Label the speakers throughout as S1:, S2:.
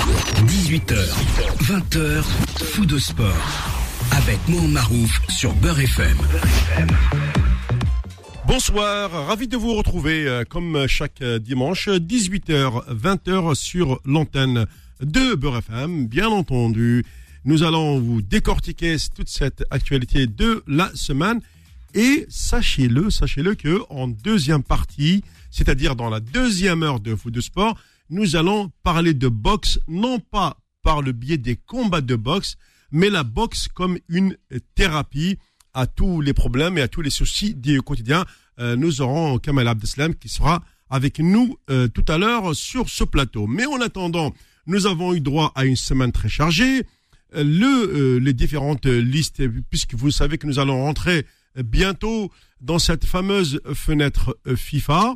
S1: 18h, 20h, fou de sport. Avec Mohamed Marouf sur Beurre FM.
S2: Bonsoir, ravi de vous retrouver euh, comme chaque euh, dimanche, 18h, 20h sur l'antenne de Beurre FM. Bien entendu, nous allons vous décortiquer toute cette actualité de la semaine. Et sachez-le, sachez-le que en deuxième partie, c'est-à-dire dans la deuxième heure de foot de sport, nous allons parler de boxe, non pas par le biais des combats de boxe, mais la boxe comme une thérapie à tous les problèmes et à tous les soucis du quotidien. Euh, nous aurons Kamal Abdeslam qui sera avec nous euh, tout à l'heure sur ce plateau. Mais en attendant, nous avons eu droit à une semaine très chargée. Euh, le, euh, les différentes listes, puisque vous savez que nous allons rentrer bientôt dans cette fameuse fenêtre euh, FIFA.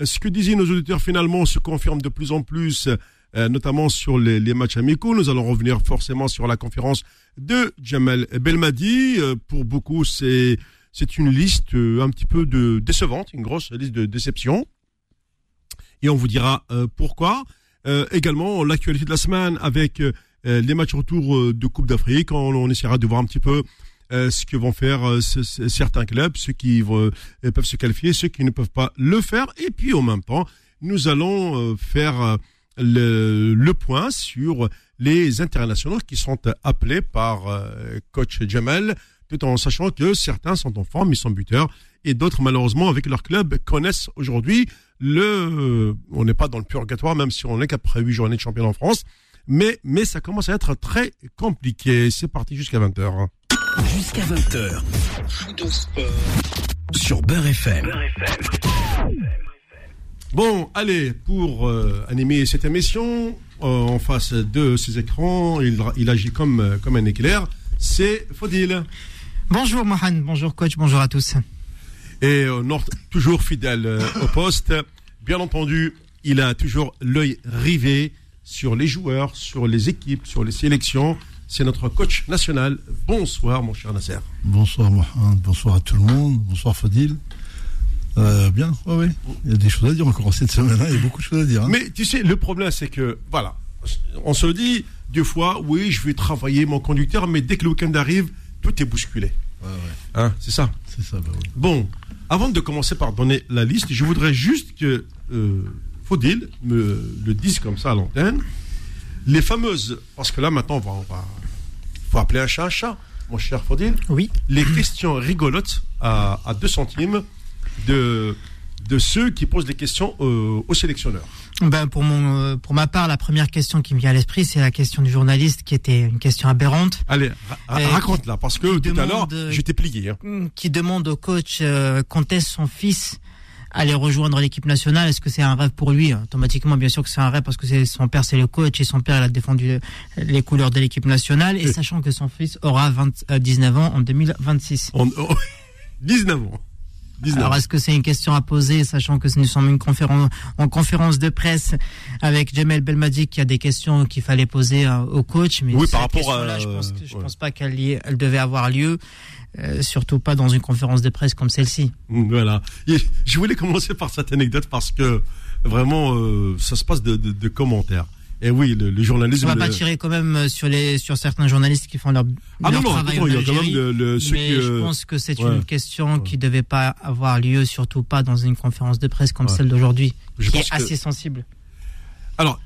S2: Euh, Ce que disaient nos auditeurs finalement se confirme de plus en plus, euh, notamment sur les, les matchs amicaux. Nous allons revenir forcément sur la conférence de Jamal Belmadi. Euh, Pour beaucoup, c'est c'est une liste euh, un petit peu de décevante, une grosse liste de déception. Et on vous dira euh, pourquoi. Euh, également, l'actualité de la semaine avec euh, les matchs retour euh, de Coupe d'Afrique. On, on essaiera de voir un petit peu euh, ce que vont faire euh, ce- ce- certains clubs, ceux qui euh, peuvent se qualifier, ceux qui ne peuvent pas le faire. Et puis, en même temps, nous allons euh, faire euh, le, le point sur les internationaux qui sont appelés par euh, coach Jamel, tout en sachant que certains sont en forme, ils sont buteurs, et d'autres, malheureusement, avec leur club, connaissent aujourd'hui le... On n'est pas dans le purgatoire, même si on n'est qu'après huit journées de championnat en France. Mais, mais ça commence à être très compliqué. C'est parti jusqu'à 20h.
S1: Jusqu'à 20h, fou de sport. Sur Beurre FM.
S2: Bon, allez, pour euh, animer cette émission, euh, en face de ses écrans, il, il agit comme, euh, comme un éclair, c'est Fodil.
S3: Bonjour Mohan, bonjour coach, bonjour à tous.
S2: Et euh, Nord, toujours fidèle euh, au poste, bien entendu, il a toujours l'œil rivé sur les joueurs, sur les équipes, sur les sélections. C'est notre coach national. Bonsoir, mon cher Nasser.
S4: Bonsoir Mohamed, bonsoir à tout le monde, bonsoir Fadil. Euh, bien, ouais, ouais. Il y a des choses à dire encore cette semaine, hein, il y a beaucoup de choses à dire. hein.
S2: Mais tu sais, le problème, c'est que, voilà, on se dit deux fois, oui, je vais travailler mon conducteur, mais dès que le week-end arrive, tout est bousculé. Hein, c'est ça.
S4: C'est ça, bah ouais.
S2: Bon, avant de commencer par donner la liste, je voudrais juste que euh, Faudil me le dise comme ça à l'antenne. Les fameuses, parce que là maintenant, on va, on va- faut appeler un chat un chat, mon cher Faudil.
S3: Oui,
S2: Les questions rigolotes à, à 2 centimes de, de ceux qui posent des questions euh, aux sélectionneurs.
S3: ben pour mon euh, pour ma part, la première question qui me vient à l'esprit, c'est la question du journaliste qui était une question aberrante
S2: Allez, ra-
S3: Euh,
S2: raconte-la, parce que tout à
S3: demande,
S2: l'heure,
S3: euh,
S2: j'étais plié. hein.
S3: hum, qui demande au coach euh, quand est-ce son fils allait rejoindre l'équipe nationale, est-ce que c'est un rêve pour lui Automatiquement, bien sûr que c'est un rêve parce que c'est son père c'est le coach et son père il a défendu euh, les couleurs de l'équipe nationale et
S2: Euh.
S3: sachant que son fils aura 20, euh, 19 ans en 2026.
S2: On- on- 19 ans. 19
S3: Alors est-ce que c'est une question à poser, sachant que nous sommes une conférence, en conférence de presse avec Jamel Belmadi qui a des questions qu'il fallait poser euh, au coach, mais
S2: Oui,
S3: cette
S2: par rapport à-
S3: question-là, je pense, que- je
S2: ouais.
S3: pense pas qu'elle y- elle devait avoir lieu, euh, surtout pas dans une conférence de presse comme celle-ci.
S2: Voilà. Et je voulais commencer par cette anecdote parce que vraiment, euh, ça se passe de, de- de commentaires. Et oui, le, le
S3: On
S2: journalisme.
S3: va pas
S2: le-
S3: tirer quand même euh, sur les sur certains journalistes qui font leur,
S2: Ah non,
S3: leur
S2: non,
S3: travail
S2: attends,
S3: en
S2: il y a quand
S3: Algérie,
S2: même le, le- ceux
S3: mais
S2: qui.
S3: je
S2: euh,
S3: pense que c'est
S2: ouais.
S3: une question qui devait pas avoir lieu, surtout pas dans une conférence de presse comme
S2: Ouais.
S3: celle d'aujourd'hui,
S2: je
S3: qui
S2: pense
S3: est
S2: que-
S3: assez sensible.
S2: Alors,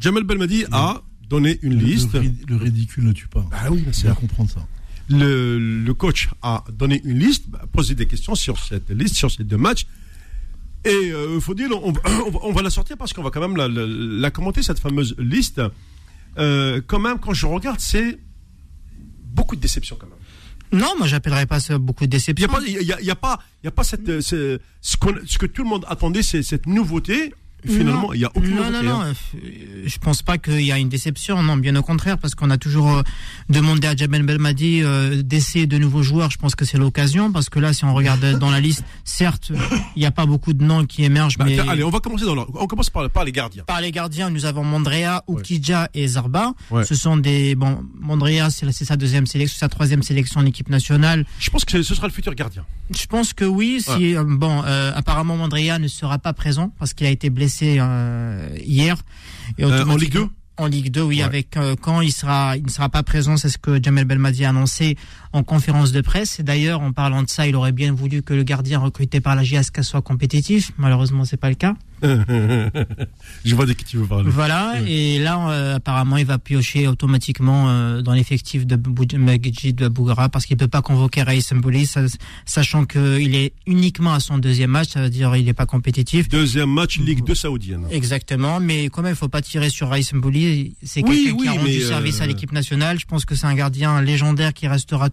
S2: Jamel Belmadi a donné une
S4: Le-
S2: liste.
S4: Le, ri- le ridicule ne tue pas.
S2: Ah oui,
S4: C'est à comprendre ça.
S2: le, le coach a donné une liste, bah, posé des questions sur cette liste, sur ces deux matchs. Et euh, faut dire, on, on va- on va la sortir parce qu'on va quand même la, la- la commenter, cette fameuse liste. Euh, quand même, quand je regarde, c'est beaucoup de déceptions quand même.
S3: Non, moi j'appellerais pas ça beaucoup de
S2: Il n'y
S3: déception.
S2: a, pas- il y a- il y a pas, il y a pas cette, euh, ce, ce qu'on- ce que tout le monde attendait, c'est cette nouveauté. Finalement,
S3: Non.
S2: il n'y a aucune
S3: Non,
S2: nouveauté.
S3: non, non.
S2: hein.
S3: euh, Je pense pas qu'il y a une déception. Non, bien au contraire, parce qu'on a toujours euh, demandé à Jamel Belmadi euh, d'essayer de nouveaux joueurs. Je pense que c'est l'occasion, parce que là, si on regarde dans la liste, certes, il n'y a pas beaucoup de noms qui émergent,
S2: Bah,
S3: mais.
S2: tiens, Allez, on va commencer dans l'ordre. On commence par, par les gardiens.
S3: Par les gardiens, nous avons Mandrea, Ukidja et Zarba.
S2: Ouais.
S3: Ce sont des bon Mandrea, c'est c'est sa deuxième sélection, sa troisième sélection en équipe nationale.
S2: Je pense que ce sera le futur gardien.
S3: Je pense que oui. Si euh, bon, euh, apparemment Mandrea ne sera pas présent parce qu'il a été blessé euh, hier. Et
S2: Euh, en
S3: automatiquement-
S2: Ligue 2
S3: en Ligue 2, oui,
S2: Ouais.
S3: avec euh, Caen, il sera, il ne sera pas présent, c'est ce que Jamel Belmadi a annoncé en conférence de presse. Et d'ailleurs, en parlant de ça, il aurait bien voulu que le gardien recruté par la JSK soit compétitif. Malheureusement, c'est pas le cas.
S2: Je vois de qui tu veux parler.
S3: Voilà.
S2: Ouais.
S3: Et là, euh, apparemment, il va piocher automatiquement euh, dans l'effectif de Bou- Magidji de Bougara parce qu'il peut pas convoquer Raïs Mbouli, sa- sachant que il est uniquement à son deuxième match, ça veut dire il n'est pas compétitif.
S2: Deuxième match Ligue 2 saoudienne.
S3: Exactement, mais quand même, il faut pas tirer sur Raïs Mbouli. C'est
S2: Oui,
S3: quelqu'un
S2: oui,
S3: qui a rendu
S2: mais, euh,
S3: service à l'équipe nationale. Je pense que c'est un gardien légendaire qui restera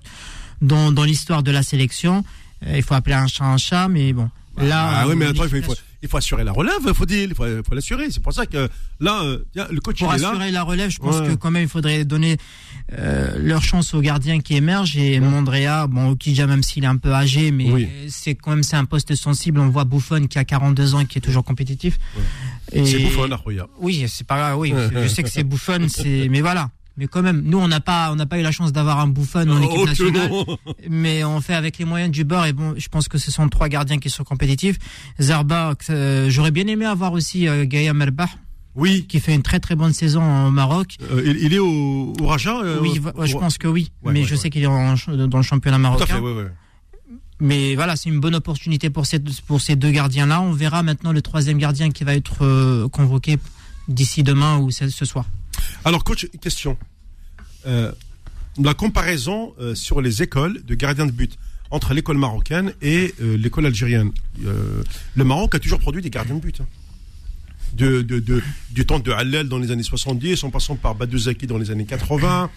S3: dans, dans l'histoire de la sélection. Euh, Il faut appeler un chat un chat, mais bon. Là,
S2: ah oui, mais
S3: euh,
S2: attends, il faut, il faut- il faut assurer la relève, il faut dire, il faut, il faut l'assurer. C'est pour ça que là, euh, tiens, le coach
S3: pour
S2: il est là.
S3: assurer la relève, je pense
S2: Ouais.
S3: que quand même, il faudrait donner euh, leur chance aux gardiens qui émergent. Et Mondrea, bon, Okija, même s'il est un peu âgé, mais
S2: Oui.
S3: c'est quand même c'est un poste sensible. On voit Buffon qui a 42 ans et qui est toujours compétitif. Et-
S2: C'est bouffon, Arroya.
S3: Oui, c'est pas grave. Oui, je sais que c'est bouffonne, c'est mais voilà. Mais quand même, nous on n'a pas on n'a pas eu la chance d'avoir un bouffon en équipe
S2: Oh, que
S3: nationale,
S2: non.
S3: mais on fait avec les moyens du bord. Et bon, je pense que ce sont trois gardiens qui sont compétitifs. Zarba, euh, j'aurais bien aimé avoir aussi euh, Gaïa Merbah
S2: Oui,
S3: qui fait une très très bonne saison au Maroc.
S2: euh, il, il est au, au Raja euh,
S3: oui,
S2: au-
S3: va- ouais, je
S2: au-
S3: pense que oui,
S2: Ouais,
S3: mais
S2: ouais,
S3: je
S2: ouais.
S3: sais qu'il est en ch- dans le championnat
S2: Tout à fait,
S3: marocain.
S2: ouais, ouais.
S3: Mais voilà, c'est une bonne opportunité pour ces, pour ces deux gardiens-là. On verra maintenant le troisième gardien qui va être euh, convoqué d'ici demain ou ce ce soir.
S2: Alors, coach, une question. Euh, la comparaison euh, sur les écoles de gardiens de but entre l'école marocaine et euh, l'école algérienne. Euh, le Maroc a toujours produit des gardiens de but. hein. De, de- de- du temps de Hallel dans les années 70, en passant par Badou Zaki dans les années 80.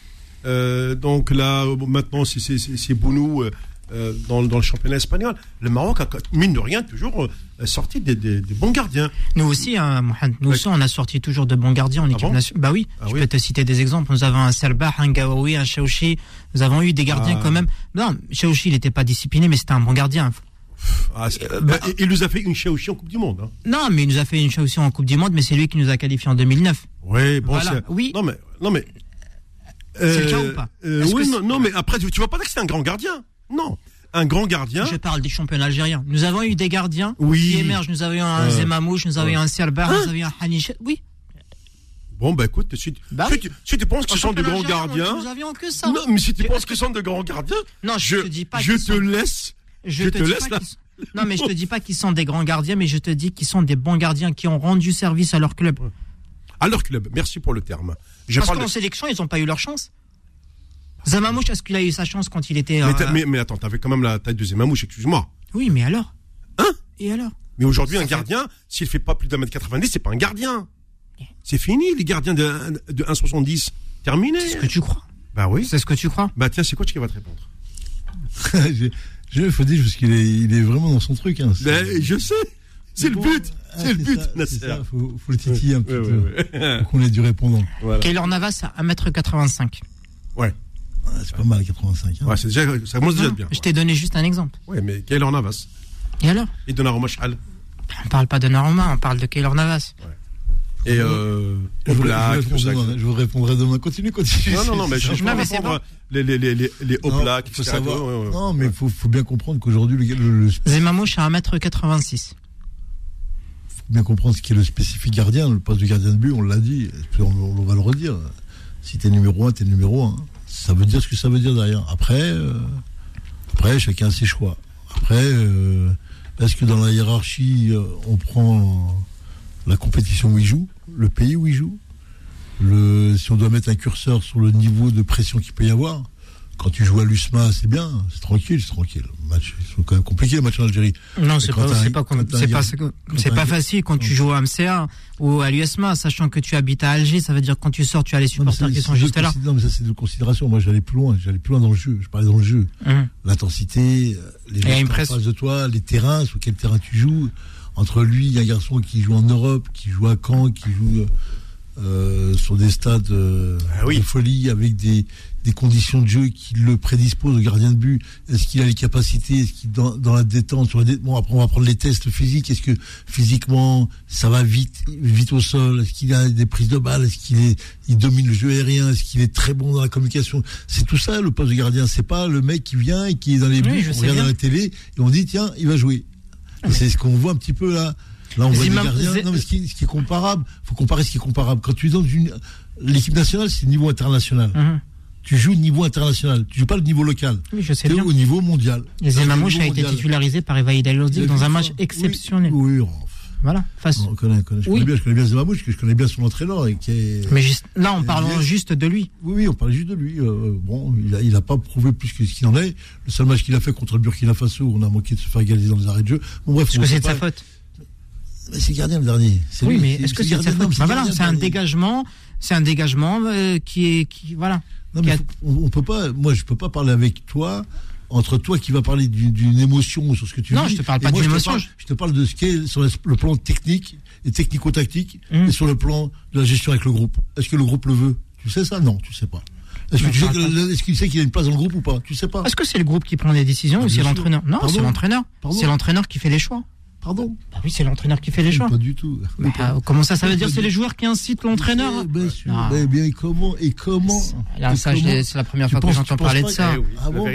S2: Euh, donc là, bon, maintenant, c'est- c'est c'est- c'est Bounou euh, euh, dans, dans le championnat espagnol. Le Maroc a, mine de rien, toujours euh, sorti des, des- des bons gardiens.
S3: Nous aussi, hein, Mohamed, nous
S2: Ouais.
S3: aussi, on a sorti toujours de bons gardiens en équipe
S2: bon
S3: nationale. Bah oui,
S2: Ah
S3: je
S2: oui.
S3: peux te citer des exemples. Nous avons un Selbah, un Gawawi, un Chaouchi. Nous avons eu des gardiens
S2: Ah.
S3: quand même. Non, Chaouchi, il n'était pas discipliné, mais c'était un bon gardien.
S2: Ah, c'est- bah, il il nous a fait une chaouchi en Coupe du Monde. hein.
S3: Non, mais il nous a fait une Chaouchi en Coupe du Monde, mais c'est lui qui nous a qualifiés en 2009.
S2: Oui, bon,
S3: Voilà,
S2: c'est-
S3: oui.
S2: Non, mais. Non, mais
S3: C'est le cas ou pas
S2: euh,
S3: Est-ce
S2: Oui,
S3: que
S2: non, non, mais après, tu, tu vois pas dire que c'est un grand gardien Non. Un grand gardien.
S3: Je parle des championnats algériens. Nous avons eu des gardiens
S2: Hein Oui.
S3: qui émergent. Nous avions un
S2: Ouais.
S3: Zemamouche, nous avions
S2: Ouais. Hein
S3: un Selbah, nous avions un Haniche. Oui.
S2: Bon, bah écoute, si, tu-
S3: Bah
S2: si
S3: oui.
S2: tu, si tu penses que ce sont de grands
S3: Championnat algérien,
S2: gardiens.
S3: Nous avions que ça.
S2: Non, mais si tu
S3: Je-
S2: penses que ce sont de grands gardiens.
S3: Non, je te dis pas
S2: Je
S3: qu'ils
S2: te
S3: sont-
S2: laisse.
S3: Je,
S2: Je
S3: te,
S2: te
S3: dis
S2: laisse
S3: pas
S2: la-
S3: qu'ils sont- Non, mais je te dis pas qu'ils sont des grands gardiens, mais je te dis qu'ils sont des bons gardiens qui ont rendu service à leur club.
S2: À leur club. Merci pour le terme. Je
S3: Parce
S2: parle
S3: qu'en
S2: de-
S3: sélection, ils n'ont pas eu leur chance. Zamamouche, est-ce qu'il a eu sa chance quand il était.
S2: mais,
S3: euh,
S2: t'as- mais, mais attends, t'avais quand même la taille de Zemamouche, excuse-moi.
S3: Oui, mais alors
S2: Hein
S3: Et alors
S2: Mais aujourd'hui,
S3: Ça
S2: un
S3: fait-
S2: gardien, s'il fait pas plus d'un mètre 90, c'est pas un gardien. C'est fini, les gardiens de, de 1,70. Terminé.
S3: C'est ce que tu crois.
S2: Bah oui.
S3: C'est ce que tu crois.
S2: Bah tiens, c'est coach qui va te répondre.
S4: J'ai- Je faut dire parce qu'il est, il est vraiment dans son truc. Hein. C'est-
S2: Ben, je sais. C'est le but.
S4: Ah,
S2: C'est le but,
S4: ça,
S2: Nasser.
S4: c'est ça, faut, faut le titiller un petit
S2: Ouais,
S4: peu
S2: ouais, ouais.
S4: pour qu'on ait du répondant.
S2: Voilà.
S3: Kaylor Navas à 1m85.
S2: Ouais.
S4: Ah, c'est pas mal, 85. hein.
S2: Ouais, c'est déjà, ça commence déjà à être bien.
S3: Je t'ai donné juste un exemple.
S2: Ouais, mais Kaylor Navas
S3: Et alors
S2: et Donnarumma Chal
S3: On parle pas de Norma, on parle de Kaylor Navas.
S2: et euh,
S4: Je vous, je vous
S2: Oblak, tout
S4: réponds
S2: ça.
S4: demain, je vous répondrai demain. Continue, continue.
S2: Non, non, non, mais je, je
S3: Non,
S2: peux
S3: mais c'est
S2: répondre les, les, les, les, les
S4: Non,
S2: Oblak,
S4: faut
S2: etc.
S4: savoir.
S2: Ouais, ouais, ouais.
S4: Non, mais faut, faut bien comprendre qu'aujourd'hui, le, le- le- faut
S3: Zemamouche à 1m86.
S4: bien comprendre ce qui est le spécifique gardien, le poste du gardien de but, on l'a dit, et puis on, on va le redire. Si t'es numéro 1, t'es numéro 1. Ça veut dire ce que ça veut dire derrière. Après, euh, après chacun a ses choix. Après, euh, est-ce que dans la hiérarchie, euh, on prend la compétition où il joue, le pays où il joue, le, si on doit mettre un curseur sur le niveau de pression qu'il peut y avoir quand tu joues à l'USMA, c'est bien, c'est tranquille, c'est tranquille. Le match, ils sont quand même compliqués, le match en Algérie.
S3: Non,
S4: Mais
S3: c'est
S4: quand
S3: pas,
S4: t'as un-
S3: c'est pas,
S4: quand t'as un
S3: c'est
S4: gars-
S3: pas,
S4: quand
S3: c'est
S4: t'as un
S3: pas
S4: gars-
S3: facile quand tu joues à MCA ou à l'USMA, sachant que tu habites à Alger, ça veut dire que quand tu sors, tu as les
S4: Non, mais
S3: supporters
S4: c'est-
S3: qui sont
S4: c'est
S3: juste
S4: d'autres
S3: là.
S4: consid- Non, mais ça, c'est de considération. Moi, j'allais plus loin. J'allais plus loin dans le jeu. Je parlais dans le jeu.
S3: Hum.
S4: L'intensité, euh, les
S3: y a
S4: gens
S3: une
S4: qui sont en
S3: presse.
S4: face de toi, les terrains, sur quel terrain tu joues. Entre lui, il y a un garçon qui joue en Europe, qui joue à Caen, qui joue euh, sur des stades euh,
S2: Ah oui.
S4: de folie, avec des, des conditions de jeu qui le prédisposent au gardien de but. Est-ce qu'il a les capacités Est-ce qu'il dans, dans la détente sur la dé- Bon, après on va prendre les tests physiques. Est-ce que physiquement ça va vite, vite au sol Est-ce qu'il a des prises de balles Est-ce qu'il est, il domine le jeu aérien Est-ce qu'il est très bon dans la communication C'est tout ça le poste de gardien. C'est pas le mec qui vient et qui est dans les
S3: Oui,
S4: buts,
S3: je
S4: on
S3: sais
S4: regarde
S3: bien. Ah,
S4: à la télé et on dit tiens il va jouer. Et C'est ce qu'on voit un petit peu là. Là, on voit des
S3: Zimam-
S4: gardiens.
S3: Zé-
S4: Non, mais ce qui, ce qui est comparable, faut comparer ce qui est comparable. Quand tu es dans une. L'équipe nationale, c'est niveau international.
S3: Mhm.
S4: Tu joues au niveau international. Tu joues pas le niveau local.
S3: Oui, je sais
S4: Tu es
S3: bien.
S4: au niveau mondial.
S3: Et
S4: Là, t'es au
S3: Zemamouche
S4: niveau
S3: a été
S4: mondial.
S3: titularisé par Evaïd Aliourdic dans un match
S4: Oui, Oh.
S3: exceptionnel.
S4: Oui, on-
S3: Voilà, face.
S4: on connaît, on connaît. Je,
S3: Oui.
S4: connais bien, je connais bien Zemamouche, que je connais bien son entraîneur. Et qui est...
S3: Mais juste- là, en
S4: Et
S3: parlant
S4: Ziyech-
S3: juste de lui.
S4: Oui, oui, on parlait juste de lui. Euh, bon, il a, il a pas prouvé plus que ce qu'il en est. Le seul match qu'il a fait contre le Burkina Faso, où on a manqué de se faire égaliser dans les arrêts de jeu. Bon, bref,
S3: Est-ce
S4: on
S3: que
S4: sait
S3: c'est de
S4: pas-
S3: sa faute
S4: Mais C'est gardien le dernier. C'est
S3: Oui,
S4: lui,
S3: mais est-ce que c'est de sa
S4: gardien, non,
S3: faute Bah voilà,
S4: gardien,
S3: c'est un
S4: le dernier.
S3: dégagement, c'est un dégagement euh, qui est qui voilà.
S4: Non, mais
S3: Qui a-
S4: faut- on, on peut pas. Moi, je peux pas parler avec toi. Entre toi qui va parler d'une d'une émotion sur ce que tu
S3: Non,
S4: vis,
S3: je te parle
S4: et
S3: pas
S4: moi,
S3: d'une
S4: je te
S3: émotion.
S4: parle- Je te parle de ce qui est sur le plan technique et technico-tactique
S3: Mhm.
S4: et sur le plan de la gestion avec le groupe. Est-ce que le groupe le veut Tu sais ça Non, tu sais pas. Est-ce que
S3: Non,
S4: tu sais
S3: je parle
S4: que- est-ce qu'il sait qu'il a une place dans le groupe ou pas Tu sais pas.
S3: Est-ce que c'est le groupe qui prend les décisions
S4: Ah,
S3: ou
S4: bien
S3: c'est
S4: sûr.
S3: l'entraîneur Non,
S4: Pardon
S3: c'est l'entraîneur.
S4: Pardon
S3: C'est l'entraîneur qui fait les choix.
S4: Pardon
S3: Bah oui, c'est l'entraîneur qui fait les choix.
S4: Pas du tout.
S3: Bah, euh, comment ça, ça veut
S4: Pas
S3: dire
S4: du
S3: c'est les
S4: tout.
S3: joueurs qui incitent l'entraîneur
S4: Bien sûr.
S3: Non.
S4: Mais bien, et comment Et comment
S3: Ah. Là,
S4: Et
S3: ça, je
S4: comment
S3: l'ai- c'est la première
S4: Tu
S3: fois que
S4: penses-
S3: j'entends
S4: tu penses
S3: parler de
S4: pas
S3: ça.
S4: que- Ah bon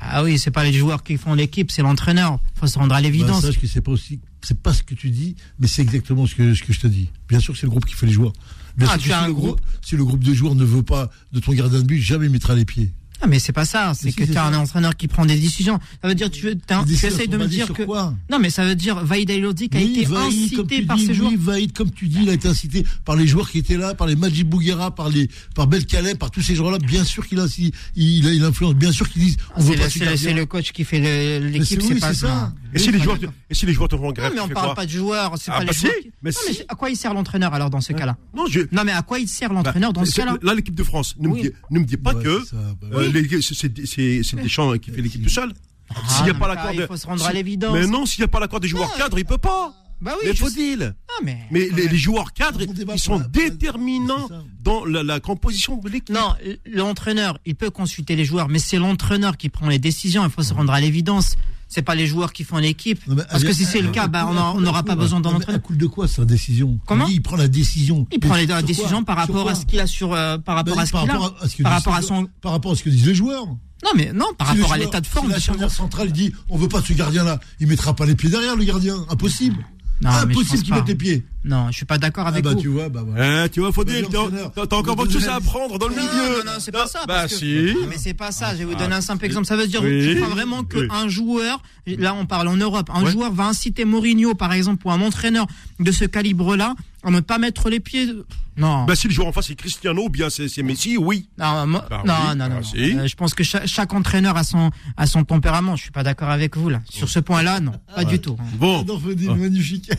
S3: Ah oui, c'est pas les joueurs qui font l'équipe, c'est l'entraîneur. Faut se rendre à
S4: Bah,
S3: l'évidence.
S4: sache que c'est pas aussi, c'est pas ce que tu dis, mais c'est exactement ce que, ce que je te dis. Bien sûr que c'est le groupe qui fait les joueurs. Bien
S3: Ah,
S4: sûr
S3: tu
S4: que
S3: as
S4: si
S3: un
S4: le Si le groupe de joueurs ne veut pas de ton gardien de but, jamais il mettra les pieds.
S3: Ah, mais c'est pas ça, c'est
S4: Mais
S3: que
S4: si,
S3: tu as
S4: c'est
S3: un
S4: ça.
S3: entraîneur qui prend des décisions. Ça veut dire, tu, veux, t'as-
S4: Les
S3: tu
S4: décisions
S3: essayes
S4: sont
S3: de me
S4: basées
S3: dire
S4: sur
S3: que.
S4: quoi
S3: non, mais ça veut dire, Vaïd Elordi qui a été
S4: Vaïd, comme
S3: incité
S4: tu
S3: par
S4: dis,
S3: ses joueurs.
S4: oui, Vaïd, comme tu dis, il a été incité par les joueurs qui étaient là, par les Majid Bouguera, par les, par Belkalem, par tous ces joueurs-là. Bien sûr qu'il a, il, il a, il influence. Bien sûr qu'ils disent, on
S3: C'est
S4: veut pas
S3: le,
S4: ce
S3: c'est le- c'est
S4: gardien.
S3: le coach qui fait le-
S4: Mais
S3: l'équipe, c'est
S4: oui,
S3: pas
S4: c'est ça.
S3: Non.
S2: Et
S4: Ah,
S2: si les joueurs, te- et si les joueurs te font
S3: Non,
S2: grève,
S3: mais
S2: tu
S3: on
S2: fais
S3: parle
S2: quoi
S3: pas de joueurs, c'est
S2: Ah,
S3: pas
S2: bah
S3: les
S2: si,
S3: joueurs. qui-
S2: mais
S3: non, mais
S2: si.
S3: à quoi il sert l'entraîneur alors dans ce cas-là
S2: Non, je.
S3: Non, mais à quoi il sert
S2: bah,
S3: l'entraîneur dans ce
S2: c'est-
S3: cas-là
S2: Là, l'équipe de France, ne me
S3: Oui.
S2: dis- ne me dis pas
S4: Ouais,
S2: que
S4: c'est ça, bah
S2: euh, les- c'est- c'est c'est- c'est Deschamps qui fait l'équipe tout seul.
S3: Ah,
S2: S'il n'y a
S3: non,
S2: pas
S3: mais
S2: l'accord
S3: ça,
S2: de-
S3: il faut se rendre
S2: si-
S3: à l'évidence.
S2: Mais non, s'il n'y a pas l'accord des joueurs cadres, il peut pas.
S3: Bah oui,
S2: Mais
S3: je
S2: faut-il
S3: Ah, mais.
S2: Mais les, les joueurs cadres,
S4: On débat
S2: ils
S4: pour
S2: sont
S4: la-
S2: déterminants
S4: c'est ça.
S2: dans la, la composition de l'équipe.
S3: Non, l'entraîneur, il peut consulter les joueurs, mais c'est l'entraîneur qui prend les décisions. Il faut se rendre à l'évidence. C'est pas les joueurs qui font l'équipe.
S4: Non, mais
S3: Parce que
S4: avec-
S3: si c'est le
S4: à-
S3: cas,
S4: à-
S3: bah, on
S4: à-
S3: a- on n'aura pas
S4: à-
S3: besoin d'un
S4: à-
S3: entraîneur.
S4: À coup de quoi, sa décision
S3: Comment
S4: Il prend la décision.
S3: Il prend les, la
S4: Sur
S3: décision
S4: quoi
S3: par rapport
S4: Sur quoi
S3: à ce qu'il a sur, euh, par
S4: Bah,
S3: rapport à ce qu'il a,
S4: rapport à- à ce que
S3: par
S4: disent
S3: rapport à
S4: les
S3: son,
S4: joueurs, par rapport à ce que disent les joueurs.
S3: non mais non, par
S4: Si le
S3: rapport à
S4: joueur-
S3: l'état de
S4: si
S3: forme de
S4: La
S3: son
S4: charnière centrale dit on veut pas ce gardien-là. Il mettra pas les pieds derrière le gardien. Impossible.
S3: Non, mais je pense
S4: Impossible qu'il
S3: pas.
S4: mette les pieds.
S3: Non, je suis pas d'accord
S4: Ah
S3: avec
S4: bah
S3: vous.
S4: tu vois, bah voilà.
S2: Hein, tu vois, faut dire,
S4: Bonjour,
S2: t'as
S4: entraîneur.
S2: t'as- t'as encore
S4: Bonjour,
S2: beaucoup de choses à
S4: journaliste.
S2: apprendre dans le
S3: Non,
S2: milieu.
S3: non, non, c'est pas ça.
S2: Bah
S3: parce que-
S2: si. Ah.
S3: Non, mais c'est pas ça. Je vais vous donner un simple exemple. Ça veut dire,
S2: Oui.
S3: je crois vraiment qu'un
S2: Oui.
S3: joueur, là on parle en Europe, un
S2: Ouais.
S3: joueur va inciter Mourinho, par exemple, ou un entraîneur de ce calibre-là, à ne pas mettre les pieds. Non.
S2: Bah si le joueur en face c'est Cristiano ou bien c'est c'est Messi, oui.
S3: Non, moi-
S2: Bah
S3: non,
S2: oui,
S3: non,
S2: bah
S3: non, non.
S2: si.
S3: Euh, je pense que cha- chaque, entraîneur a son, a son tempérament. Je suis pas d'accord avec vous là. Sur ce point-là, non,
S4: Ah,
S3: pas du tout.
S2: Bon,
S4: Non, Fodil, magnifique.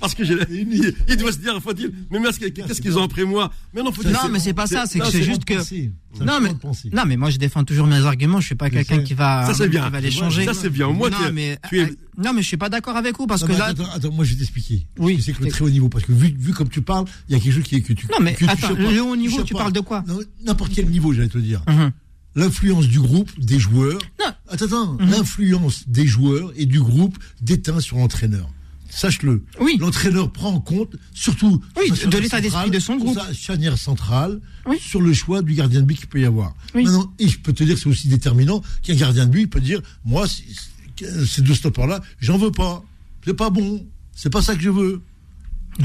S2: parce que j'ai- il il doit se dire, faut dire, mais mais qu'est-ce qu'est-ce qu'ils ont après moi Mais non, faut dire,
S3: Non, mais c'est pas ça. C'est que
S4: Non,
S3: c'est
S4: le
S3: juste
S4: droit de
S3: que.
S4: penser. C'est le
S3: Non
S4: droit
S3: mais,
S4: de penser.
S3: non mais moi je défends toujours mes arguments, je suis pas quelqu'un
S4: sais.
S3: qui va,
S2: Ça, c'est
S3: qui
S2: bien.
S3: va les changer.
S2: Ça, c'est bien. Au moins,
S3: non,
S2: tu es-
S3: mais, euh,
S2: tu es-
S3: non mais je suis pas d'accord avec vous parce
S4: Non,
S3: que
S4: mais
S3: là...
S4: attends, attends, moi je vais t'expliquer. Parce
S3: Oui.
S4: que C'est que le très haut niveau, parce que vu, vu comme tu parles, il y a quelque chose qui est que tu.
S3: Non, mais
S4: que tu
S3: attends,
S4: chopes
S3: le
S4: pas.
S3: haut niveau,
S4: chopes
S3: tu
S4: pas.
S3: parles de quoi
S4: Non, N'importe quel niveau, j'allais te dire.
S3: Mhm.
S4: L'influence du groupe, des joueurs.
S3: Non. Mhm.
S4: Attends, attends. L'influence des joueurs et du groupe déteint sur l'entraîneur. Sache-le.
S3: Oui.
S4: L'entraîneur prend en compte, surtout.
S3: Oui,
S4: sur sa
S3: de
S4: charnière
S3: l'état d'esprit
S4: centrale,
S3: de son
S4: sur
S3: groupe.
S4: sa charnière centrale,
S3: Oui.
S4: sur le choix du gardien de but qu'il peut y avoir.
S3: Oui.
S4: Maintenant, et je peux te dire que c'est aussi déterminant qu'un gardien de but, il peut dire Moi, c'est- c'est- ces deux stoppers-là, j'en veux pas. C'est pas bon. C'est pas ça que je veux.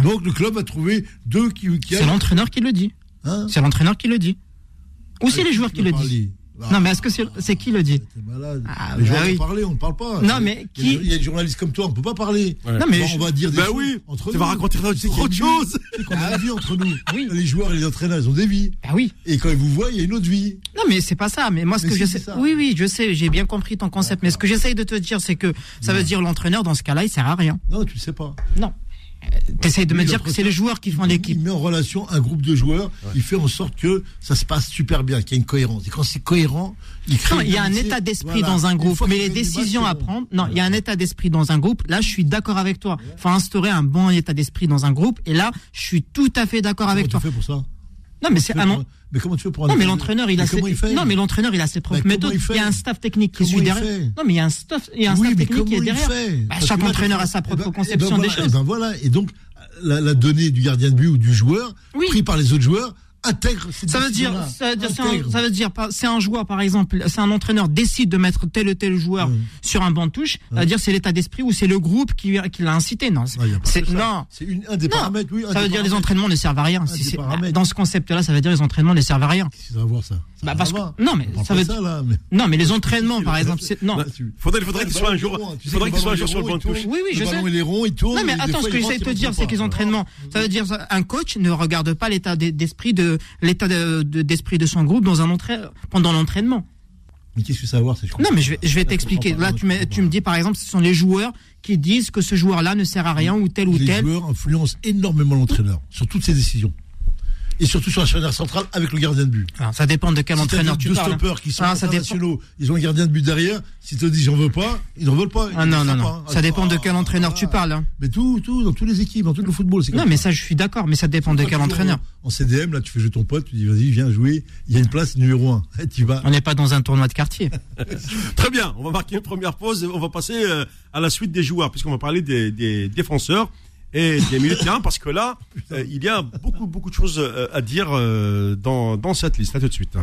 S4: Donc le club a trouvé deux qui, qui
S3: C'est l'entraîneur qui le dit.
S4: Hein
S3: C'est l'entraîneur qui le dit. Ou c'est
S4: Avec
S3: les
S4: qui
S3: joueurs
S4: tu
S3: qui
S4: veux
S3: le disent.
S4: parler Ah,
S3: Non mais est-ce que c'est c'est qui le dit
S4: T'es malade.
S3: Ah,
S4: les
S3: bah
S4: joueurs
S3: oui.
S4: ont parlé, on ne parle pas.
S3: Non, mais
S4: Il y a
S3: qui-
S4: des- Il y a des journalistes comme toi, on ne peut pas parler.
S3: Non, mais
S4: Bon,
S3: je-
S4: on va dire des
S2: Bah
S4: choses
S2: oui,
S4: entre
S2: tu vas raconter
S4: Tu sais qu'il y
S2: autre
S4: a une vie,
S2: chose.
S4: tu sais qu'on
S3: Ah.
S4: a une vie entre nous. Les joueurs et les entraîneurs, ils ont des vies.
S3: Bah oui.
S4: Et quand ils vous voient, il y a une autre vie.
S3: Non, mais c'est pas ça. Mais moi, ce
S4: Mais
S3: que
S4: si,
S3: je
S4: c'est
S3: sais.
S4: ça.
S3: Oui, oui, je sais, j'ai bien compris ton concept. Mais ce que j'essaye de te dire, c'est que ça veut dire l'entraîneur, dans ce cas-là, il sert à rien.
S4: Non, tu ne sais pas.
S3: Non. Euh, T'essayes de me
S4: Oui,
S3: dire que c'est
S4: l'entretien-
S3: les joueurs qui font
S4: Il
S3: l'équipe.
S4: met en relation un groupe de joueurs, il fait en sorte que ça se passe super bien, qu'il y ait une cohérence. Et quand c'est cohérent, il crée.
S3: Non,
S4: une
S3: il y a un
S4: amitié.
S3: état d'esprit
S4: Voilà.
S3: dans un
S4: Une
S3: groupe,
S4: fois
S3: mais
S4: qu'il y
S3: les
S4: a euh, du match,
S3: décisions
S4: c'est
S3: à
S4: bon.
S3: prendre. Non, il y a un état d'esprit dans un groupe. Là, je suis d'accord avec toi. Faut instaurer un bon état d'esprit dans un groupe. Et là, je suis tout à fait d'accord avec toi.
S4: Comment
S3: ah
S4: tu fais pour ça
S3: Non, mais c'est
S4: Tu
S3: un.
S4: fais
S3: en-
S4: pour- Mais comment tu fais pour un
S3: Non mais
S4: entraîneur
S3: l'entraîneur il a
S4: Mais
S3: ses...
S4: comment il fait
S3: non mais l'entraîneur il a ses propres
S4: comment
S3: méthodes.
S4: il fait
S3: Il y a un staff technique qui
S4: Comment
S3: suit
S4: il
S3: derrière.
S4: fait
S3: Non mais il y a un staff, il y a un staff technique qui est
S4: comment il
S3: derrière.
S4: fait
S3: Bah,
S4: Parce
S3: chaque
S4: que là,
S3: entraîneur
S4: tu-
S3: a sa
S4: eh
S3: propre
S4: ben- eh ben
S3: conception des
S4: voilà,
S3: choses.
S4: Eh ben voilà, et donc la, la donnée du gardien de but ou du joueur,
S3: Oui.
S4: pris par les autres joueurs, intègre cette
S3: Ça veut dire,
S4: décision-là.
S3: ça veut dire, c'est
S4: ben Intègre.
S3: un, ça veut dire, par- c'est un joueur par exemple, c'est un entraîneur décide de mettre tel ou tel joueur sur un banc de touche. Ça veut dire c'est l'état d'esprit ou c'est le groupe qui, qui l'a incité, non
S4: Non, il Ah, y a pas
S3: c'est-
S4: que ça.
S3: Non.
S4: C'est une- un des
S3: Non.
S4: paramètres, oui. un
S3: ça
S4: des
S3: veut dire les
S4: paramètres. Ah,
S3: entraînements ne servent à rien. Si
S4: des
S3: c'est-
S4: paramètres.
S3: dans ce concept-là, ça veut dire les entraînements ne servent à rien.
S4: Qu'est-ce qu'il va avoir ça Ça
S3: Bah,
S4: va
S3: parce que-
S4: avoir.
S3: non, mais
S4: On parle
S3: ça
S4: pas
S3: veut-
S4: de là, mais-
S3: Non, mais les entraînements, par exemple, c'est non.
S4: Bah, tu-
S2: Faudrait, faudrait qu'il soit un jour,
S4: Tu sais
S2: faudrait
S4: que
S2: qu'il soit un
S4: le
S2: jour sur le
S4: ballon,
S2: banc de
S4: il tourne,
S2: touche.
S3: Oui, oui, je
S4: le
S3: sais.
S4: ballon, il est rond, il tourne.
S3: Non, mais
S4: et des
S3: attends,
S4: fois,
S3: ce que
S4: il rentre,
S3: j'essaie de
S4: il
S3: te dire,
S4: rentre
S3: c'est
S4: pas. Mm-hmm.
S3: que les entraînements, ça veut dire un coach ne regarde pas l'état d- d'esprit de l'état de- de- d'esprit de son groupe dans un entra- pendant l'entraînement.
S4: Mais qu'est-ce que ça va avoir ça, je
S3: Non,
S4: comprends
S3: mais je vais,
S4: pas.
S3: je vais
S4: Là,
S3: t'expliquer.
S4: comprends pas.
S3: Là, tu me,
S4: Je
S3: tu me dis, par exemple, ce sont les joueurs qui disent que ce joueur-là ne sert à rien ou tel ou
S4: les
S3: tel.
S4: joueurs influencent énormément l'entraîneur sur toutes ses décisions. Et surtout sur la charnière centrale avec le gardien de but.
S3: Alors, ça dépend de quel
S4: Si t'as
S3: entraîneur
S4: deux
S3: tu parles.
S4: stoppeurs qui sont
S3: Ah, ça dépend.
S4: internationaux, ils ont un gardien de but derrière. Si tu te dis j'en veux pas, ils n'en veulent pas. Ils
S3: Ah,
S4: ne
S3: non,
S4: font
S3: non,
S4: pas,
S3: non.
S4: hein.
S3: Ça dépend de quel
S4: Ah,
S3: entraîneur tu
S4: voilà.
S3: parles. hein.
S4: Mais tout, tout, dans toutes les équipes, dans tout le football. c'est
S3: Non,
S4: comme
S3: mais ça, je suis d'accord, mais ça dépend de
S4: Pas
S3: quel
S4: toujours,
S3: entraîneur.
S4: euh, En CDM, là, tu fais jouer ton pote, tu dis vas-y, viens jouer. Il y a une place numéro 1. tu vas.
S3: On n'est pas dans un tournoi de quartier.
S2: Très bien, on va marquer une première pause et on va passer euh, à la suite des joueurs, puisqu'on va parler des, des défenseurs et des milieux de terrain, parce que là, euh, il y a beaucoup, beaucoup de choses euh, à dire euh, dans, dans cette liste. À tout de suite.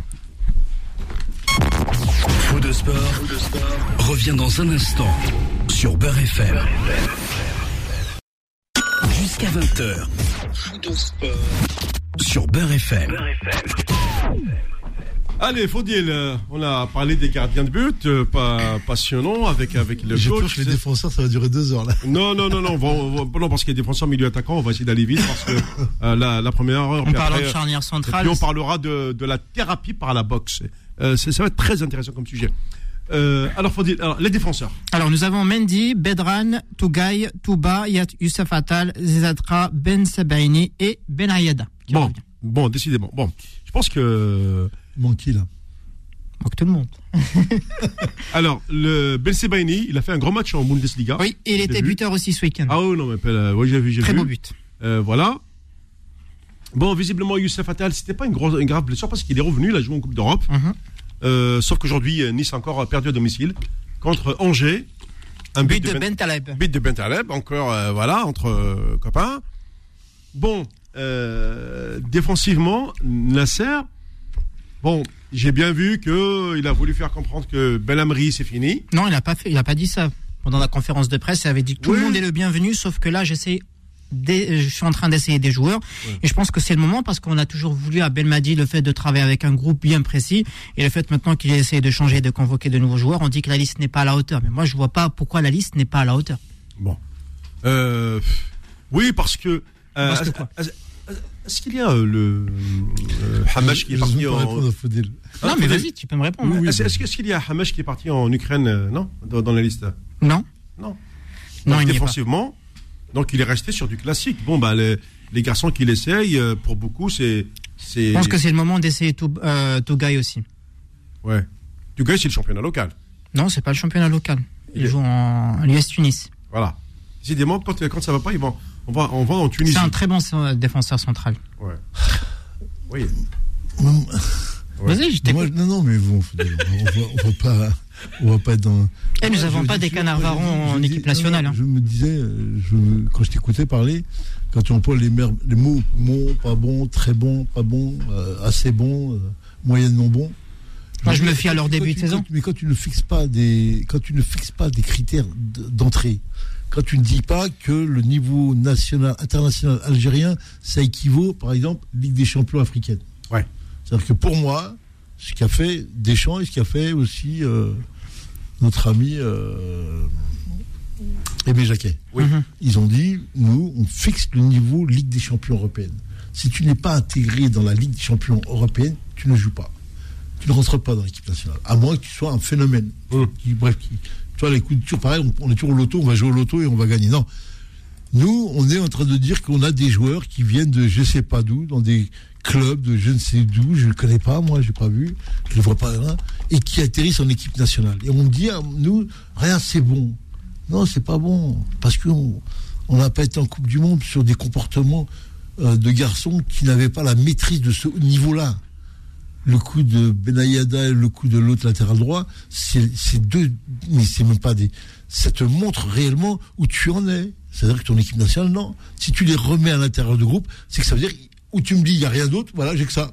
S1: Faux de sport, revient dans un instant sur Beurre FM. Jusqu'à 20h. Sur Beurre FM.
S2: Allez, Faudil, euh, on a parlé des gardiens de but, euh, pas passionnant, avec, avec le
S4: J'ai peur
S2: coach.
S4: que les défenseurs, ça va durer deux heures là.
S2: Non, non, non, non, on va- on va- non, parce qu'il y a défenseurs, milieu attaquant, on va essayer d'aller vite, parce que euh, la, la première heure...
S3: On
S2: puis
S3: parle de
S2: après,
S3: charnière
S2: Et
S3: centrale.
S2: puis on parlera de, de la thérapie par la boxe. Euh, c'est- ça va être très intéressant comme sujet. Euh, alors, faut dire, alors, les défenseurs.
S3: Alors, nous avons Mendy, Bedran, Tougaï, Touba, Yat- Youssef Attal, Zezatra, Ben Sebaini et Ben Ayada. qui
S2: Bon,
S3: revient.
S2: bon, décidément. Bon, je pense que. euh,
S4: Il manque qui là
S3: Donc, tout le monde.
S2: Alors, le Ben Sebaini, il a fait un grand match en Bundesliga.
S3: Oui, et il
S2: J'ai
S3: était
S2: vu.
S3: buteur aussi ce week-end.
S2: Ah oui, non, mais euh, oui, j'ai vu, j'ai
S3: Très
S2: vu.
S3: beau but.
S2: Euh, voilà. Bon, visiblement, Youssef Attal, c'était pas une, grosse, une grave blessure parce qu'il est revenu, il a joué en Coupe d'Europe.
S3: Mhm.
S2: Euh, sauf qu'aujourd'hui, euh, Nice a encore perdu à domicile contre Angers. Un but,
S3: But de
S2: Ben-
S3: Ben Taleb.
S2: Bit de Bentaleb, encore euh, voilà, entre euh, copains. Bon, euh, défensivement, Nasser, bon, j'ai bien vu que il a voulu faire comprendre que Belhamri, c'est fini.
S3: Non, il n'a pas fait, il a pas dit ça. Pendant la conférence de presse, il avait dit que tout
S2: Oui.
S3: le monde est le bienvenu, sauf que là, j'essaie, d'e- euh, je suis en train d'essayer des joueurs, et je pense que c'est le moment parce qu'on a toujours voulu à Belmadi le fait de travailler avec un groupe bien précis, et le fait maintenant qu'il essaie de changer, et de convoquer de nouveaux joueurs, on dit que la liste n'est pas à la hauteur. Mais moi, je vois pas pourquoi la liste n'est pas à la hauteur.
S2: Bon. Euh, oui, parce que. euh,
S3: Parce que
S2: est-ce-
S3: quoi
S2: est-ce- Est-ce qu'il y a euh, le euh, Hamash qui est
S4: Je sais
S2: parti
S4: pas
S2: en.
S4: répondre à Faudil.
S2: Ah,
S3: non,
S2: attendez.
S3: mais vas-y, tu peux me répondre. Euh,
S2: Est-ce est-ce que- est-ce qu'il y a Hamash qui est parti en Ukraine, euh, non dans, dans la liste
S3: Non,
S2: Non.
S3: non,
S2: Donc,
S3: il n'y est pas.
S2: défensivement, donc il est resté sur du classique. Bon, bah, les, les garçons qui l'essayent, euh, pour beaucoup, c'est. c'est
S3: Je pense que c'est le moment d'essayer tout, euh, Tougaï aussi.
S2: Ouais. Du coup, c'est le championnat local.
S3: Non, c'est pas le championnat local.
S2: Il
S3: Il
S2: est-
S3: joue en l'US Tunis.
S2: Voilà. Décidément, quand, quand ça va pas, ils vont, on, va, on va en Tunisie.
S3: C'est un très bon euh, défenseur central.
S2: Ouais. Oui.
S4: Non, non,
S2: Ouais.
S3: Vas-y, je t'écoute.
S4: moi, non, non, mais bon, Faudil, on va, on va pas, on va pas être dans.
S3: Eh, nous
S4: Ouais,
S3: n'avons
S4: je
S3: pas
S4: dis
S3: des
S4: sûr,
S3: canards
S4: moi, je
S3: varons
S4: dis- je
S3: en
S4: dis-
S3: équipe nationale.
S4: non,
S3: hein.
S4: Je me disais, euh, je- quand je t'écoutais parler, quand tu emploies les, mer- les mots bon, pas bon, très bon, pas bon, euh, assez bon, euh, moyennement bon.
S3: Moi, je
S4: me
S3: me
S4: dis,
S3: fie à leur
S4: quand
S3: début
S4: tu-
S3: de saison.
S4: quand- mais quand tu ne fixes pas des, quand tu ne fixes pas des critères d- d'entrée, quand tu ne dis pas que le niveau national, international algérien, ça équivaut, par exemple, Ligue des champions africaine.
S2: Ouais.
S4: C'est-à-dire que pour moi, ce qu'a fait Deschamps et ce qu'a fait aussi euh, notre ami euh, Aimé Jacquet.
S2: Oui.
S3: Mhm.
S4: Ils ont dit, nous, on fixe le niveau Ligue des champions européenne. Si tu n'es pas intégré dans la Ligue des champions européenne, tu ne joues pas. Tu ne rentres pas dans l'équipe nationale. À moins que tu sois un phénomène.
S2: Mhm.
S4: Qui- bref, qui- tu vois, les coups de toujours pareil, on, on est toujours au loto, on va jouer au loto et on va gagner. Non. Nous, on est en train de dire qu'on a des joueurs qui viennent de je sais pas d'où, dans des clubs de je ne sais d'où, je ne connais pas, moi, j'ai pas vu, je ne vois pas là, et qui atterrissent en équipe nationale. Et on dit à nous, rien, c'est bon. Non, c'est pas bon, parce qu'on on n'a pas été en Coupe du Monde sur des comportements euh, de garçons qui n'avaient pas la maîtrise de ce niveau-là. Le coup de Benayada et le coup de l'autre latéral droit, c'est c'est deux, mais c'est même pas des. Ça te montre réellement où tu en es. C'est-à-dire que ton équipe nationale, non. Si tu les remets à l'intérieur du groupe, c'est que ça veut dire où tu me dis, il n'y a rien d'autre, voilà, j'ai que ça.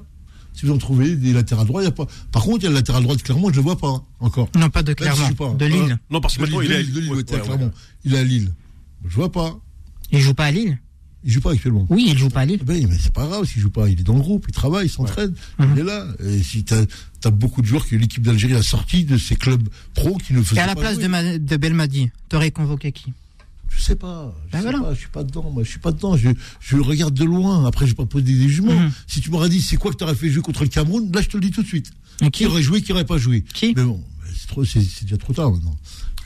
S4: Si vous en trouvez des latérales droits, il n'y a pas. Par contre, il y a le latéral droit de Clermont, je ne le vois pas hein, encore.
S3: Non, pas de
S4: Là, je
S3: Clermont,
S4: suis pas.
S3: de Lille.
S2: Non, parce que
S4: De Lille,
S2: maintenant, il est à
S4: de Lille, de Lille,
S2: Ouais,
S4: ouais, tiens,
S2: ouais,
S4: Clermont. Il est à Lille. Je vois pas.
S3: Il joue pas à Lille
S4: Il joue pas actuellement.
S3: Oui, il joue pas à Lille.
S4: Eh Ben, mais c'est pas grave s'il joue pas. Il est dans le groupe, il travaille, il s'entraîne,
S3: Mhm.
S4: il est là. Et si t'as as beaucoup de joueurs que l'équipe d'Algérie a sorti de ces clubs pro qui ne faisaient
S3: Et
S4: pas.
S3: à la place de,
S4: jouer.
S3: Ma- de Belmadi, t'aurais convoqué qui
S4: Je sais pas. Je
S3: Ben
S4: sais
S3: voilà.
S4: pas. Je suis pas dedans. Moi, je suis pas dedans. Je, je regarde de loin. Après, je vais pas poser des jugements.
S3: Mhm.
S4: Si tu m'aurais dit c'est quoi que t'aurais fait jouer contre le Cameroun, là, je te le dis tout de suite.
S3: Et
S4: Qui aurait joué, qui aurait pas joué.
S3: Qui
S4: Mais bon, c'est trop, c'est c'est déjà trop tard maintenant.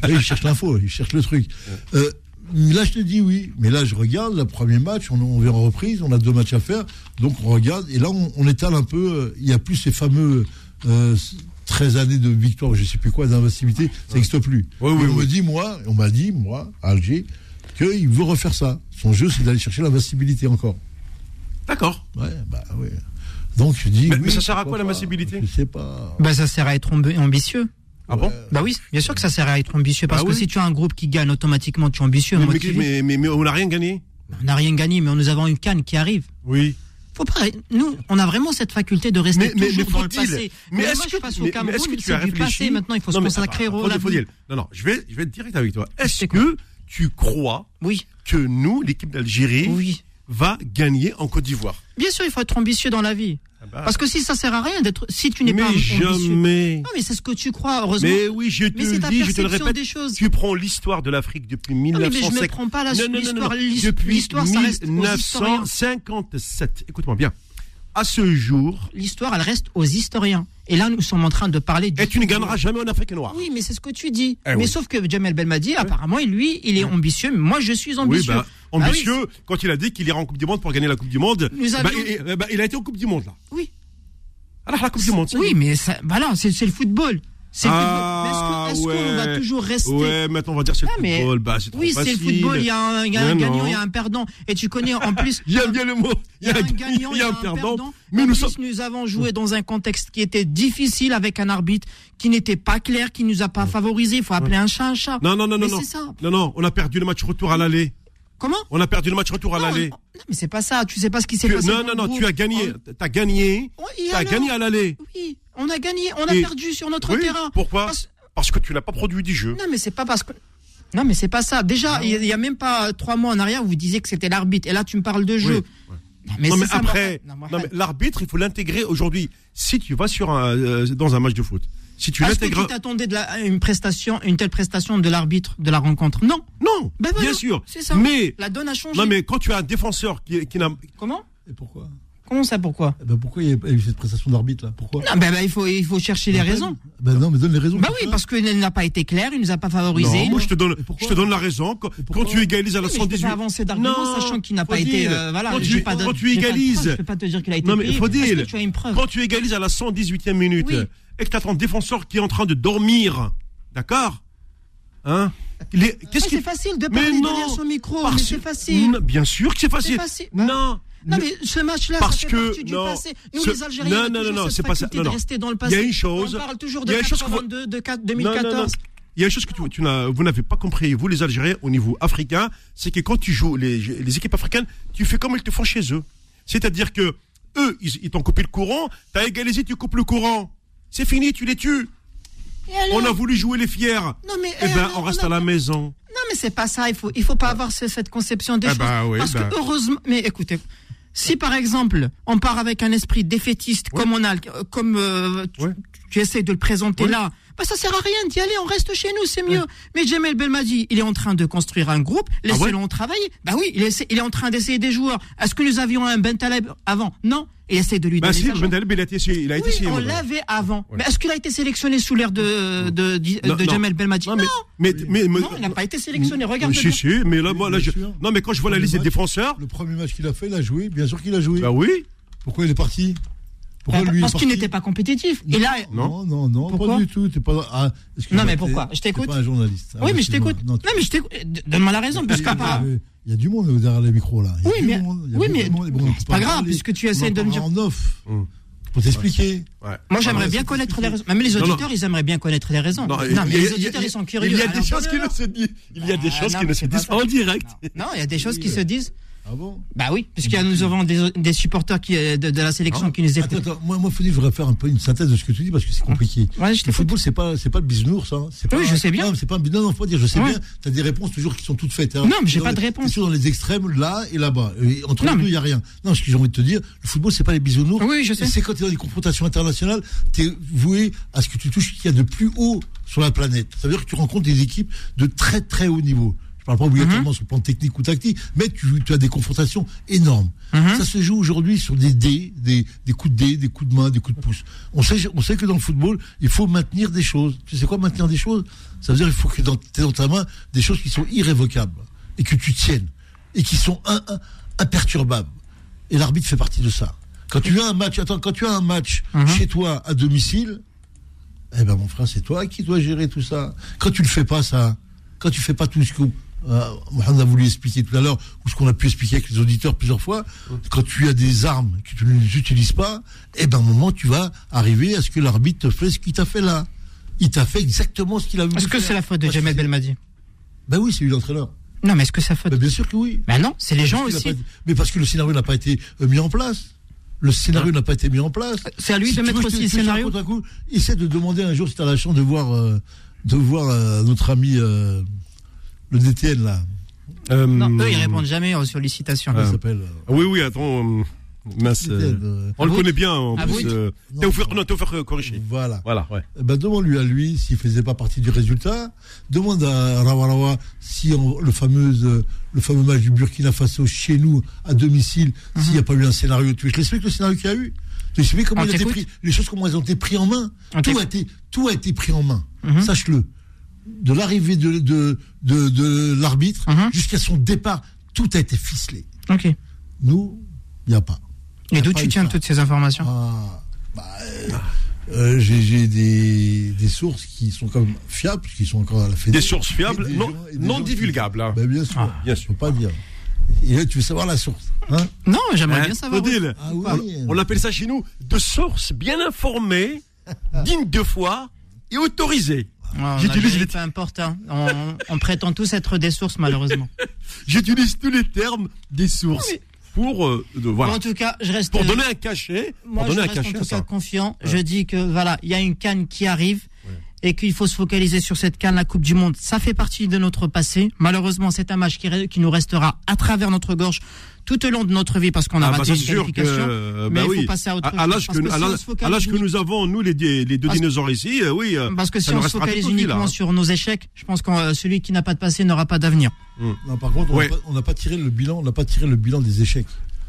S4: Là, ils cherchent l'info, ils cherchent le truc. Euh, là, je te dis oui, mais là, je regarde, le premier match, on, on vient en reprise, on a deux matchs à faire, donc on regarde, et là, on, on étale un peu, euh, il n'y a plus ces fameux euh, 13 années de victoire, je sais plus quoi, d'invasivité, ça n'existe plus.
S2: Oui,
S4: Et
S2: oui,
S4: on
S2: oui.
S4: me dit, moi, on m'a dit, moi, à Alger, qu'il veut refaire ça. Son jeu, c'est d'aller chercher l'invincibilité encore.
S2: D'accord.
S4: Ouais, bah oui. Donc, je dis.
S2: Mais-
S4: oui,
S2: mais ça sert à quoi,
S4: pourquoi pas
S2: l'invincibilité
S4: Je sais pas.
S3: Bah ça sert à être amb- ambitieux.
S2: Ah bon
S3: Bah oui, bien sûr que ça sert à être ambitieux parce
S2: Bah
S3: que
S2: oui.
S3: si tu as un groupe qui gagne automatiquement, tu es ambitieux.
S2: mais, mais-
S3: motivé.
S2: mais- mais- mais on n'a rien gagné.
S3: On n'a rien gagné, mais nous avons une canne qui arrive.
S2: Oui.
S3: Faut pas. Nous, on a vraiment cette faculté de rester
S2: Mais, mais, mais
S3: toujours dans le
S2: faut-il
S3: passé.
S2: Mais
S3: Le
S2: est-ce
S3: match
S2: que,
S3: face au
S2: mais- mais
S3: Cameroun,
S2: est-ce que tu
S3: c'est
S2: as
S3: du passé.
S2: réfléchi
S3: Maintenant, il faut
S2: Non,
S3: se
S2: mais
S3: consacrer
S2: attends,
S3: au
S2: attends,
S3: l'avenir.
S2: Fodil. Non, non, je vais, je vais être direct avec toi. Est-ce
S3: sais quoi.
S2: que tu crois
S3: Oui,
S2: que nous, l'équipe d'Algérie,
S3: oui.
S2: va gagner en Côte d'Ivoire
S3: Bien sûr, il faut être ambitieux dans la vie. Parce que si ça sert à rien d'être, si tu n'es pas
S2: Ah bah. Mais
S3: ambitieux.
S2: jamais.
S3: Non, mais c'est ce que tu crois, heureusement.
S2: Mais oui, je te
S3: Mais c'est
S2: le
S3: ta
S2: dis, je te le
S3: perception
S2: répète.
S3: des choses.
S2: Tu prends l'histoire de l'Afrique depuis
S3: Non, mais, mais
S2: 1957.
S3: je ne prends pas la
S2: Non, non, non,
S3: l'histoire.
S2: non, non.
S3: l'his-
S2: Depuis
S3: L'histoire, ça reste aux historiens.
S2: 1957. Écoute-moi bien. À ce jour,
S3: L'histoire, elle reste aux historiens. Et là, nous sommes en train de parler du
S2: et tu ne gagneras jamais en Afrique noire.
S3: Oui, mais c'est ce que tu dis.
S2: Eh
S3: mais
S2: oui.
S3: sauf que Jamel Belmadi, apparemment, lui, il est ambitieux. mais Moi, je suis
S2: Oui,
S3: ambitieux.
S2: bah,
S3: Ah oui,
S2: ambitieux, quand il a dit qu'il ira en Coupe du Monde pour gagner la Coupe du Monde,
S3: Nous
S2: bah,
S3: avions-
S2: il, eh, bah, il a été en Coupe du Monde, là.
S3: Oui.
S2: Alors, la Coupe du Monde, c'est-
S3: Oui, mais ça, voilà, c'est c'est le football. C'est le
S2: Ah,
S3: football. Mais est-ce que- est-ce qu'on
S2: ouais.
S3: va toujours rester
S2: Ouais, maintenant, on va dire c'est le
S3: Ah, mais-
S2: football, bah, c'est trop
S3: Oui, c'est
S2: facile.
S3: le football. Il y a un, il y a un
S2: Mais
S3: gagnant,
S2: non.
S3: il y a un perdant. Et tu connais en plus. euh,
S2: Il y a bien le mot.
S3: Il y a un gagnant, il y a un perdant. Ah,
S2: Mais
S3: En
S2: nous
S3: plus,
S2: sommes.
S3: nous avons joué dans un contexte qui était difficile avec un arbitre qui n'était pas clair, qui nous a pas favorisé. Il faut appeler un chat un chat.
S2: Non, non, non, non.
S3: Mais
S2: non.
S3: c'est ça.
S2: Non, non, on a perdu le match retour à l'aller.
S3: Comment
S2: On a perdu le match retour à
S3: non,
S2: l'aller.
S3: non, mais c'est pas ça. Tu sais pas ce qui s'est
S2: Tu-
S3: passé.
S2: Non,
S3: dans
S2: non,
S3: le
S2: non,
S3: groupe.
S2: tu as gagné. T'as gagné.
S3: Oh, et
S2: T'as
S3: alors
S2: gagné à l'aller.
S3: Oui, on a gagné, on a
S2: Et-
S3: perdu sur notre
S2: Oui,
S3: terrain.
S2: Pourquoi
S3: Parce-
S2: Parce que tu n'as pas produit du jeu.
S3: Non, mais c'est pas parce que. Non, mais c'est pas ça. Déjà, il n'y a même pas euh, trois mois en arrière, vous disiez que c'était l'arbitre. Et là, tu me parles de jeu. Non, mais,
S2: non,
S3: c'est
S2: mais
S3: ça,
S2: après,
S3: Mohamed. Non,
S2: non, mais
S3: Mohamed.
S2: l'arbitre, il faut l'intégrer aujourd'hui. Si tu vas sur un, euh, dans un match de foot, si tu
S3: Est-ce que tu
S2: l'intègres.
S3: t'attendais de la- à une prestation, une telle prestation de l'arbitre de la rencontre Non.
S2: Non,
S3: Ben voilà,
S2: bien sûr.
S3: C'est ça.
S2: Mais,
S3: La donne a changé.
S2: non, mais quand tu as un défenseur qui, qui n'a.
S3: Comment
S4: Et pourquoi
S3: Comment ça Pourquoi
S4: Eh ben, pourquoi il y a pas eu cette prestation d'arbitre là Pourquoi
S3: Non, ben, ben, il faut il faut chercher les
S4: Ben,
S3: raisons.
S4: Ben non, mais donne les raisons.
S3: Bah oui, parce qu'il n'a pas été clair, il nous a pas favorisé.
S2: Non, moi, je te donne,
S4: Et pourquoi
S2: je te donne la raison. Quand,
S4: pourquoi
S2: quand tu égalises à la
S3: Oui, mais je peux
S2: 118.
S3: pas avancer d'argument,
S2: Non,
S3: sachant qu'il n'a pas
S2: Fodil,
S3: été. euh, voilà,
S2: quand
S3: j'ai
S2: tu,
S3: pas de-
S2: quand tu
S3: j'ai pas de preuve,
S2: égalises.
S3: je peux pas te dire qu'il a été
S2: Non, mais
S3: payé. Est-ce
S2: Fodil,
S3: que tu as une preuve
S2: quand tu égalises à la 118e minute
S3: Oui.
S2: et que tu as ton défenseur qui est en train de dormir, d'accord Hein Il est-
S3: Ah,
S2: Qu'est-ce
S3: C'est
S2: qu'il
S3: facile de
S2: Mais
S3: parler
S2: non,
S3: derrière son micro, mais
S2: parce-
S3: c'est facile.
S2: Non, Bien sûr que c'est facile.
S3: facile.
S2: Non.
S3: Non, mais ce match-là, ça
S2: parce
S3: fait
S2: que-
S3: partie du
S2: non,
S3: passé. Nous,
S2: ce-
S3: les Algériens,
S2: non,
S3: on a
S2: non,
S3: toujours
S2: non,
S3: cette
S2: c'est pas ça.
S3: faculté
S2: Non,
S3: de
S2: non.
S3: rester dans le
S2: Il y
S3: passé.
S2: a une chose-
S3: On parle toujours de
S2: il y a une chose qu'on va-
S3: 82, de 4
S2: Non, non,
S3: 2014.
S2: non. Il y a une chose que tu, tu n'as- vous n'avez pas compris, vous les Algériens, au niveau africain, c'est que quand tu joues les, les équipes africaines, tu fais comme ils te font chez eux. C'est-à-dire que eux, ils, ils t'ont coupé le courant, t'as égalisé, tu coupes le courant. C'est fini, tu les tues.
S3: Et alors
S2: On a voulu jouer les fiers.
S3: Non, mais,
S2: eh
S3: eh,
S2: ben,
S3: on
S2: on reste
S3: a-
S2: à la maison.
S3: Non, mais c'est pas ça. Il faut, il faut pas avoir ce- cette conception des
S2: Ah
S3: choses.
S2: bah oui,
S3: parce
S2: bah.
S3: que heureusement, mais écoutez, si par exemple on part avec un esprit défaitiste comme on a, euh, comme euh, tu,
S2: Ouais.
S3: tu essayes de le présenter
S2: Ouais.
S3: là, bah ça sert à rien d'y aller. On reste chez nous, c'est mieux. Mais Jamel Belmadi, il est en train de construire un groupe. Laissez-le
S2: Ah ouais
S3: travailler. Bah oui, il, essaie- il est en train d'essayer des joueurs. Est-ce que nous avions un Ben Taleb avant Non. Il essaie de lui
S2: Bah
S3: donner.
S2: si,
S3: l'argent.
S2: Ben Taleb, il a été essayé. Il a été
S3: oui,
S2: essayé,
S3: on
S2: mon gars.
S3: l'avait avant. Mais est-ce qu'il a été sélectionné sous l'ère de, de, de,
S2: Non,
S3: de
S2: non.
S3: Jamel Belmadi
S2: Non, mais, mais, mais, mais-
S3: non, il n'a pas été sélectionné. Regarde
S2: Si,
S3: bien.
S2: si, mais là, moi, là,
S4: bien
S2: je-
S4: sûr.
S2: non, mais quand je vois la
S4: Le
S2: liste des
S4: match.
S2: défenseurs,
S4: Le premier match qu'il a fait, il a joué, bien sûr qu'il a joué.
S2: bah oui.
S4: Pourquoi il est parti Pourquoi
S3: Bah,
S4: lui
S3: parce
S4: est
S3: qu'il
S4: parti
S3: n'était pas compétitif. Et là,
S4: Non, non, non,
S3: Pourquoi
S4: pas du tout. T'es pas. Ah, excuse-moi,
S3: Non, mais
S4: t'es-
S3: pourquoi Je
S4: t'es
S3: t'écoute.
S4: pas un journaliste. Ah,
S3: oui, mais je
S4: excuse-moi.
S3: t'écoute.
S4: Non,
S3: Non,
S4: tu-
S3: mais je t'écoute. D- Donne-moi la raison, parce qu'à
S4: Il y a du monde derrière les micros là. Il y a
S3: Oui,
S4: du
S3: mais-
S4: monde, il y a
S3: oui,
S4: beaucoup
S3: mais
S4: de monde, et bon, on peut
S3: c'est pas grave,
S4: parler.
S3: puisque tu
S4: On en
S3: essaies de me
S4: parlera en off
S2: Hum.
S4: pour t'expliquer.
S3: Moi, j'aimerais
S4: ouais,
S3: bien
S4: c'est-
S3: connaître
S4: c'est-
S3: les raisons. Même les
S2: Non, non.
S3: auditeurs, ils aimeraient bien connaître les raisons. Non,
S2: Non,
S3: mais
S2: il y a- il y
S3: les
S2: a-
S3: auditeurs, ils sont curieux.
S2: Il y a
S3: Alors,
S2: des choses qui
S3: non,
S2: ne se disent, il y a des
S3: Ah,
S2: choses
S3: non,
S2: qui
S3: mais
S2: ne se
S3: c'est pas
S2: disent
S3: ça.
S2: pas en direct.
S3: Non, Non, il y a des choses qui se disent.
S4: Ah bon
S3: Bah oui, puisque nous avons des, des supporters qui, euh, de, de la sélection qui nous
S4: Ah. Attends,
S3: écoutent.
S4: attends, moi, moi, faut dire, je voudrais faire un peu une synthèse de ce que tu dis parce que c'est compliqué.
S3: Ouais, je
S4: le
S3: t'écoute.
S4: football, c'est pas, c'est pas le bisounours, hein. C'est
S3: Oui,
S4: pas-
S3: je sais bien.
S4: Non, c'est pas un bisounours, non, faut pas dire, je sais
S3: Ouais.
S4: bien. T'as des réponses toujours qui sont toutes faites, hein.
S3: Non, mais j'ai
S4: Dans
S3: pas
S4: les-
S3: de réponse.
S4: t'es toujours dans les extrêmes, là et là-bas. Et entre
S3: Non,
S4: les deux,
S3: mais-
S4: il y a rien. Non, ce que j'ai envie de te dire, le football, c'est pas les bisounours.
S3: Oui, je sais.
S4: Et C'est quand t'es dans des confrontations internationales, t'es voué à ce que tu touches ce qu'il y a de plus haut sur la planète. Ça veut dire que tu rencontres des équipes de très très haut niveau. Je parle pas
S3: Mhm.
S4: obligatoirement sur le plan technique ou tactique, mais tu, tu as des confrontations énormes.
S3: Mhm.
S4: Ça se joue aujourd'hui sur des dés, des, des coups de dés, des coups de main, des coups de pouce. On sait, on sait que dans le football, il faut maintenir des choses. Tu sais quoi maintenir des choses Ça veut dire qu'il faut que dans, t'aies dans ta main des choses qui sont irrévocables et que tu tiennes et qui sont un- un- imperturbables. Et l'arbitre fait partie de ça. Quand tu as un match, attends, quand tu as un match
S3: Mhm.
S4: chez toi à domicile, eh ben mon frère, c'est toi qui dois gérer tout ça. Quand tu le fais pas ça, quand tu fais pas tout ce que euh, Mohamed a voulu expliquer tout à l'heure, ou ce qu'on a pu expliquer avec les auditeurs plusieurs fois, quand tu as des armes que tu ne les utilises pas, eh ben à un moment tu vas arriver à ce que l'arbitre te fait ce qu'il t'a fait là. Il t'a fait exactement ce qu'il a voulu.
S3: Est-ce que
S4: faire.
S3: c'est la faute de
S4: Parce que
S3: Jamel
S4: c'est-
S3: Belmadi
S4: Ben oui, c'est lui l'entraîneur.
S3: Non, mais est-ce que c'est la faute
S4: Ben bien sûr que oui.
S3: Bah non, c'est les gens
S4: Parce qu'il
S3: aussi.
S4: n'a pas été- Mais parce que le scénario n'a pas été euh, mis en place. Le scénario n'a pas été mis en place.
S3: Hein Euh, C'est à lui de
S4: tu
S3: mettre
S4: veux que
S3: aussi
S4: je te-
S3: le
S4: je te
S3: scénario.
S4: raconte un coup, essaie de demander un jour si tu as la chance de voir, euh, de voir euh, notre ami euh, le DTN là.
S2: Euh,
S3: Non, eux, ils répondent jamais euh, aux sollicitations.
S4: Comment il s'appelle euh,
S2: Oui, oui, attends. euh, mince,
S4: DTN,
S2: euh,
S4: euh,
S2: on le
S3: Aboud
S2: connaît bien en
S3: Aboud
S2: plus. euh,
S4: Non,
S2: Théophile-
S4: non.
S2: non, Théophile euh, Corrigé.
S4: Voilà.
S2: Voilà, ouais.
S4: Eh Ben, demande-lui à lui s'il faisait pas partie du résultat. Demande à Rawarawa si on- le, fameux, euh, le fameux match du Burkina Faso chez nous, à domicile, s'il n'y a pas eu un scénario. Tu veux que je t'explique le scénario qu'il y a eu Tu sais comment
S3: On
S4: il a été
S3: t'écoute.
S4: pris, les choses, comment elles ont été prises en main
S3: On
S4: tout a,
S3: t'écoute.
S4: été, tout a été pris en main. Sache-le. De l'arrivée de, de, de, de l'arbitre
S3: Mhm.
S4: jusqu'à son départ, tout a été ficelé.
S3: Ok.
S4: Nous, il n'y a pas.
S3: Et d'où
S4: pas
S3: tu
S4: eu
S3: tiens
S4: ça.
S3: toutes ces informations
S4: Ah, bah, euh, euh, j'ai- j'ai des, des sources qui sont quand même fiables, qui sont encore à la fédé.
S2: Des sources fiables,
S4: Et des
S2: non,
S4: gens- et des
S2: non
S4: gens qui-
S2: divulgables. hein.
S4: Bah, bien sûr,
S3: Ah,
S2: bien sûr.
S4: Faut pas dire. Et là, tu veux savoir la source. Hein
S3: Non, j'aimerais
S2: Hein,
S3: bien savoir.
S2: Odile,
S4: Ah oui.
S2: on, on appelle ça chez nous de sources bien informées, dignes de foi et autorisées.
S3: Ah,
S2: J'utilise
S3: Algérie,
S2: les-
S3: peu importe. hein. On, on prétend tous être des sources, malheureusement.
S2: J'utilise tous les termes des sources pour, euh, de- voilà,
S3: En tout cas, Ah, je reste. euh,
S2: pour donner un cachet,
S3: moi,
S2: pour donner
S3: je
S2: un
S3: reste en
S2: cachet à
S3: tout cas
S2: ça.
S3: confiant. Je dis que voilà, il y a une canne qui arrive et qu'il faut se focaliser sur cette canne, la Coupe du Monde. Ça fait partie de notre passé. Malheureusement, c'est un match qui, re- qui nous restera à travers notre gorge tout au long de notre vie parce qu'on a
S2: Ah, bah,
S3: raté
S2: ça,
S3: une
S2: c'est sûr que,
S3: qualification.
S2: euh,
S3: mais
S2: bah
S3: il faut
S2: oui.
S3: passer à autre chose.
S2: l'âge
S3: parce
S2: que,
S3: que
S2: à
S3: si
S2: l'âge-
S3: on se
S2: à l'âge que
S3: focalise
S2: nous avons, nous, les, di- les deux
S3: Parce-
S2: dinosaures ici, euh, oui. euh,
S3: Parce que si
S2: ça nous
S3: on se
S2: restera toute
S3: focalise
S2: notre vie, là,
S3: uniquement
S2: hein.
S3: sur nos échecs, je pense que euh, celui qui n'a pas de passé n'aura pas d'avenir.
S4: Non, par contre, on n'a
S2: Ouais.
S4: pas- on n'a pas, tiré le bilan, on n'a pas tiré le bilan des échecs.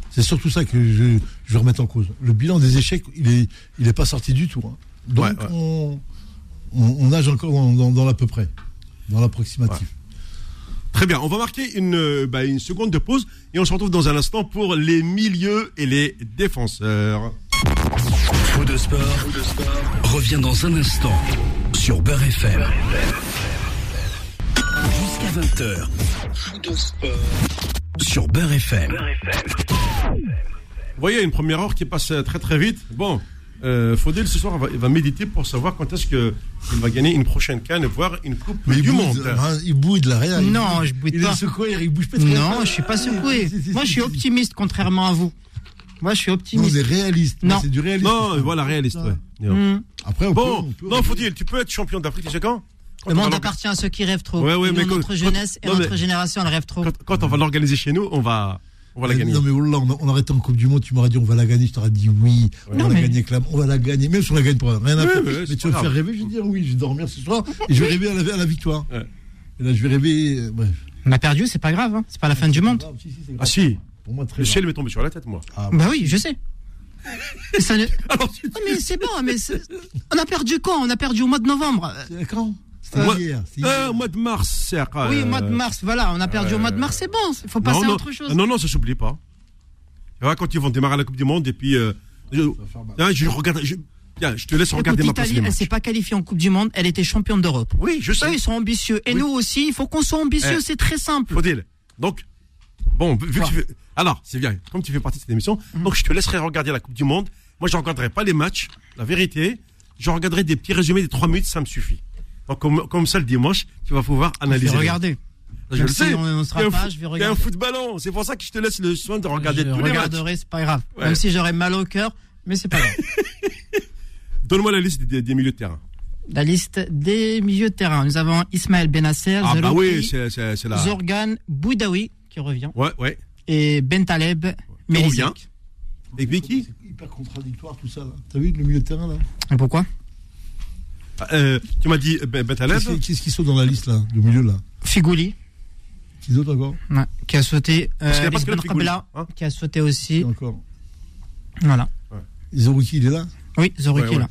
S4: C'est surtout ça que je, je vais remettre en cause. Le bilan des échecs, il est, il est pas sorti du tout. hein. Donc,
S2: Ouais, ouais.
S4: On, on- on nage encore dans, dans- dans l'à peu près, dans l'approximatif.
S2: Très bien, on va marquer une, euh, bah, une seconde de pause et on se retrouve dans un instant pour les milieux et les défenseurs.
S1: Faux de sport, revient dans un instant sur Beurre FM. Jusqu'à 20h. Sur Beurre FM.
S2: Vous voyez, une première heure qui passe euh, très très vite. Bon, euh, Faudel ce soir va, va méditer pour savoir quand est-ce qu'il va gagner une prochaine canne, voire une Coupe
S4: Mais il
S2: du
S4: bouille,
S2: Monde.
S4: hein, il bouille de la réa. il
S3: Non,
S4: bouille.
S3: je bouille
S4: il
S3: pas.
S4: est secoué, il bouge pas. de
S3: Non,
S4: rien.
S3: je suis pas secoué.
S4: Si, si, si,
S3: Moi, je
S4: si,
S3: suis
S4: si.
S3: optimiste, contrairement à vous. Moi, je suis
S4: Non, c'est
S3: optimiste.
S4: réaliste. Moi,
S3: Non.
S4: C'est du réaliste.
S2: Non, voilà, réaliste. ouais.
S3: Hmm.
S4: Après, on
S2: Bon,
S4: peut- on peut-
S2: non, Faudil, tu peux être champion d'Afrique, tu sais quand Quand
S3: Le
S2: on
S3: monde
S2: va
S3: appartient à ceux qui rêvent trop.
S2: Ouais, ouais,
S3: Nous,
S2: mais quand-
S3: notre jeunesse
S2: quand-
S3: et
S2: non,
S3: notre
S2: mais-
S3: génération, elle rêve trop.
S2: l'orga- quand, quand on va l'organiser chez nous, on va, on va la gagner.
S4: Non mais Wallah, on, on arrête en Coupe du Monde, tu m'aurais dit on va la gagner, je t'aurais dit oui, on
S3: Non,
S4: va
S3: mais-
S4: la gagner avec la- on va la gagner, même si on la gagne pas, rien à
S2: Ouais,
S4: faire.
S2: ouais,
S4: mais
S2: c'est
S4: tu
S2: pas
S4: vas me faire
S2: grave.
S4: rêver, je vais dire oui, je vais dormir ce soir et je vais rêver à la, à la victoire.
S2: Ouais.
S4: Et là je vais rêver, euh, bref.
S3: On a perdu, c'est pas grave. hein. C'est pas la fin du monde.
S4: Ah, si, si, c'est grave.
S2: Ah si,
S4: Pour moi très
S2: le
S4: grave.
S2: ciel m'est tombé sur la tête, moi.
S4: Ah,
S3: Bah oui, je sais. Et ça ne- Ah, mais c'est bon, mais c'est- on a perdu quand On a perdu au mois de novembre. Euh,
S4: c'est quand C'était
S2: Ah, Moi-
S4: hier. c'est hier.
S2: Euh, mois de mars, c'est
S3: Oui,
S2: euh,
S3: au mois de mars, voilà, on a perdu au mois de mars, c'est bon, il faut passer
S2: non,
S3: à
S2: non,
S3: autre chose.
S2: Non, non, ça s'oublie pas. Tu vois, quand ils vont démarrer la Coupe du Monde et puis. euh, je,
S4: faire mal.
S2: Hein, je regarde. Je, tiens, je te laisse
S3: Écoute,
S2: regarder ma place.
S3: L'Italie,
S2: des
S3: elle
S2: matchs.
S3: s'est pas qualifiée en Coupe du Monde, elle était championne d'Europe.
S2: Oui, je
S3: Eux,
S2: sais.
S3: ils sont ambitieux. Et
S2: Oui.
S3: nous aussi, il faut qu'on soit ambitieux,
S2: Eh.
S3: c'est très simple.
S2: Faudil. Donc, bon, vu que
S3: Quoi Mhm.
S2: tu fais- Alors, c'est bien. Comme tu fais partie de cette émission, donc je te laisserai regarder la Coupe du Monde. Moi, je regarderai pas les matchs. La vérité, je regarderai des petits résumés des 3 minutes, ça me suffit. Donc, comme, comme ça, le dimanche, tu vas pouvoir
S3: Je vais
S2: analyser.
S3: regarder.
S2: Je
S3: Même
S2: le
S3: si
S2: sais.
S3: on- on sera
S2: T'es un
S3: pas,
S2: fou-
S3: je vais
S2: t'es un
S3: regarder.
S2: foot ballon. C'est pour ça que je te laisse le soin de regarder
S3: je
S2: tous les matchs.
S3: regarderai, c'est pas grave.
S2: Ouais.
S3: Même si j'aurais mal au cœur, mais c'est pas grave.
S2: Donne-moi la liste des, des milieux de terrain.
S3: La liste des milieux de terrain. Nous avons Ismaël Benasser,
S2: Ah, bah
S3: Zerouki,
S2: oui, c'est c'est- c'est la.
S3: Zorgan Boudaoui qui revient
S2: Ouais, ouais.
S3: et Ben Bentaleb
S2: revient.
S3: Melisek.
S2: Et Vicky
S4: C'est hyper contradictoire tout ça là. T'as vu le milieu de terrain là
S3: Et pourquoi
S2: Euh, Tu m'as dit euh, Ben- Bentaleb.
S4: Qu'est-ce qu'est-ce qui saute dans la liste là, du milieu là
S3: Figouli
S4: Qui saute encore
S3: ouais, qui a sauté euh,
S2: qu'il y a pas que le
S3: Lisbon
S2: Figouli,
S3: Kabla,
S2: hein.
S3: qui a sauté aussi.
S4: Et encore.
S3: Voilà.
S4: Zerouki, il est là
S3: Oui, Zoruki
S2: Ouais, ouais.
S3: là.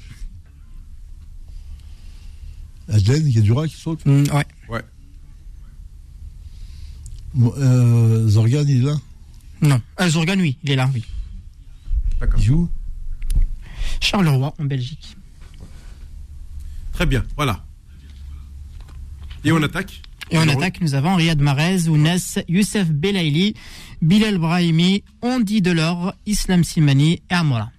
S4: Adjane, Kedura qui saute
S3: Mm, ouais.
S4: Mo- euh, Zorgan, il est là
S3: Non. Euh, Zorgan, oui, il est là, oui.
S2: D'accord.
S4: Il joue
S3: Charleroi en Belgique.
S2: Très bien, voilà. Et on attaque
S3: Et en
S2: Alors,
S3: attaque, nous avons Riyad Mahrez, Ounes, Youssef Belaili, Bilal Brahimi, Andy Delors, Islam Simani et Amora.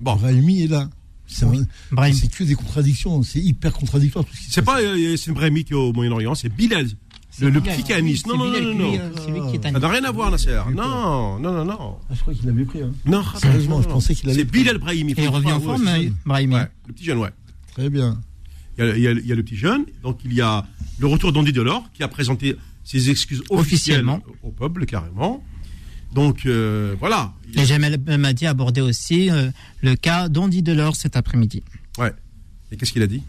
S2: Bon,
S4: Brahimi est là. C'est un-
S3: Brahimi.
S4: c'est que des contradictions, c'est hyper contradictoire tout ce qui se
S2: c'est
S4: passe.
S2: pas euh, c'est une vraie mythe au Moyen-Orient, c'est Bilal, le, le petit caniste. Non, non, non, non, non. Ah,
S3: C'est lui qui est un
S2: Ça n'a rien à voir, Nasser. Non, non, non, non.
S4: Ah, je crois qu'il l'avait pris. hein.
S2: Non,
S4: Sérieusement,
S2: non,
S4: je
S2: non.
S4: pensais qu'il avait-
S2: C'est Bilal Brahimi.
S3: Et il revient en
S2: Ouais,
S3: forme,
S2: ouais,
S3: euh, Brahimi.
S2: Ouais, le petit jeune, ouais.
S4: Très bien.
S2: Il y, a, il y a- il y a le petit jeune, donc il y a le retour d'Andy Delors qui a présenté ses excuses officielles
S3: Officiellement.
S2: au peuple, carrément. Donc euh, voilà.
S3: Et Jamel Madi a abordé aussi euh, le cas d'Andy Delors cet après-midi.
S2: Ouais. Et qu'est-ce qu'il a dit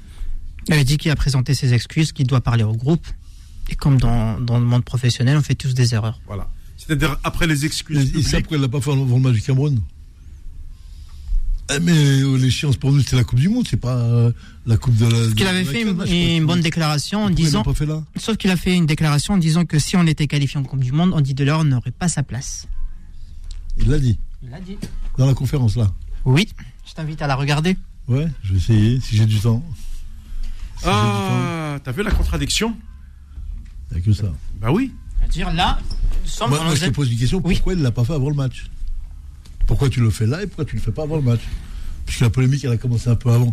S3: Il a dit qu'il a présenté ses excuses, qu'il doit parler au groupe. Et comme dans, dans le monde professionnel, on fait tous des erreurs.
S2: Voilà. C'est-à-dire après les
S4: Et,
S2: excuses
S4: et ça,
S2: publiques.
S4: pourquoi il l'a pas fait avant le match du Cameroun Eh, Mais euh, l'échéance pour nous, c'était la Coupe du Monde, c'est pas euh, la Coupe de la.
S3: Sauf qu'il
S4: de
S3: avait
S4: la
S3: fait
S4: Cannes,
S3: une,
S4: là, je crois.
S3: une bonne
S4: Pourquoi
S3: déclaration en
S4: il l'a
S3: disant,
S4: pas fait là
S3: sauf qu'il a fait une déclaration en disant que si on était qualifié en Coupe du Monde, Andy Delors n'aurait pas sa place.
S4: Il l'a dit,
S3: Il l'a dit.
S4: dans la conférence là.
S3: Oui. Je t'invite à la regarder.
S4: Ouais, je vais essayer, si j'ai du temps. Si j'ai du temps,
S2: Ah, t'as vu la contradiction
S4: il n'y a que ça.
S2: Bah oui.
S3: C'est-à-dire là, nous sommes
S4: Moi,
S3: dans
S4: moi, je
S3: un-
S4: te pose une question
S3: Oui.
S4: pourquoi il ne l'a pas fait avant le match Pourquoi tu le fais là et pourquoi tu ne le fais pas avant le match Parce que la polémique, elle a commencé un peu avant.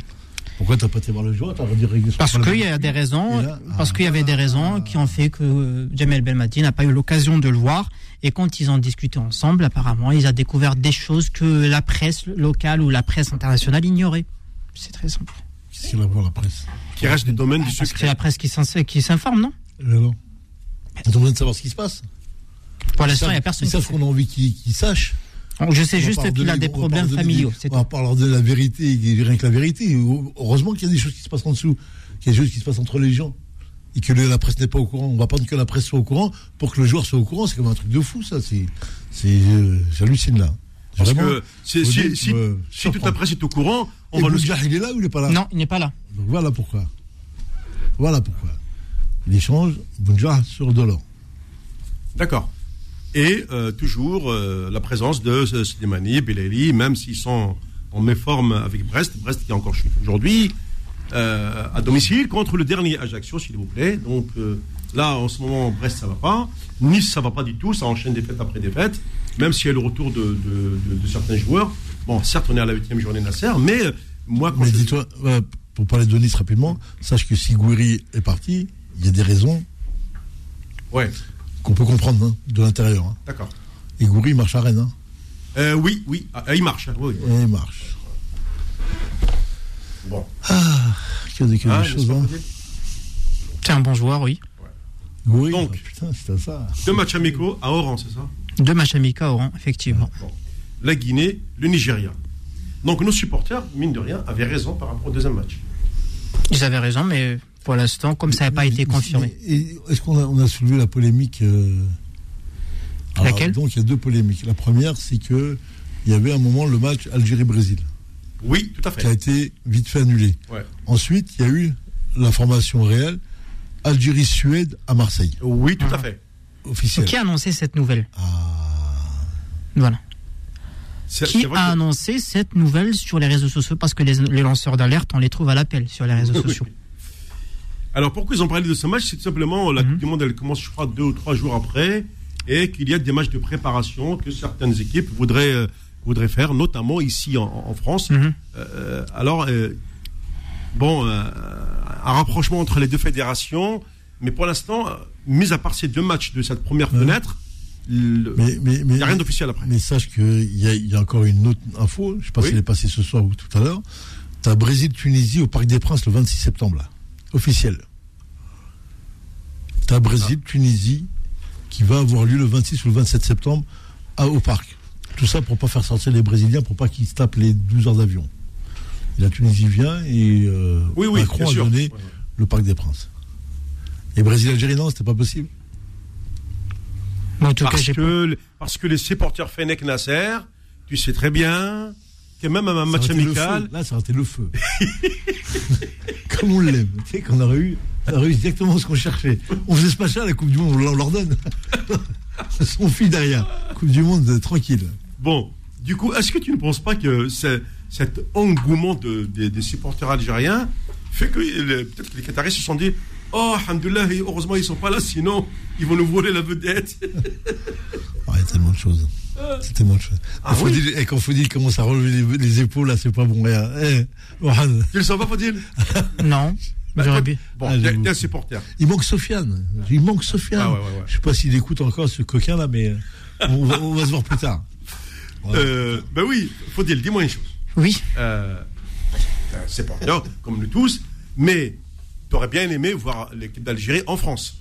S4: Pourquoi tu n'as pas été voir le joueur Tu as redit régler son
S3: Parce
S4: problème
S3: qu'il y a des raisons,
S4: Et là,
S3: parce qu'il y
S4: euh,
S3: avait des raisons qui ont fait que euh, Jamel Belmadi n'a pas eu l'occasion de le voir. Et quand ils ont discuté ensemble, apparemment, ils ont découvert des choses que la presse locale ou la presse internationale ignorait. C'est très simple.
S4: Qu'est-ce qu'il a à voir la presse
S2: Qui reste du domaine du
S3: Parce que c'est
S2: secret.
S3: la presse qui s'en- qui s'informe, non
S4: Et Alors T'as besoin de savoir ce qui se passe
S3: Pour l'instant, il n'y a
S4: Ils
S3: personne. qui
S4: savent qu'on a envie qu'ils qu'ils sachent.
S3: sait. Je sais
S4: On va
S3: juste
S4: pas leur
S3: qu'il a des
S4: donner- on va pas
S3: problèmes
S4: leur donner
S3: familiaux.
S4: des-
S3: c'est
S4: On va
S3: tout.
S4: pas leur donner la vérité, et rien que la vérité. Heureusement qu'il y a des choses qui se passent en dessous, qu'il y a des choses qui se passent entre les gens. Et que le- la presse n'est pas au courant. On va pas que la presse soit au courant pour que le joueur soit au courant. C'est comme un truc de fou, ça. C'est, c'est, euh, j'hallucine là.
S2: Parce
S4: Vraiment.
S2: que si,
S4: Vous
S2: si-
S4: dites,
S2: si-
S4: me
S2: si
S4: surprend.
S2: toute la presse est au courant, on
S4: Et
S2: va nous.
S4: Boudjah, il est là ou il n'est pas là
S3: Non, il n'est pas là.
S4: Donc voilà pourquoi. Voilà pourquoi. L'échange, Boudjah sur Dolor.
S2: D'accord. Et euh, toujours euh, la présence de euh, Slimani, Belali, même s'ils sont en méforme avec Brest, Brest qui est encore chute aujourd'hui, euh, à domicile contre le dernier Ajaccio, s'il vous plaît. Donc euh, là, en ce moment, Brest, ça va pas. Nice, ça va pas du tout. Ça enchaîne défaite après défaite, même s'il y a le retour de, de- de- de certains joueurs. Bon, certes, on est à la huitième journée de la serre, mais euh, moi, quand
S4: Mais
S2: je-
S4: dis-toi, euh, pour parler de Nice rapidement, sache que si Gouiri est parti, il y a des raisons
S2: Ouais,
S4: qu'on peut comprendre hein, de l'intérieur. hein.
S2: d'accord.
S4: Et Goury il marche à Rennes. hein.
S2: Euh, oui, oui, Ah, il marche. hein. Oui, oui.
S4: Et il marche.
S2: Bon.
S4: Que des, que des
S2: Hein,
S4: choses.
S2: n'est-ce
S4: Hein.
S2: Ah, pas, Fadil
S3: C'est un bon joueur, oui.
S4: Goury,
S2: Donc.
S4: ah, putain, c'était ça.
S2: Deux matchs amicaux à Oran, c'est ça
S3: De Machamika Oran, effectivement.
S2: Bon. La Guinée, le Nigeria. Donc nos supporters, mine de rien, avaient raison par rapport au deuxième match.
S3: Ils avaient raison, mais pour l'instant, comme ça n'a pas été
S4: Mais-
S3: confirmé.
S4: mais- et Est-ce qu'on a, on a soulevé la polémique euh, alors,
S3: Laquelle
S4: Donc il y a deux polémiques. La première, c'est que il y avait un moment le match Algérie-Brésil
S2: Oui, tout à
S4: qui a
S2: fait.
S4: été vite fait annulé.
S2: Ouais.
S4: Ensuite, il y a eu l'information réelle Algérie-Suède à Marseille,
S2: Oui, tout à fait.
S4: officielle.
S3: Qui a annoncé cette nouvelle
S4: Ah.
S3: Voilà.
S2: C'est-
S3: qui
S2: c'est vrai
S3: a
S2: que-
S3: annoncé cette nouvelle sur les réseaux sociaux parce que les, les lanceurs d'alerte, on les trouve à l'appel sur les réseaux
S2: Oui, oui.
S3: sociaux.
S2: Alors pourquoi ils ont parlé de ce match C'est tout simplement la
S3: Mhm.
S2: Coupe du Monde, elle commence, je crois, deux ou trois jours après, et qu'il y a des matchs de préparation que certaines équipes voudraient, euh, voudraient faire, notamment ici en, en France.
S3: Mhm.
S2: Euh, alors, euh, bon, euh, un rapprochement entre les deux fédérations, Mais pour l'instant, euh, mis à part ces deux matchs de cette première fenêtre, le-
S4: Euh. Mais, mais,
S2: il
S4: mais,
S2: n'y a rien d'officiel après.
S4: mais sache qu'il y, a- il y a encore une autre info, je ne sais pas
S2: Oui.
S4: si elle est passée ce soir ou tout à l'heure. Tu as Brésil-Tunisie au Parc des Princes le 26 septembre, là. officiel.
S2: Ah.
S4: Tu as Brésil-Tunisie qui va avoir lieu le 26 ou le 27 septembre à, au Parc. Tout ça pour pas faire sortir les Brésiliens, pour pas qu'ils se tapent les 12 heures d'avion. Et la Tunisie vient et euh,
S2: Oui, oui,
S4: Macron
S2: bien
S4: a
S2: sûr.
S4: donné le Parc des Princes. Et Brésil-Algérie, non, c'était pas possible.
S3: Mais en tout cas,
S2: Parce
S3: j'ai-
S2: que, le- parce que les supporters Fennec Nasser, tu sais très bien que même à un match
S4: Ça aurait été le
S2: amical,
S4: feu. Là, ça a été le feu. Comme on l'aime. Tu sais qu'on aurait eu, on aurait eu exactement ce qu'on cherchait. On faisait ce machin à la Coupe du Monde, on leur donne. On file derrière. Coupe du Monde, euh, tranquille.
S2: Bon, du coup, est-ce que tu ne penses pas que ce- cet engouement de- des- des supporters algériens fait que le- peut-être que les Qataris se sont dit Oh, Alhamdoulilah, et heureusement, ils ne sont pas là, sinon, ils vont nous voler la vedette.
S4: Ah, Il y a tellement de choses. C'est tellement de choses.
S2: Ah
S4: Quand
S2: oui
S4: Fodil- eh, quand Fodil commence à relever les, les épaules, là, c'est pas bon. regarde. Eh, Mohamed.
S2: Tu le sens pas, Fadil
S3: non.
S2: Bah,
S3: J'aurais
S2: toi-
S3: bien.
S2: Bon,
S4: Ah,
S2: t'es
S4: j'avoue.
S2: t'es un supporter.
S4: Il manque Sofiane. Il manque Sofiane.
S2: Ah ouais, ouais, ouais.
S4: Je sais pas s'il écoute encore ce coquin-là, mais euh, on, va, on va se voir plus tard. Ouais.
S2: Euh, ben oui, Fadil, dis-moi une chose.
S3: Oui.
S2: Euh, t'es un supporter, comme nous tous, mais tu aurais bien aimé voir l'équipe d'Algérie en France.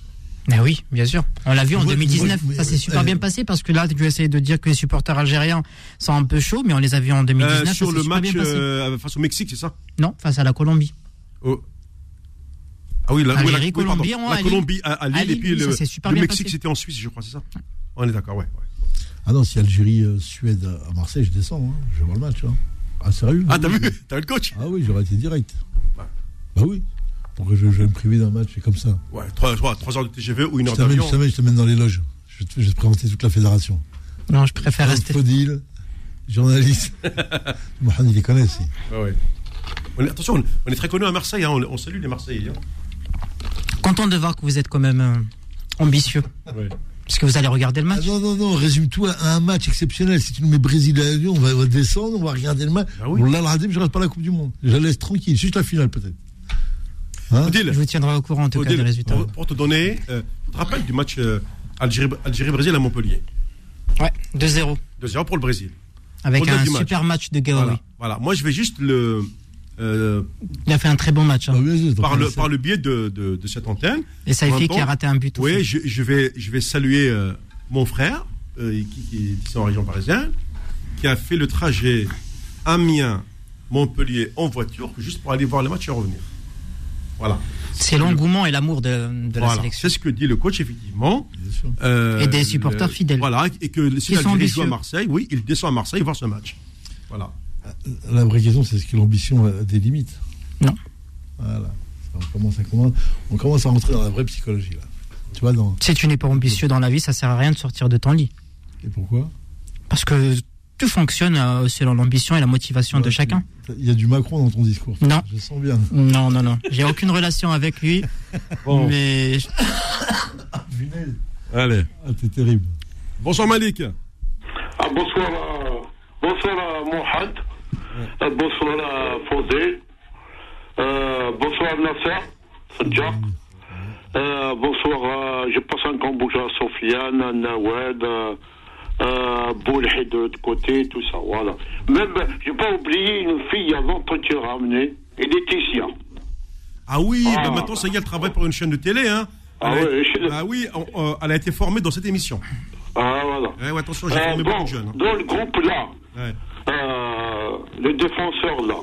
S3: Mais oui, bien sûr. On l'a vu en
S4: Moi,
S3: 2019.
S4: moi,
S3: ça s'est super
S4: euh,
S3: bien passé parce que là, tu essayes de dire que les supporters algériens sont un peu chauds, mais on les a vus en
S2: Euh,
S3: 2019. ça
S2: sur
S3: s'est
S2: le
S3: super
S2: match
S3: bien passé.
S2: euh, face au Mexique, c'est ça
S3: Non, face à la Colombie.
S2: Oh. Ah oui, la, oui, la-
S3: Algérie,
S2: oui, pardon.
S3: Colombie, en-
S2: La
S3: à Lille.
S2: Colombie à, à Lille,
S3: À
S2: et
S3: Lille,
S2: puis
S3: oui, ça
S2: le,
S3: s'est super
S2: le
S3: bien
S2: Mexique,
S3: passé.
S2: c'était en Suisse, je crois, c'est ça On est d'accord, ouais. ouais.
S4: Ah non, si Algérie, euh, Suède à Marseille, je descends. hein. Je vais voir le match. hein. Ah, sérieux
S2: Ah, t'as vu T'as vu le coach
S4: Ah oui, j'aurais été direct.
S2: Ouais.
S4: Bah oui. Pourquoi je, je vais me priver d'un match c'est comme ça
S2: Ouais, 3, heures de TGV ou une
S4: je
S2: heure
S4: t'amène,
S2: d'avion.
S4: je, t'amène, je t'amène dans les loges. Je vais te, je vais te présenter toute la fédération.
S3: Non, je
S2: Euh,
S3: préfère
S4: Franck
S3: rester.
S4: Faudil, journaliste. Mohamed, il les connaît aussi.
S2: Ouais, ouais. On est- attention, on, on est très connus à Marseille, hein, on, on salue les Marseillais. hein.
S3: Content de voir que vous êtes quand même euh, ambitieux. Parce que vous allez regarder le
S4: Ah
S3: match.
S4: non, non, non, résume-toi à un match exceptionnel. Si tu nous mets Brésil à Lyon, on va, on va descendre, on va regarder le match.
S2: Ah oui.
S4: On l'a raté, mais je reste pas à la Coupe du Monde. Je la laisse tranquille, juste la finale peut-être. Hein
S2: Odile,
S3: Je vous tiendrai au courant en tout cas
S2: Odile,
S3: des résultats.
S2: pour, pour te donner, euh, tu te rappelles du match euh, Algérie- Algérie-Brésil à Montpellier
S3: Ouais, 2-0.
S2: 2-0 pour le Brésil.
S3: Ah Avec
S2: Au-delà
S3: un
S2: du match.
S3: super match de Gaori.
S2: Voilà. Voilà. Moi, je vais juste le. euh,
S3: Il a fait un très bon match. hein.
S4: Bah, bien sûr,
S2: par, le,
S4: t'en
S2: par le biais de, de- de cette antenne,
S3: Et Saifi
S2: Maintenant,
S3: qui a raté un but. au fond.
S2: Oui, je, je vais, je vais saluer euh, mon frère, euh, qui, qui est en région parisienne, qui a fait le trajet Amiens-Montpellier en voiture juste pour aller voir le match et revenir. Voilà.
S3: C'est l'engouement et l'amour de, de la
S2: Voilà.
S3: sélection.
S2: C'est ce que dit le coach, effectivement.
S4: Bien sûr.
S2: Euh,
S3: Et des supporters
S2: le-
S3: fidèles.
S2: Voilà, et que si
S3: sont
S2: l'Algérie joue à
S3: ambitieux.
S2: Marseille, oui, il descend à Marseille voir ce match. Voilà.
S4: La vraie question, c'est est-ce que l'ambition a des limites
S3: Non.
S4: Voilà. Ça, on, commence à, commence- on commence à rentrer dans la vraie psychologie, là. Tu vois, dans...
S3: Si tu n'es pas ambitieux dans la vie, ça sert à rien de sortir de ton lit.
S4: Et pourquoi
S3: Parce que tout fonctionne euh, selon l'ambition et la motivation de
S4: Ouais,
S3: chacun.
S4: Il y a du Macron dans ton discours.
S3: Non.
S4: Je sens bien.
S3: Non, non, non. J'ai aucune relation avec lui.
S2: Bon.
S3: Mais
S2: Allez.
S4: Ah, t'es terrible.
S2: Bonsoir Malik.
S5: Ah, bonsoir, euh, bonsoir à Mohad, Euh, bonsoir à Fosé, Euh, bonsoir à Nasser, Fadja.
S2: Mm.
S5: Euh, bonsoir, euh, je passe un grand bonjour à Sofiane, à Nawed, euh, euh, Boulhi de l'autre côté, tout ça, voilà. Même, euh, j'ai pas oublié une fille avant que tu as ramenée, et Laetitia.
S2: Ah oui,
S5: Ah.
S2: bah maintenant, ça y est, elle travaille pour une chaîne de télé. Hein.
S5: Ah
S2: Elle a-
S5: ouais, je-
S2: Ah oui, on- euh, elle a été formée dans cette émission. Eh
S5: Ah, voilà.
S2: Ouais, ouais, attention, j'ai
S5: Euh,
S2: formé beaucoup
S5: bon,
S2: de jeunes. hein.
S5: dans le groupe là,
S2: Ouais.
S5: euh, le défenseur là,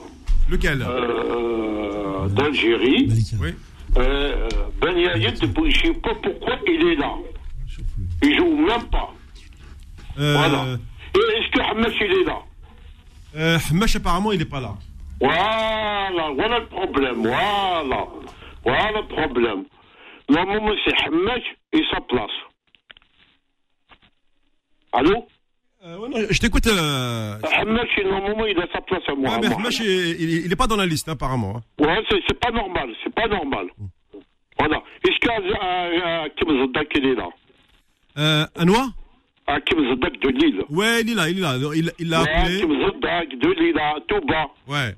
S2: Lequel
S5: euh, d'Algérie,
S4: Malika.
S2: Oui.
S5: Euh, ben Yayet, je ne sais pas pourquoi il est là. Il joue même pas.
S2: Euh,
S5: Voilà. Et est-ce que Hamas, il est là
S2: euh, Hamash, apparemment, il n'est pas là.
S5: Voilà, voilà le problème, voilà. Voilà le problème. Le moment, c'est Hamas et sa place. Allô
S2: Euh, ouais, non, je t'écoute. Euh...
S5: Hamas, le moment, il a sa place à moi.
S2: ouais,
S5: à
S2: mais
S5: moi.
S2: Hamash, il n'est pas dans la liste, hein, apparemment. hein.
S5: Ouais, c'est, c'est pas normal, c'est pas normal.
S2: Mm.
S5: Voilà. Est-ce qu'à euh, Kim Zadak, il est là
S2: Euh, Anoua
S5: À Kim Zadak de Lille.
S2: Ouais, il est là, il est là. Il il l'a
S5: Ouais,
S2: appelé.
S5: Kim Zadak de Lille, à Touba.
S2: Ouais.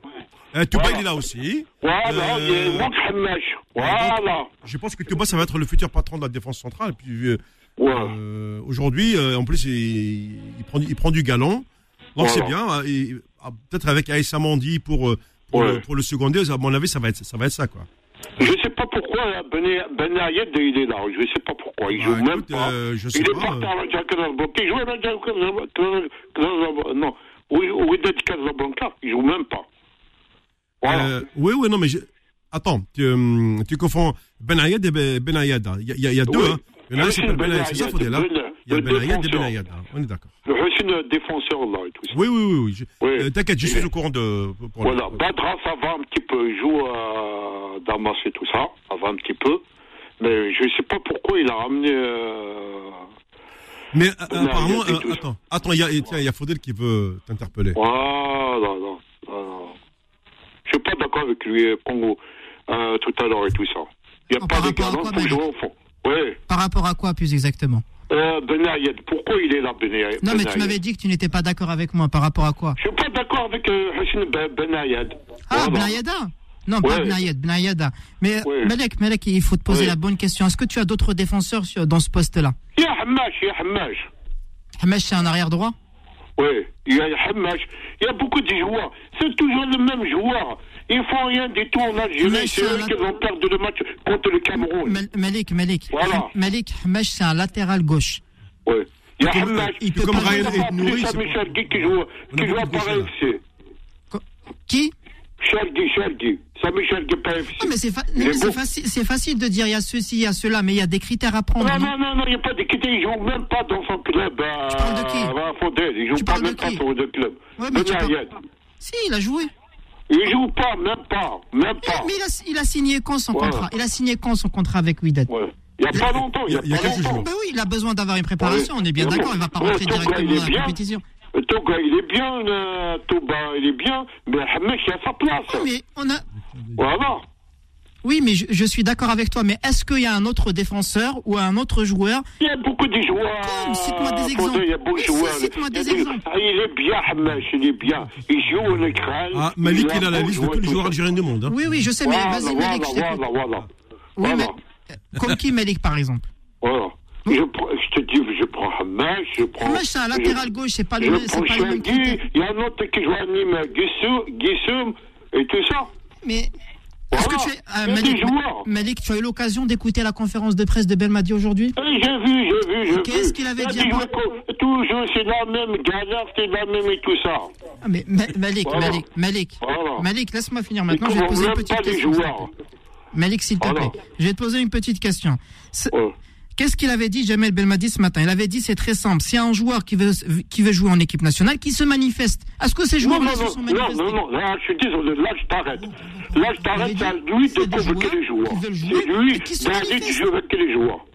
S2: Euh, Touba,
S5: Voilà.
S2: il est là aussi.
S5: Voilà,
S2: Euh,
S5: et Mouk Hamash. Voilà.
S2: Je pense que Touba, ça va être le futur patron de la défense centrale. Puis, euh,
S5: Ouais.
S2: euh, aujourd'hui, euh, en plus, il, il prend, du- il prend du galon. Donc,
S5: Voilà.
S2: c'est bien. hein, et, ah, Peut-être avec Aïssa Mandi pour, euh, pour,
S5: Ouais.
S2: le, pour le seconder, à mon avis, ça va être ça, va être ça quoi.
S5: Je sais pas pourquoi euh, Ben, ben Ayed, il est là. Je sais pas pourquoi. Il joue
S2: Bah,
S5: même
S2: écoute,
S5: pas.
S2: euh, je sais
S5: il est
S2: pas,
S5: parti
S2: euh.
S5: à Raja Casablanca. Il jouait à Raja Casablanca. Non. Oui, oui, de Casablanca. Il joue même pas. Voilà.
S2: Euh, oui, oui, non, mais je- attends, tu, euh, tu confonds Ben Ayed et Ben Ben Ayed, hein. Il y a, il y a- il y a deux,
S5: Oui.
S2: hein. Il y en a un qui
S5: Hussein
S2: s'appelle Ben
S5: Ben
S2: Ayed, c'est ça,
S5: Ayed,
S2: Faudel, hein.
S5: Ben-
S2: Il y a
S5: le
S2: Ben Ayed et Ben
S5: défenseur.
S2: Ayed, hein. On est d'accord.
S5: Le Hussein, le défenseur, là, et tout ça.
S2: Oui, oui, oui, oui. je-
S5: Oui.
S2: euh, T'inquiète, je
S5: Il
S2: suis
S5: est-
S2: au courant de. euh, pour le-
S5: Voilà, Badra, ça va un petit peu. Il joue à Damas et tout ça. Ça va un petit peu. Mais je sais pas pourquoi il a ramené. euh,
S2: Mais euh,
S5: Non,
S2: apparemment,
S5: il y a-
S2: euh, attends, attends, il y a, et tiens, il y a Faudel qui veut t'interpeller.
S5: Voilà, Ah, non, non, non. Je suis pas d'accord avec lui, euh, Congo, euh, tout à l'heure et tout ça. Il n'y a
S3: Oh,
S5: pas
S3: par
S5: de
S3: rapport à
S5: galon,
S3: quoi,
S5: faut
S3: Ben
S5: jouer au fond. Oui.
S3: Par rapport à quoi plus exactement
S5: Euh, ben Ayed, pourquoi il est là, Ben Ayed
S3: Non,
S5: Ben
S3: mais tu
S5: Ayed
S3: m'avais dit que tu n'étais pas d'accord avec moi. Par rapport à quoi
S5: Je suis pas d'accord avec euh, Hussein Ben, ben Ayed.
S3: Ah,
S5: Voilà.
S3: Benayada Non, pas
S5: Ouais.
S3: Benayed, Benayada. Mais
S5: Ouais.
S3: Malek, Malek, il faut te poser
S5: Ouais.
S3: la bonne question. Est-ce que tu as d'autres défenseurs sur- dans ce poste-là
S5: Ya Hamash, Ya Hamash.
S3: Hamesh, c'est un arrière-droit
S5: Oui, il y a Hamash. Il y a beaucoup de joueurs. C'est toujours le même joueur. Ils font rien du tout en Algérie.
S3: Mais
S5: C'est
S3: c'est
S5: eux
S3: un-
S5: qui vont perdre le match contre le Cameroun.
S3: Mal- Malik, Malik.
S5: Voilà.
S3: Ham- Malik, Hamesh, c'est un latéral gauche.
S5: Oui. Il y a
S2: Comme-
S5: Hamash.
S2: il peut
S5: Pourquoi
S2: pas-
S5: on va
S2: et
S5: appeler
S2: Nouri,
S5: ça
S2: c'est-
S5: Michel Guy qui joue,
S2: On a
S5: qui joue à
S2: beaucoup de
S5: Paris
S2: Bruxelles,
S5: FC.
S3: Co- Qui
S5: Sherdy, Sherdy. C'est Michel Guy, Paris FC.
S3: Non, Ah, mais c'est fa-
S5: Il
S3: non,
S5: est
S3: mais c'est
S5: beau.
S3: facile, c'est facile de dire il y a ceci, il y a cela, mais il y a des critères à prendre. hein.
S5: Non,
S3: non
S5: non, non, non, il n'y a pas de quitter, il joue même pas dans son club. euh,
S3: Tu parles de qui
S5: à Fondel, il joue
S3: Tu
S5: pas
S3: parles de
S5: même pas
S3: qui
S5: sur le club.
S3: Ouais, mais
S5: Ben
S3: tu parles-
S5: Ayed.
S3: Si, il a joué.
S5: Il joue pas, même pas, même
S3: Mais,
S5: pas.
S3: mais il, a, il a signé quand son
S5: Voilà.
S3: contrat Il a signé quand son contrat avec Wydad
S5: Ouais. Il n'y a pas longtemps, il
S2: il y
S5: n'y
S2: a
S5: a pas
S2: quelques
S5: longtemps.
S2: jours.
S3: Bah oui, il a besoin d'avoir une préparation,
S5: Ouais.
S3: on est bien
S5: Ouais.
S3: d'accord, il va pas
S5: Ouais,
S3: rentrer
S5: ton gars, il
S3: directement
S5: est
S3: dans la
S5: bien.
S3: compétition.
S5: Toga, il est bien, euh, Touba, il est bien, mais Hamesh, il a sa place.
S3: Oui, mais on a...
S5: Voilà.
S3: Oui, mais je, je suis d'accord avec toi, mais est-ce qu'il y a un autre défenseur ou un autre joueur
S5: Il y a beaucoup de joueurs.
S3: Comme, cite-moi des
S5: Faudrait,
S3: exemples.
S5: Il y a beaucoup de
S3: Si,
S5: joueurs.
S3: cite-moi des
S5: Il y a
S3: exemples.
S5: Ah, il est bien, Hamash, il est bien. Il joue au crâne.
S2: Ah, Malik, il a la liste de tous les joueurs algériens du monde. hein.
S3: Oui, oui, je sais, Eh, mais
S5: Voilà,
S3: vas-y,
S5: voilà,
S3: Malik, je
S5: voilà,
S3: t'écoute.
S5: voilà, voilà.
S3: Oui,
S5: Voilà.
S3: mais euh, comme qui Malik, par exemple
S5: Voilà. Je, prends- je te dis, je prends Hamash, je prends.
S3: Moi, c'est un latéral gauche, c'est pas
S5: Je, je
S3: le, c'est
S5: prends
S3: pas le même
S5: Shingi,
S3: critère.
S5: il y a un autre qui joue à Nîmes, Guissou- Guissoum, et tout ça.
S3: Mais est-ce que
S5: Voilà.
S3: tu es,
S5: Il y a
S3: euh,
S5: des
S3: Malik,
S5: joueurs.
S3: Malik, tu as eu l'occasion d'écouter la conférence de presse de Belmadi aujourd'hui
S5: Eh, J'ai vu, j'ai vu, j'ai vu.
S3: Qu'est-ce qu'il avait
S5: Il a
S3: dit à
S5: joueurs
S3: moi
S5: co- Toujours, c'est la même galère, c'est la même et tout ça.
S3: Ah, Mais Ma- Malik,
S5: Voilà.
S3: Malik, Malik,
S5: Voilà.
S3: Malik, laisse-moi finir
S5: Ils
S3: maintenant, je vais te
S5: trouvent
S3: poser une
S5: même
S3: petite
S5: pas les
S3: question. s'il te
S5: joueurs.
S3: plaît. Malik, s'il te
S5: Voilà.
S3: plaît, je vais te poser une petite question. Ce-
S5: Ouais.
S3: Qu'est-ce qu'il avait dit Jamel Belmadi ce matin Il avait dit c'est très simple. S'il y a un joueur qui veut, qui veut jouer en équipe nationale, qui se manifeste. Est-ce que ces
S5: Non,
S3: joueurs-là
S5: non,
S3: se sont
S5: non,
S3: manifestés
S5: non, non, non, là, je suis désolé, là, je t'arrête. Là, je t'arrête,
S3: Il
S5: c'est
S3: avait
S5: à
S3: dit,
S5: lui de
S3: c'est des
S5: convoquer
S3: joueurs
S5: les joueurs.
S3: qui veulent jouer
S5: C'est lui,
S3: et qui se
S5: d'arrêter de
S3: manifestent.
S5: jouer avec les joueurs.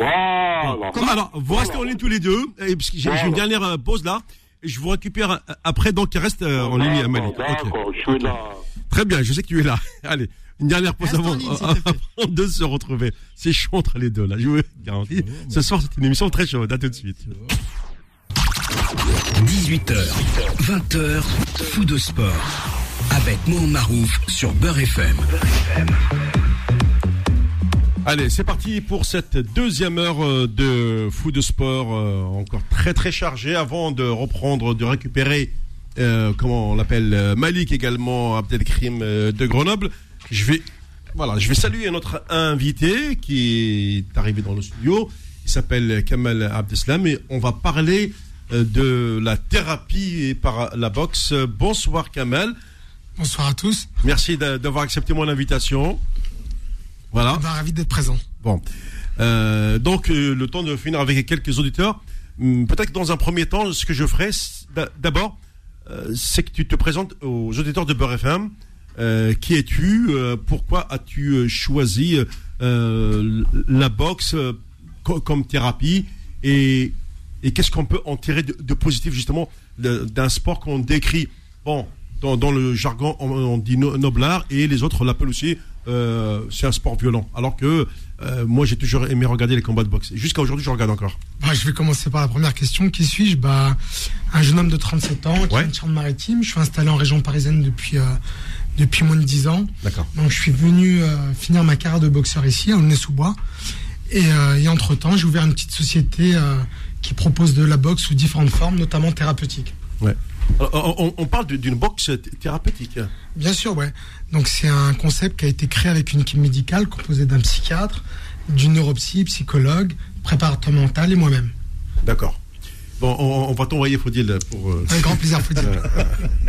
S5: Voilà.
S2: Comment Alors, vous restez en ligne tous les deux, et parce que j'ai j'ai une dernière euh, pause là. Et je vous récupère euh, après, donc reste euh, en ligne, euh, Malik.
S5: D'accord,
S2: Ok.
S5: D'accord, je suis là.
S2: Très bien, je sais que tu es là. Allez, une dernière pause
S3: Reste en
S2: avant,
S3: ligne, s'il te plaît.
S2: avant de se retrouver. C'est chaud entre les deux là, je vous garantis. Ce soir, c'est une émission très chaude. À tout de suite.
S1: 18h, 20h, fou de sport. Avec Mohamed Marouf sur Beurre FM.
S2: Allez, c'est parti pour cette deuxième heure euh, de foot de sport euh, encore très très chargée avant de reprendre, de récupérer, euh, comment on l'appelle, euh, Malik également, Abdelkrim euh, de Grenoble. Je vais, voilà, je vais saluer notre invité qui est arrivé dans le studio. Il s'appelle Kamal Abdeslam et on va parler euh, de la thérapie par la boxe. Bonsoir Kamal,
S6: Bonsoir à tous.
S2: merci d'a- d'avoir accepté mon invitation. Voilà.
S6: On va ravi d'être présent.
S2: Bon. Euh, donc, euh, le temps de finir avec quelques auditeurs. Hum, Peut-être que dans un premier temps, ce que je ferai, c'est- d'a- d'abord, euh, c'est que tu te présentes aux auditeurs de Beurre FM. Euh, qui es-tu Euh, Pourquoi as-tu euh, choisi euh, la boxe euh, co- comme thérapie Et, et qu'est-ce qu'on peut en tirer de, de positif, justement, de- d'un sport qu'on décrit Bon, dans, dans le jargon, on, on dit no- noblard, et les autres l'appellent aussi euh, c'est un sport violent. Alors que euh, moi, j'ai toujours aimé regarder les combats de boxe. Et Jusqu'à aujourd'hui, je regarde encore.
S7: Bah, je vais commencer par la première question. Qui suis-je bah, Un jeune homme de 37 ans qui
S2: Ouais.
S7: vient de Charente-Maritime. Je suis installé en région parisienne depuis, euh, depuis moins de 10 ans.
S2: D'accord.
S7: Donc, je suis venu euh, finir ma carrière de boxeur ici, à Aulnay-sous-Bois. Et, euh, et entre-temps, j'ai ouvert une petite société euh, qui propose de la boxe sous différentes formes, notamment thérapeutiques.
S2: Ouais. Alors, on, on- on parle d'une boxe th- thérapeutique.
S7: Bien sûr, ouais. Donc c'est un concept qui a été créé avec une équipe médicale composée d'un psychiatre, d'une neuropsy, psychologue, préparateur mental et moi-même.
S2: D'accord. Bon, on, on va t'envoyer, Faudil, pour. euh,
S7: Un grand plaisir, faut dire.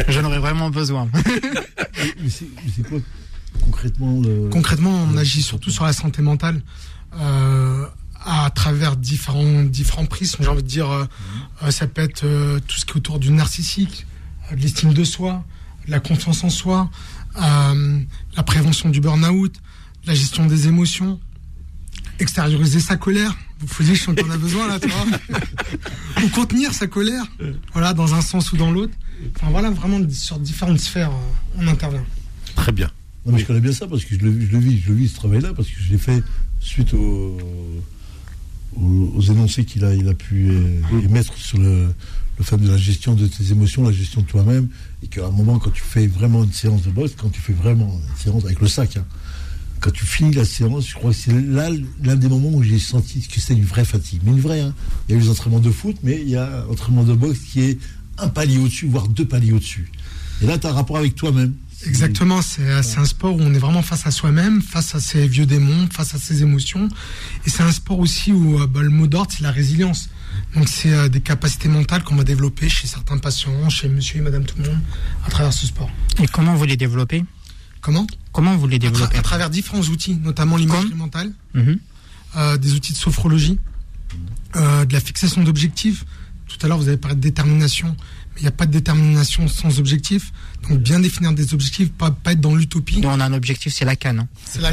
S3: J'en aurais vraiment besoin.
S4: Mais c'est mais c'est quoi concrètement le.
S7: Concrètement, on agit surtout sur la santé mentale euh, à travers différents, différents prismes. J'ai envie de dire, euh, euh, ça peut être euh, tout ce qui est autour du narcissique, euh, de l'estime de soi, de la confiance en soi, euh, la prévention du burn-out, la gestion des émotions, extérioriser sa colère. Vous faut dire, je sens qu'on en a besoin là, tu vois. Ou contenir sa colère, voilà, dans un sens ou dans l'autre. Enfin voilà, vraiment sur différentes sphères, euh, on intervient.
S2: Très bien.
S4: Non, mais je connais bien ça parce que je le, je le vis, je le vis ce travail-là parce que je l'ai fait suite au- aux, aux énoncés qu'il a, il a pu euh, émettre sur le, le fait de la gestion de tes émotions, la gestion de toi-même, et qu'à un moment quand tu fais vraiment une séance de boxe, quand tu fais vraiment une séance avec le sac, hein, quand tu finis la séance, je crois que c'est là l'un des moments où j'ai senti que c'était une vraie fatigue, mais une vraie. hein. Il y a eu les entraînements de foot, mais il y a l'entraînement de boxe qui est un palier au-dessus, voire deux paliers au-dessus. Et là, tu as un rapport avec toi-même.
S7: Exactement, c'est euh, c'est un sport où on est vraiment face à soi-même, face à ses vieux démons, face à ses émotions. Et c'est un sport aussi où euh, bah, le mot d'ordre, c'est la résilience. Donc c'est euh, des capacités mentales qu'on va développer chez certains patients, chez monsieur et madame tout le monde, à travers ce sport.
S3: Et comment vous les développez
S7: Comment
S3: Comment vous les
S7: à, tra-
S3: développez
S7: à travers différents outils, notamment l'imagerie
S3: Comme
S7: mentale,
S3: Mhm.
S7: euh, des outils de sophrologie, euh, de la fixation d'objectifs. Tout à l'heure, vous avez parlé de détermination, mais il n'y a pas de détermination sans objectif. Donc bien définir des objectifs, pas, pas être dans l'utopie.
S3: Nous, on a un objectif, c'est la canne. hein.
S7: C'est la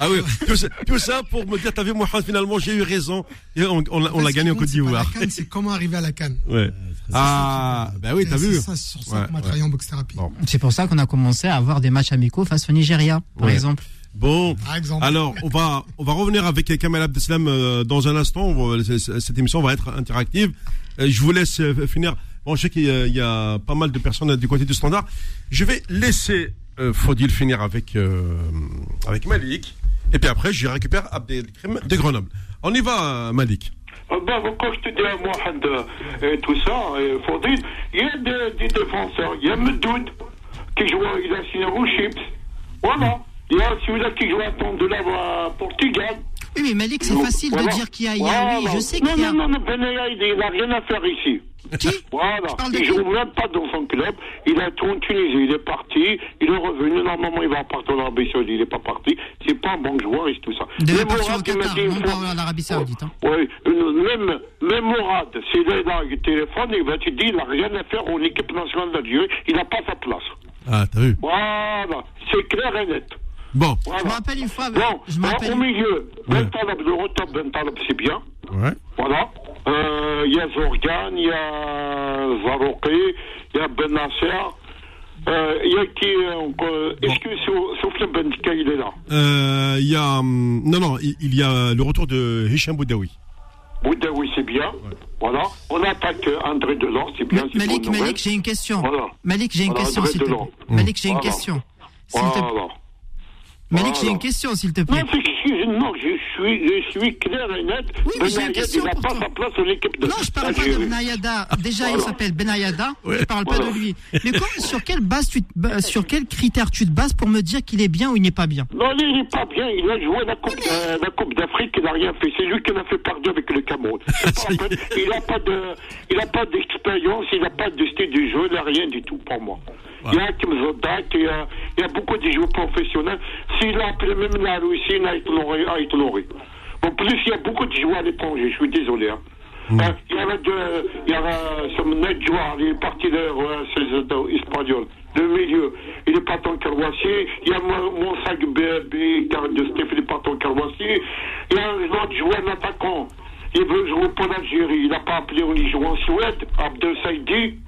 S2: Ah oui, tout ça, tout ça pour me dire, t'as vu, Mohamed, finalement, j'ai eu raison. Et on on l'a- on
S7: En fait,
S2: l'a
S7: ce
S2: gagné en
S7: qui compte,
S2: Côte
S7: c'est pas
S2: d'Ivoire.
S7: la canne, C'est comment arriver à la canne.
S2: Ouais. Ah, ben oui,
S7: Et
S2: t'as
S7: c'est
S2: vu.
S7: Euh, ça, sur ça
S2: Ouais,
S7: qu'on va
S2: ouais.
S7: travailler en boxe thérapie.
S2: Bon.
S3: C'est pour ça qu'on a commencé à avoir des matchs amicaux face au Nigeria, par
S2: Ouais.
S3: exemple.
S2: Bon.
S7: Par exemple.
S2: Alors, on va, on va revenir avec Kamel Abdeslam euh, dans un instant. On va- c- c- Cette émission va être interactive. Euh, Je vous laisse euh, finir. Bon, je sais qu'il y a- il y a pas mal de personnes du côté du standard. Je vais laisser euh, Faudil finir avec, euh, avec Malik. Et puis après, je récupère Abdelkrim de Grenoble. On y va, euh, Malik.
S5: Euh, Ben, quand je te dis à Mohamed euh, et tout ça, euh, Faudil, il y a des, des défenseurs. Il y a Medoud qui joue, il a signé aux Chips. Voilà. Il y a celui-là qui joue à Tondela à Portugal.
S3: Oui, mais Malik, c'est
S5: Donc,
S3: facile de
S5: voilà.
S3: dire qu'il y a, il y a
S5: Voilà.
S3: oui, je sais qu'il y a.
S5: Non, non, non, Benaya, il n'a rien à faire ici.
S3: Qui
S5: Voilà.
S3: parles de
S5: Il
S3: qui
S5: joue même pas dans son club. Il a tout en Tunisie. Il est parti. Il est revenu. Normalement, il va partir en Arabie Saoudite. Il n'est pas parti. C'est pas un bon joueur et tout ça.
S3: Il devait
S5: Même
S3: partir
S5: Mourad,
S3: au
S5: il m'a
S3: Qatar,
S5: dit une
S3: non
S5: fois-
S3: pas en Arabie Saoudite, hein.
S5: Oui. Même, même Mourad, s'il est là, il téléphone, il va te dire, il n'a rien à faire en équipe nationale d'Algérie. Il n'a pas sa place.
S2: Ah, t'as vu.
S5: Voilà. C'est clair et net.
S2: Bon.
S5: Voilà.
S3: Je me rappelle une fois.
S5: Bon,
S3: Je me
S5: hein,
S3: rappelle.
S5: au milieu,
S2: Ouais.
S5: 20 talabs de retard, 20 talabs, c'est bien.
S2: Ouais.
S5: Voilà. Euh, Il y a Zorgan, il y a Zarouki, il y a Ben Nasser. Euh, Il y a qui euh, encore, euh, Est-ce que Sou- Soufiane Benfica, il est là
S2: Euh, Il y a, hum, non, non, il il y a le retour de Hicham Boudaoui.
S5: Boudaoui, c'est bien. Voilà. On attaque euh, André Delors, c'est bien. c'est
S3: Malik,
S5: bonne nouvelle.
S3: Malik, j'ai une question.
S5: Voilà.
S3: Malik, j'ai une
S5: Voilà,
S3: question,
S5: André
S3: s'il te plaît.
S5: Delors.
S3: Malik, j'ai une
S5: Voilà.
S3: question. S'il te plaît.
S5: Voilà.
S3: Malik, j'ai
S5: Voilà.
S3: une question, s'il te plaît.
S5: Non, c'est que je suis- non, je suis, je suis clair et net.
S3: Oui, mais
S5: Ben
S3: j'ai une
S5: Ayed,
S3: question
S5: il n'a
S3: pour
S5: pas
S3: toi.
S5: sa place en équipe de
S3: Non, je parle pas de
S5: d'Algérie.
S3: Benayada. Déjà, il
S5: Voilà.
S3: s'appelle Benayada.
S2: Ouais.
S3: Je parle pas
S5: Voilà.
S3: de lui. Mais comment, sur quelle base tu te, ba- sur quel critère tu te bases pour me dire qu'il est bien ou il n'est pas bien
S5: Non, lui, il n'est pas bien. Il a joué la Coupe, euh, la coupe d'Afrique, il n'a rien fait. C'est lui qui l'a fait perdu avec le Cameroun. C'est pas la peine. il n'a pas de, il a pas d'expérience, il n'a pas de style de jeu, il n'a rien du tout pour moi. Il y a Kim Zodak, il y a, il y a beaucoup de joueurs professionnels. S'il a appelé même la Russie, il a éclairé. a éclairé. En plus, il y a beaucoup de joueurs à l'étranger, je suis désolé. hein. Hein, Il y avait de, il y avait euh, ce Ned Jouar, il est parti de euh, c'est le- espagnol, de milieu. Il est parti en Croatie. Il y a mon sac de Stéphane, il est parti en Croatie. Il y a un autre joueur, un attaquant. Il veut jouer pour l'Algérie. Il n'a pas appelé, on y joue en Suède, Abdel Saïdi.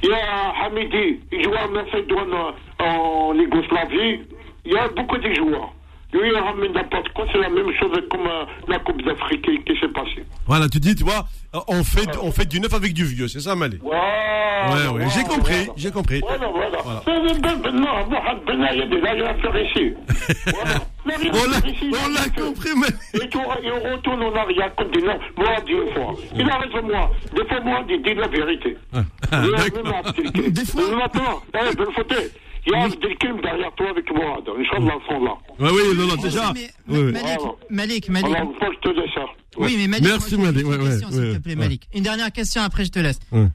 S5: Il y a Hamidi, il joue en Macédoine, en euh, Yougoslavie. il y a beaucoup de joueurs. Lui, il ramène n'importe quoi, c'est la même chose comme euh, la Coupe d'Afrique qui, qui s'est passée.
S2: Voilà, tu dis, tu vois, on fait, on fait du neuf avec du vieux, c'est ça, Malé Ouais,
S5: Voilà,
S2: ouais, j'ai compris, j'ai compris.
S5: Voilà, voilà. voilà. C'est- ben, ben, Non, Mohamed Ben Ayed, là, il va faire ici. Voilà. Non, il va
S2: On l'a-
S5: faire ici, il va
S2: on l'a
S5: faire que-
S2: compris, Malé.
S5: Et tu re- et on retourne en arrière comme des noms. Moi, Dieu, fois. Il arrête de moi. Des fois, moi, il dit la vérité.
S2: Ah. d'accord.
S5: Des fois. Maintenant, eh, ben, fauteuil. Il y a Abdelkrim derrière toi avec moi. Inch'Allah, ils sont là.
S2: Ouais, oui, non, non, déjà.
S3: Mais-
S2: Ouais, ouais.
S3: Malik,
S5: Voilà.
S3: Malik, Malik.
S5: Alors, une fois, je te laisse hein. ça.
S3: Oui, mais Malik.
S2: Merci,
S3: moi,
S2: Malik.
S3: j'ai une
S2: Ouais,
S3: question,
S2: ouais,
S3: s'il
S2: ouais.
S3: te plaît,
S2: Ouais.
S3: Malik. Une dernière question, après je te laisse.
S2: Ouais.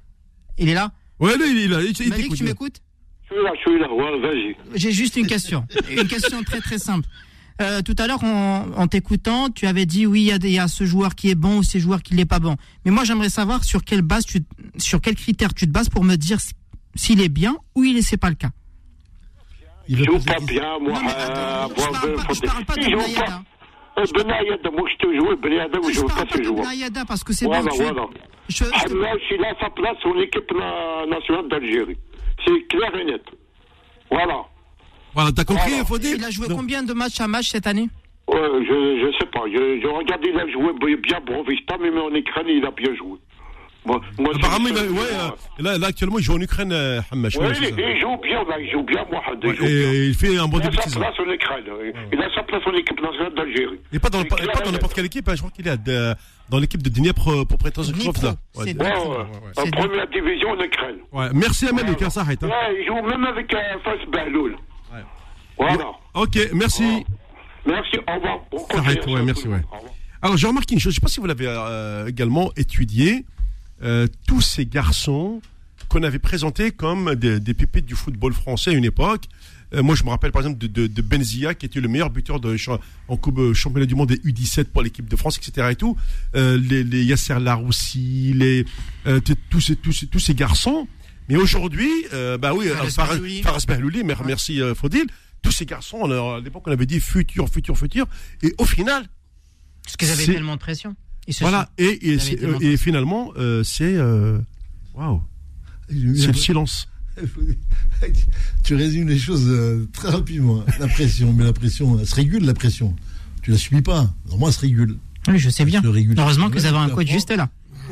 S3: Il est là
S2: Ouais, là, il, il, il, il
S3: Malik,
S2: t'écoute,
S3: tu
S2: là.
S3: m'écoutes
S5: Je suis là, je suis là. Ouais, vas-y.
S3: J'ai juste une question. une question très très simple. Euh, tout à l'heure, en, en t'écoutant, tu avais dit oui, il y a des- il y, a ce joueur qui est bon ou ce joueur qui n'est pas bon. Mais moi, j'aimerais savoir sur quelle base, tu, sur quel critère tu te bases pour me dire s- s'il est bien ou il est c'est pas le cas.
S4: Il
S5: Je joue
S4: répète
S5: pas
S4: la question.
S5: bien, moi.
S3: Non, mais attends,
S5: euh,
S3: je
S5: moi,
S3: parle
S5: ben,
S3: pas- je
S5: fauteuil.
S3: parle pas de
S5: Il joue
S3: Benayed, hein.
S5: pas. Euh, Benayed, moi, je te joue. Benayed, moi, je bah,
S3: Je
S5: joue pas
S3: parle pas
S5: ce
S3: de
S5: joueur.
S3: Benayada parce que c'est
S5: Voilà,
S3: bon. tu-
S5: voilà.
S3: je- je-
S5: Hamna aussi là sa place sur l'équipe na- nationale d'Algérie. C'est clair et net. Voilà.
S2: Voilà, t'as compris, il faut dire
S3: il a joué combien de matchs à match cette année
S5: Ouais, Euh, je, je sais pas. Je, je regardais, il a joué bi- bien Brovista, mais en écran, il a bien joué. Moi, moi, c'est
S2: Apparemment,
S5: le
S2: il a-
S5: seul
S2: ouais,
S5: joueur.
S2: euh, là, là, actuellement, il joue en Ukraine, euh, Hamash.
S5: Ouais,
S2: ouais, c'est
S5: il,
S2: ça.
S5: il joue bien, là, il joue bien, Mohamed. il
S2: Ouais,
S5: joue bien.
S2: et il fait un bon
S5: Il a
S2: début de
S5: sa
S2: saison.
S5: place en écran. Il a sa place en équipe nationale d'Algérie.
S2: Et pas dans, le-
S5: C'est clair
S2: pas dans
S5: et
S2: n'importe
S5: net.
S2: quelle équipe, hein, je crois qu'il est à de- dans l'équipe de Dniepr pour prétendre ce
S3: Dnipro,
S2: là.
S3: c'est
S2: Ouais,
S3: Dnipro.
S5: Ouais,
S2: ouais.
S5: ouais. En
S3: C'est bien.
S5: première division en écran.
S2: Ouais, Merci à Malik, hein, ça arrête. hein.
S5: Ouais, il joue même avec euh, Fas Bahloul.
S2: Ouais.
S5: Voilà.
S2: Ok, merci.
S5: Merci, au revoir. On continue
S2: Arrête,
S5: sur
S2: ouais,
S5: tout
S2: merci,
S5: le monde.
S2: ouais.
S5: Au revoir.
S2: Alors j'ai remarqué une chose, je ne sais pas si vous l'avez euh, également étudié, euh, tous ces garçons qu'on avait présentés comme des, des pépites du football français à une époque. Euh, moi je me rappelle par exemple de, de, de Benzia qui était le meilleur buteur de, cha- en Coupe euh, Championnat du Monde et U17 pour l'équipe de France, etc. Et tout. Euh, les, les Yasser Laroussi, les, euh, t- tous, ces, tous, ces, tous ces garçons. Mais aujourd'hui, euh, bah oui,
S3: Fares
S2: euh, Fares-
S3: Bahlouli.
S2: Fares Bahlouli, mais merci euh, Faudil. Tous ces garçons, on leur- à l'époque, on avait dit futur, futur, futur. Et au final,
S3: Parce qu'ils avaient
S2: C'est-
S3: tellement de pression. Ils se
S2: voilà, et, et,
S3: Vous
S2: c'est-
S3: avez été menteur.
S2: et finalement, euh, c'est. euh, Waouh!
S4: Il lui
S2: C'est le
S4: met-
S2: silence.
S4: tu résumes les choses euh, très rapidement. La pression, mais la pression, elle se régule la pression. Tu la subis pas. Normalement, elle se régule.
S3: sont- Oui, je sais bien.
S4: Je régule.
S3: Heureusement que vous avez un
S4: Apprends.
S3: coach juste là.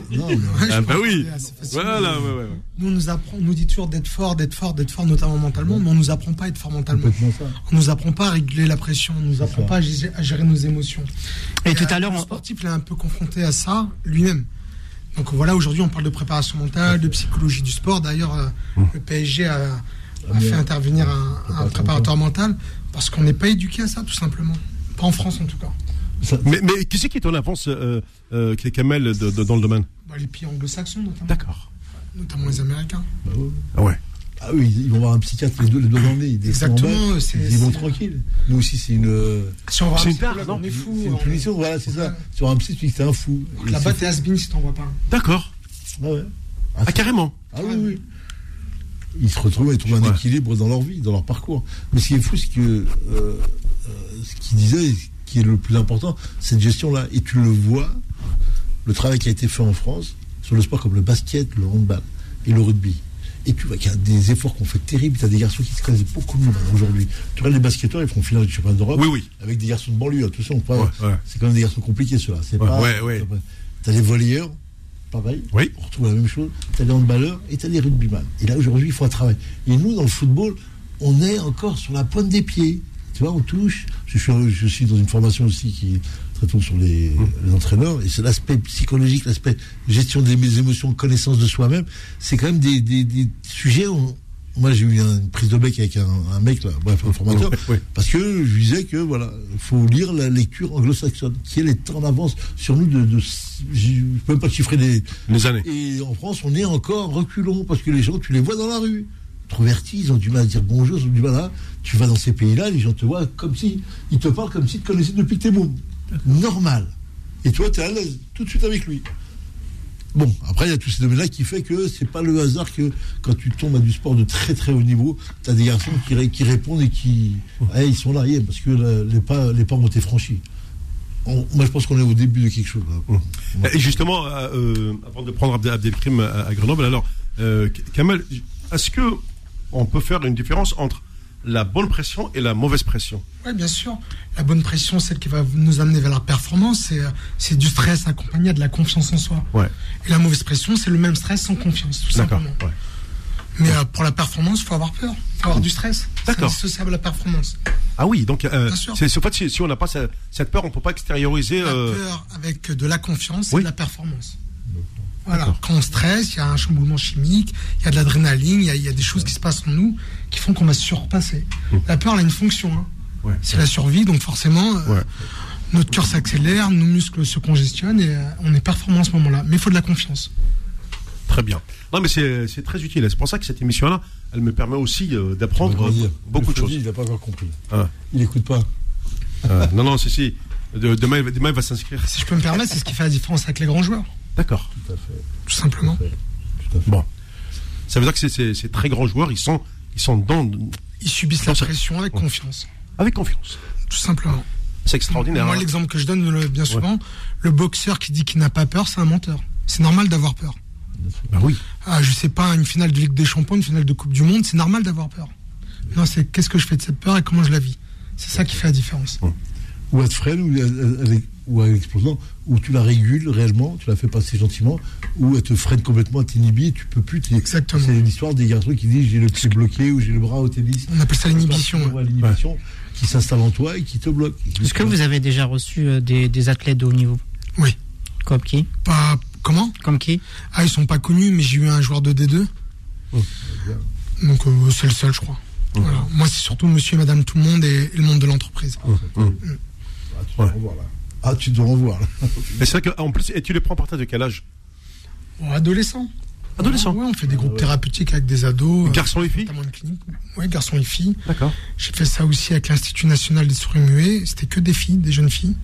S4: Non, mais-
S2: Ah, bah oui!
S7: C'est assez facile.
S2: Voilà, ouais, ouais, ouais.
S7: Nous, on nous apprend, on nous dit toujours d'être fort, d'être fort, d'être fort, notamment mentalement, mais on nous apprend pas à être fort mentalement.
S4: complètement ça.
S7: On nous apprend pas à réguler la pression, on nous apprend
S4: ça.
S7: pas à gérer, à gérer nos émotions.
S3: Et tout à
S7: euh,
S3: l'heure,
S7: le
S3: on-
S7: sportif il est un peu confronté à ça lui-même. Donc voilà, aujourd'hui, on parle de préparation mentale, de psychologie du sport. D'ailleurs, euh,
S2: Hum.
S7: le PSG a, a
S2: Ah,
S7: fait intervenir un, un préparateur mental parce qu'on n'est pas éduqué à ça, tout simplement. Pas en France, en tout cas.
S2: Mais, mais qui c'est qui est en avance, euh, euh, que les Kamel, de- de- dans le domaine?
S7: Bah, les pays anglo-saxons, notamment,
S2: D'accord.
S7: notamment les Américains.
S2: Ah ouais.
S4: Ah oui, ils vont voir un psychiatre les deux les doigts dans le nez. Ils descendent en bas,
S7: Exactement, c'est-
S4: Ils y vont
S7: c'est-
S4: tranquille. Nous aussi, c'est une. euh,
S7: Si on voit un
S2: C'est une
S7: psy,
S2: tarte, non
S7: on est fou. hein.
S4: C'est une
S7: on-
S4: punition, voilà, c'est ça. Sur un psy, tu dis que t'es un fou. Et
S7: Là-bas,
S4: c'est-
S7: t'es has-been si t'en vois pas.
S2: D'accord.
S4: Ah ouais.
S2: Ah, carrément.
S4: Ah oui, oui. Ils se retrouvent et trouvent un
S2: Ouais.
S4: équilibre dans leur vie, dans leur parcours. Mais ce qui est fou, c'est que euh, euh, ce qu'il disait, ce qui est le plus important, cette gestion-là. Et tu le vois, le travail qui a été fait en France sur le sport comme le basket, le handball et le rugby. Et tu vois qu'il y a des efforts qu'on fait terribles. Tu as des garçons qui se connaissent beaucoup mieux maintenant, aujourd'hui. Tu regardes les basketteurs, ils font finale du championnat d'Europe
S2: Oui, oui.
S4: avec des garçons de banlieue. Attention, on parle-
S2: Ouais, ouais.
S4: c'est quand même des garçons compliqués ceux-là. C'est
S2: Ouais,
S4: pas-
S2: ouais, ouais.
S4: T'as les volleyeurs, pareil.
S2: Oui.
S4: On retrouve la même chose. T'as les handballeurs et t'as les rugbyman. Et là, aujourd'hui, il faut un travail. Et nous, dans le football, on est encore sur la pointe des pieds. Tu vois, on touche. Je suis, je suis dans une formation aussi qui traite sur les, les entraîneurs. Et c'est l'aspect psychologique, l'aspect gestion des mes émotions, connaissance de soi-même. C'est quand même des, des- des sujets où. Moi, j'ai eu une prise de bec avec un, un mec, là, bref, un formateur,
S2: Ouais, ouais.
S4: parce que je disais que voilà, faut lire la lecture anglo-saxonne, qui elle est en avance sur nous de, de je peux même pas chiffrer les.
S2: Les années.
S4: Et en France, on est encore reculons parce que les gens, tu les vois dans la rue, introvertis, ils ont du mal à dire bonjour, ils ont du mal à. Tu vas dans ces pays-là, les gens te voient comme si, ils te parlent comme s'ils te connaissaient depuis que t'es môme. Normal. Et toi, t'es à l'aise tout de suite avec lui. Bon, après, il y a tous ces domaines-là qui fait que c'est pas le hasard que quand tu tombes à du sport de très très haut niveau, tu as des garçons qui, ré- qui répondent et qui. Eh, ils sont là, yeah, parce que la- les pas, les pas ont été franchis. On- moi, je pense qu'on est au début de quelque chose. là.
S2: Et justement, euh, euh, avant de prendre Abdel- Abdelkrim à, à Grenoble, alors, euh, Kamel, est-ce que on peut faire une différence entre la bonne pression et la mauvaise pression.
S7: Oui, bien sûr. La bonne pression, celle qui va nous amener vers la performance, c'est, euh, c'est du stress accompagné de la confiance en soi.
S2: Ouais.
S7: Et la mauvaise pression, c'est le même stress sans confiance, tout
S2: D'accord.
S7: simplement.
S2: ouais.
S7: Mais euh, pour la performance, faut avoir peur, faut avoir du stress.
S2: D'accord.
S7: C'est associable à la performance.
S2: Ah oui, donc euh,
S7: Bien sûr.
S2: c'est c'est- en fait, si, si on n'a pas ce- cette, peur, on ne peut pas extérioriser.
S7: La
S2: euh,
S7: peur avec de la confiance
S2: oui.
S7: et de la performance. Voilà, quand on stresse, il y a un chamboulement chimique, il y a de l'adrénaline, il y, a- il y a des choses qui se passent en nous qui font qu'on va se surpasser. La peur, elle a une fonction. hein.
S2: Mmh. Ouais.
S7: C'est la survie, donc forcément, euh,
S2: Ouais.
S7: notre cœur s'accélère, nos muscles se congestionnent et euh, on est performant à ce moment-là. Mais il faut de la confiance.
S2: Très bien. Non, mais c'est c'est très utile. C'est pour ça que cette émission-là, elle me permet aussi euh, d'apprendre euh, beaucoup de choses.
S4: Il n'a pas encore compris.
S2: Ah.
S4: Il n'écoute pas.
S2: Euh, non, non, si, si. De- demain, il va- demain, il va s'inscrire.
S7: Si je peux me permettre, c'est ce qui fait la différence avec les grands joueurs,
S2: D'accord.
S4: Tout à fait.
S7: tout simplement.
S4: Tout à fait.
S2: Bon. Ça veut dire que c'est- c'est- ces très grands joueurs, ils sont, ils sont dans,
S7: Ils subissent la pression avec confiance,
S2: avec confiance.
S7: tout simplement.
S2: C'est extraordinaire.
S7: Moi,
S2: hein.
S7: l'exemple que je donne le- bien souvent, le boxeur qui dit qu'il n'a pas peur, c'est un menteur. C'est normal d'avoir peur.
S2: Bah oui.
S7: Ah, je sais pas, une finale de Ligue des Champions, une finale de Coupe du Monde, c'est normal d'avoir peur. Non, c'est qu'est-ce que je fais de cette peur et comment je la vis. C'est ça qui fait la différence.
S4: Ou à te freine, ou à, à- à- ou à l'explosion, ou tu la régules réellement, tu la fais passer gentiment, ou elle te freine complètement, elle t'inhibit, tu peux plus. t'es-
S7: Exactement.
S4: C'est l'histoire des garçons qui disent j'ai le pied bloqué ou j'ai le bras au tennis.
S7: On appelle ça l'inhibition,
S4: On voit L'inhibition qui s'installe en toi et qui te bloque.
S3: Est-ce que vous avez déjà reçu euh, des, des athlètes de haut niveau
S7: Oui.
S3: Comme qui
S7: Pas comment
S3: Comme qui
S7: Ah, ils sont pas connus, mais j'ai eu un joueur de D2. Donc euh, c'est le seul, je crois. Voilà. Moi, c'est surtout monsieur et madame tout le monde et, et le monde de l'entreprise.
S4: Ah, tu dois en voir là. Ah, tu dois en voir là.
S2: Mais c'est vrai qu'en plus, et tu les prends à partir de quel âge
S7: Bon, adolescents.
S2: Adolescents.
S7: Ouais, on fait des groupes thérapeutiques avec des ados. euh,
S2: Garçons et filles
S7: notamment une clinique. Ouais, garçons et filles.
S2: D'accord.
S7: J'ai fait ça aussi avec l'Institut national des souris muets. C'était que des filles, des jeunes filles.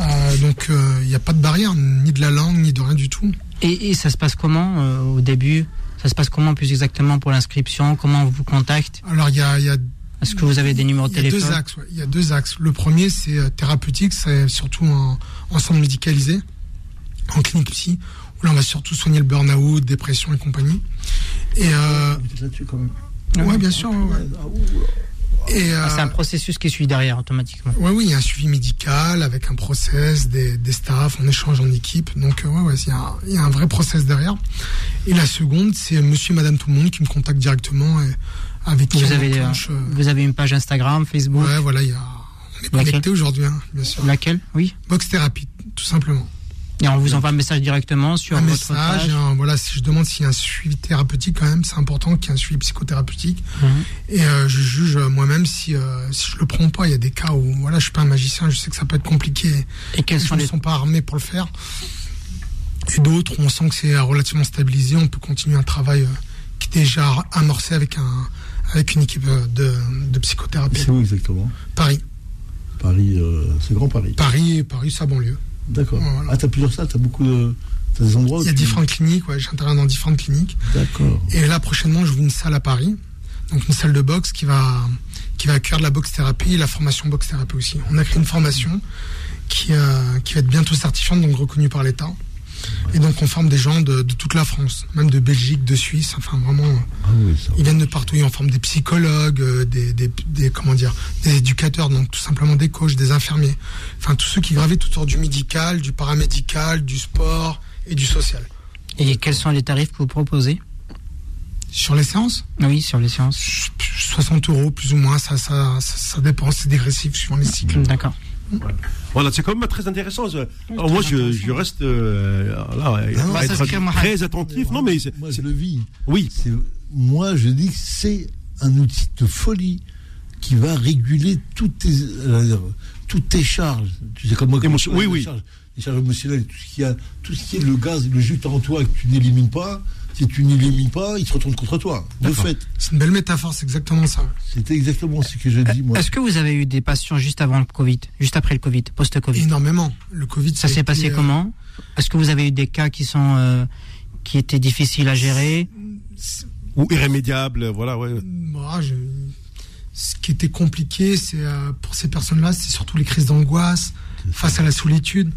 S7: Euh, donc il n'y a pas de barrière, ni de la langue, ni de rien du tout.
S3: et, et ça se passe comment euh, au début Ça se passe comment plus exactement pour l'inscription Comment on vous contacte
S7: Alors il y a, il y a-
S3: Est-ce que vous avez des numéros de
S7: il y a deux
S3: téléphone
S7: axes. ouais. Il y a deux axes. Le premier, c'est euh, thérapeutique, c'est surtout un ensemble médicalisé, en clinique psy, où là on va surtout soigner le burn-out, dépression et compagnie. Et euh,
S4: Vous êtes là-dessus quand même.
S7: ouais, bien sûr. ouais, ouais.
S4: Ah, ouh, là.
S7: Et,
S3: Ah, C'est
S7: euh,
S3: un processus qui suit derrière automatiquement.
S7: Oui, oui, il y a un suivi médical avec un process, des, des staffs, on échange en équipe. Donc, euh, ouais, ouais, il y, a un- il y a un vrai process derrière. Et la seconde, c'est monsieur et madame tout le monde qui me contactent directement et avec qui
S3: Vous
S7: on
S3: avez, euh,
S7: enclenche, euh,
S3: vous avez une page Instagram, Facebook
S7: Ouais, voilà, il y a. On est
S3: Laquelle
S7: connecté aujourd'hui, hein, bien sûr.
S3: Laquelle Oui.
S7: Box thérapie, tout simplement.
S3: Et on vous envoie un message directement sur
S7: un
S3: votre
S7: message,
S3: page.
S7: un- voilà, si je demande s'il y a un suivi thérapeutique, quand même, c'est important qu'il y ait un suivi psychothérapeutique.
S3: Mhm.
S7: Et euh, je juge euh, moi-même si, euh, si je le prends pas. Il y a des cas où, voilà, je suis pas un magicien, je sais que ça peut être compliqué.
S3: Et quels
S7: Ils
S3: sont
S7: ne
S3: les
S7: sont pas armés pour le faire. Et d'autres, on sent que c'est euh, relativement stabilisé. On peut continuer un travail euh, qui est déjà ar- amorcé avec, un, avec une équipe euh, de, de psychothérapie.
S4: C'est où exactement
S7: Paris.
S4: Paris, euh, c'est Grand Paris.
S7: Paris et Paris, sa banlieue.
S4: D'accord.
S7: Voilà.
S4: Ah, t'as plusieurs salles, t'as beaucoup de. T'as des endroits où
S7: Il y a
S4: tu-
S7: différentes cliniques, ouais, j'interviens dans différentes cliniques.
S4: D'accord.
S7: Et là, prochainement, je vous une salle à Paris. Donc une salle de boxe qui va, qui va accueillir de la boxe thérapie et la formation boxe thérapie aussi. On a créé une formation qui, euh, qui va être bientôt certifiante, donc reconnue par l'État. Et donc on forme des gens de, de toute la France, même de Belgique, de Suisse, enfin vraiment, euh,
S4: Ah oui, ça.
S7: ils viennent de partout. Et on forme des psychologues, euh, des, des, des- comment dire, des éducateurs, donc tout simplement des coachs, des infirmiers, enfin tous ceux qui gravitent autour du médical, du paramédical, du sport et du social.
S3: et quels sont les tarifs que vous proposez
S7: Sur les séances
S3: Oui, sur les séances.
S7: 60 euros plus ou moins, ça, ça, ça, ça dépend, c'est dégressif suivant les cycles.
S3: D'accord.
S2: Voilà, c'est quand même très intéressant. ça. Alors, moi, je, je reste euh, là,
S4: Ah non,
S2: à être
S3: ça, c'est comme-
S2: très attentif. Non, mais c'est-
S4: Moi,
S2: c'est-
S4: je le vis.
S2: oui,
S4: C'est- Moi, je dis que c'est un outil de folie qui va réguler toutes tes, euh, toutes tes charges. Tu sais comme moi, comme
S2: Émotion-
S4: toi,
S2: oui,
S4: les
S2: oui.
S4: charges- les charges émotionnelles, tout ce qui a, tout ce qui est le gaz, le jus que t'as en toi que tu n'élimines pas. Si tu n'élimines pas, il se retourne contre toi. De
S2: D'accord.
S4: fait,
S7: C'est une belle métaphore, c'est exactement ça.
S4: c'était exactement ce que je dis moi.
S3: Est-ce que vous avez eu des patients juste avant le Covid, juste après le Covid, post-Covid
S7: Énormément. Le Covid,
S3: Ça s'est
S7: été,
S3: passé
S7: euh,
S3: comment Est-ce que vous avez eu des cas qui sont euh, qui étaient difficiles à gérer
S2: ou irrémédiable, voilà, ouais.
S7: moi, bah, je- Ce qui était compliqué, c'est euh, pour ces personnes-là, c'est surtout les crises d'angoisse face à la solitude.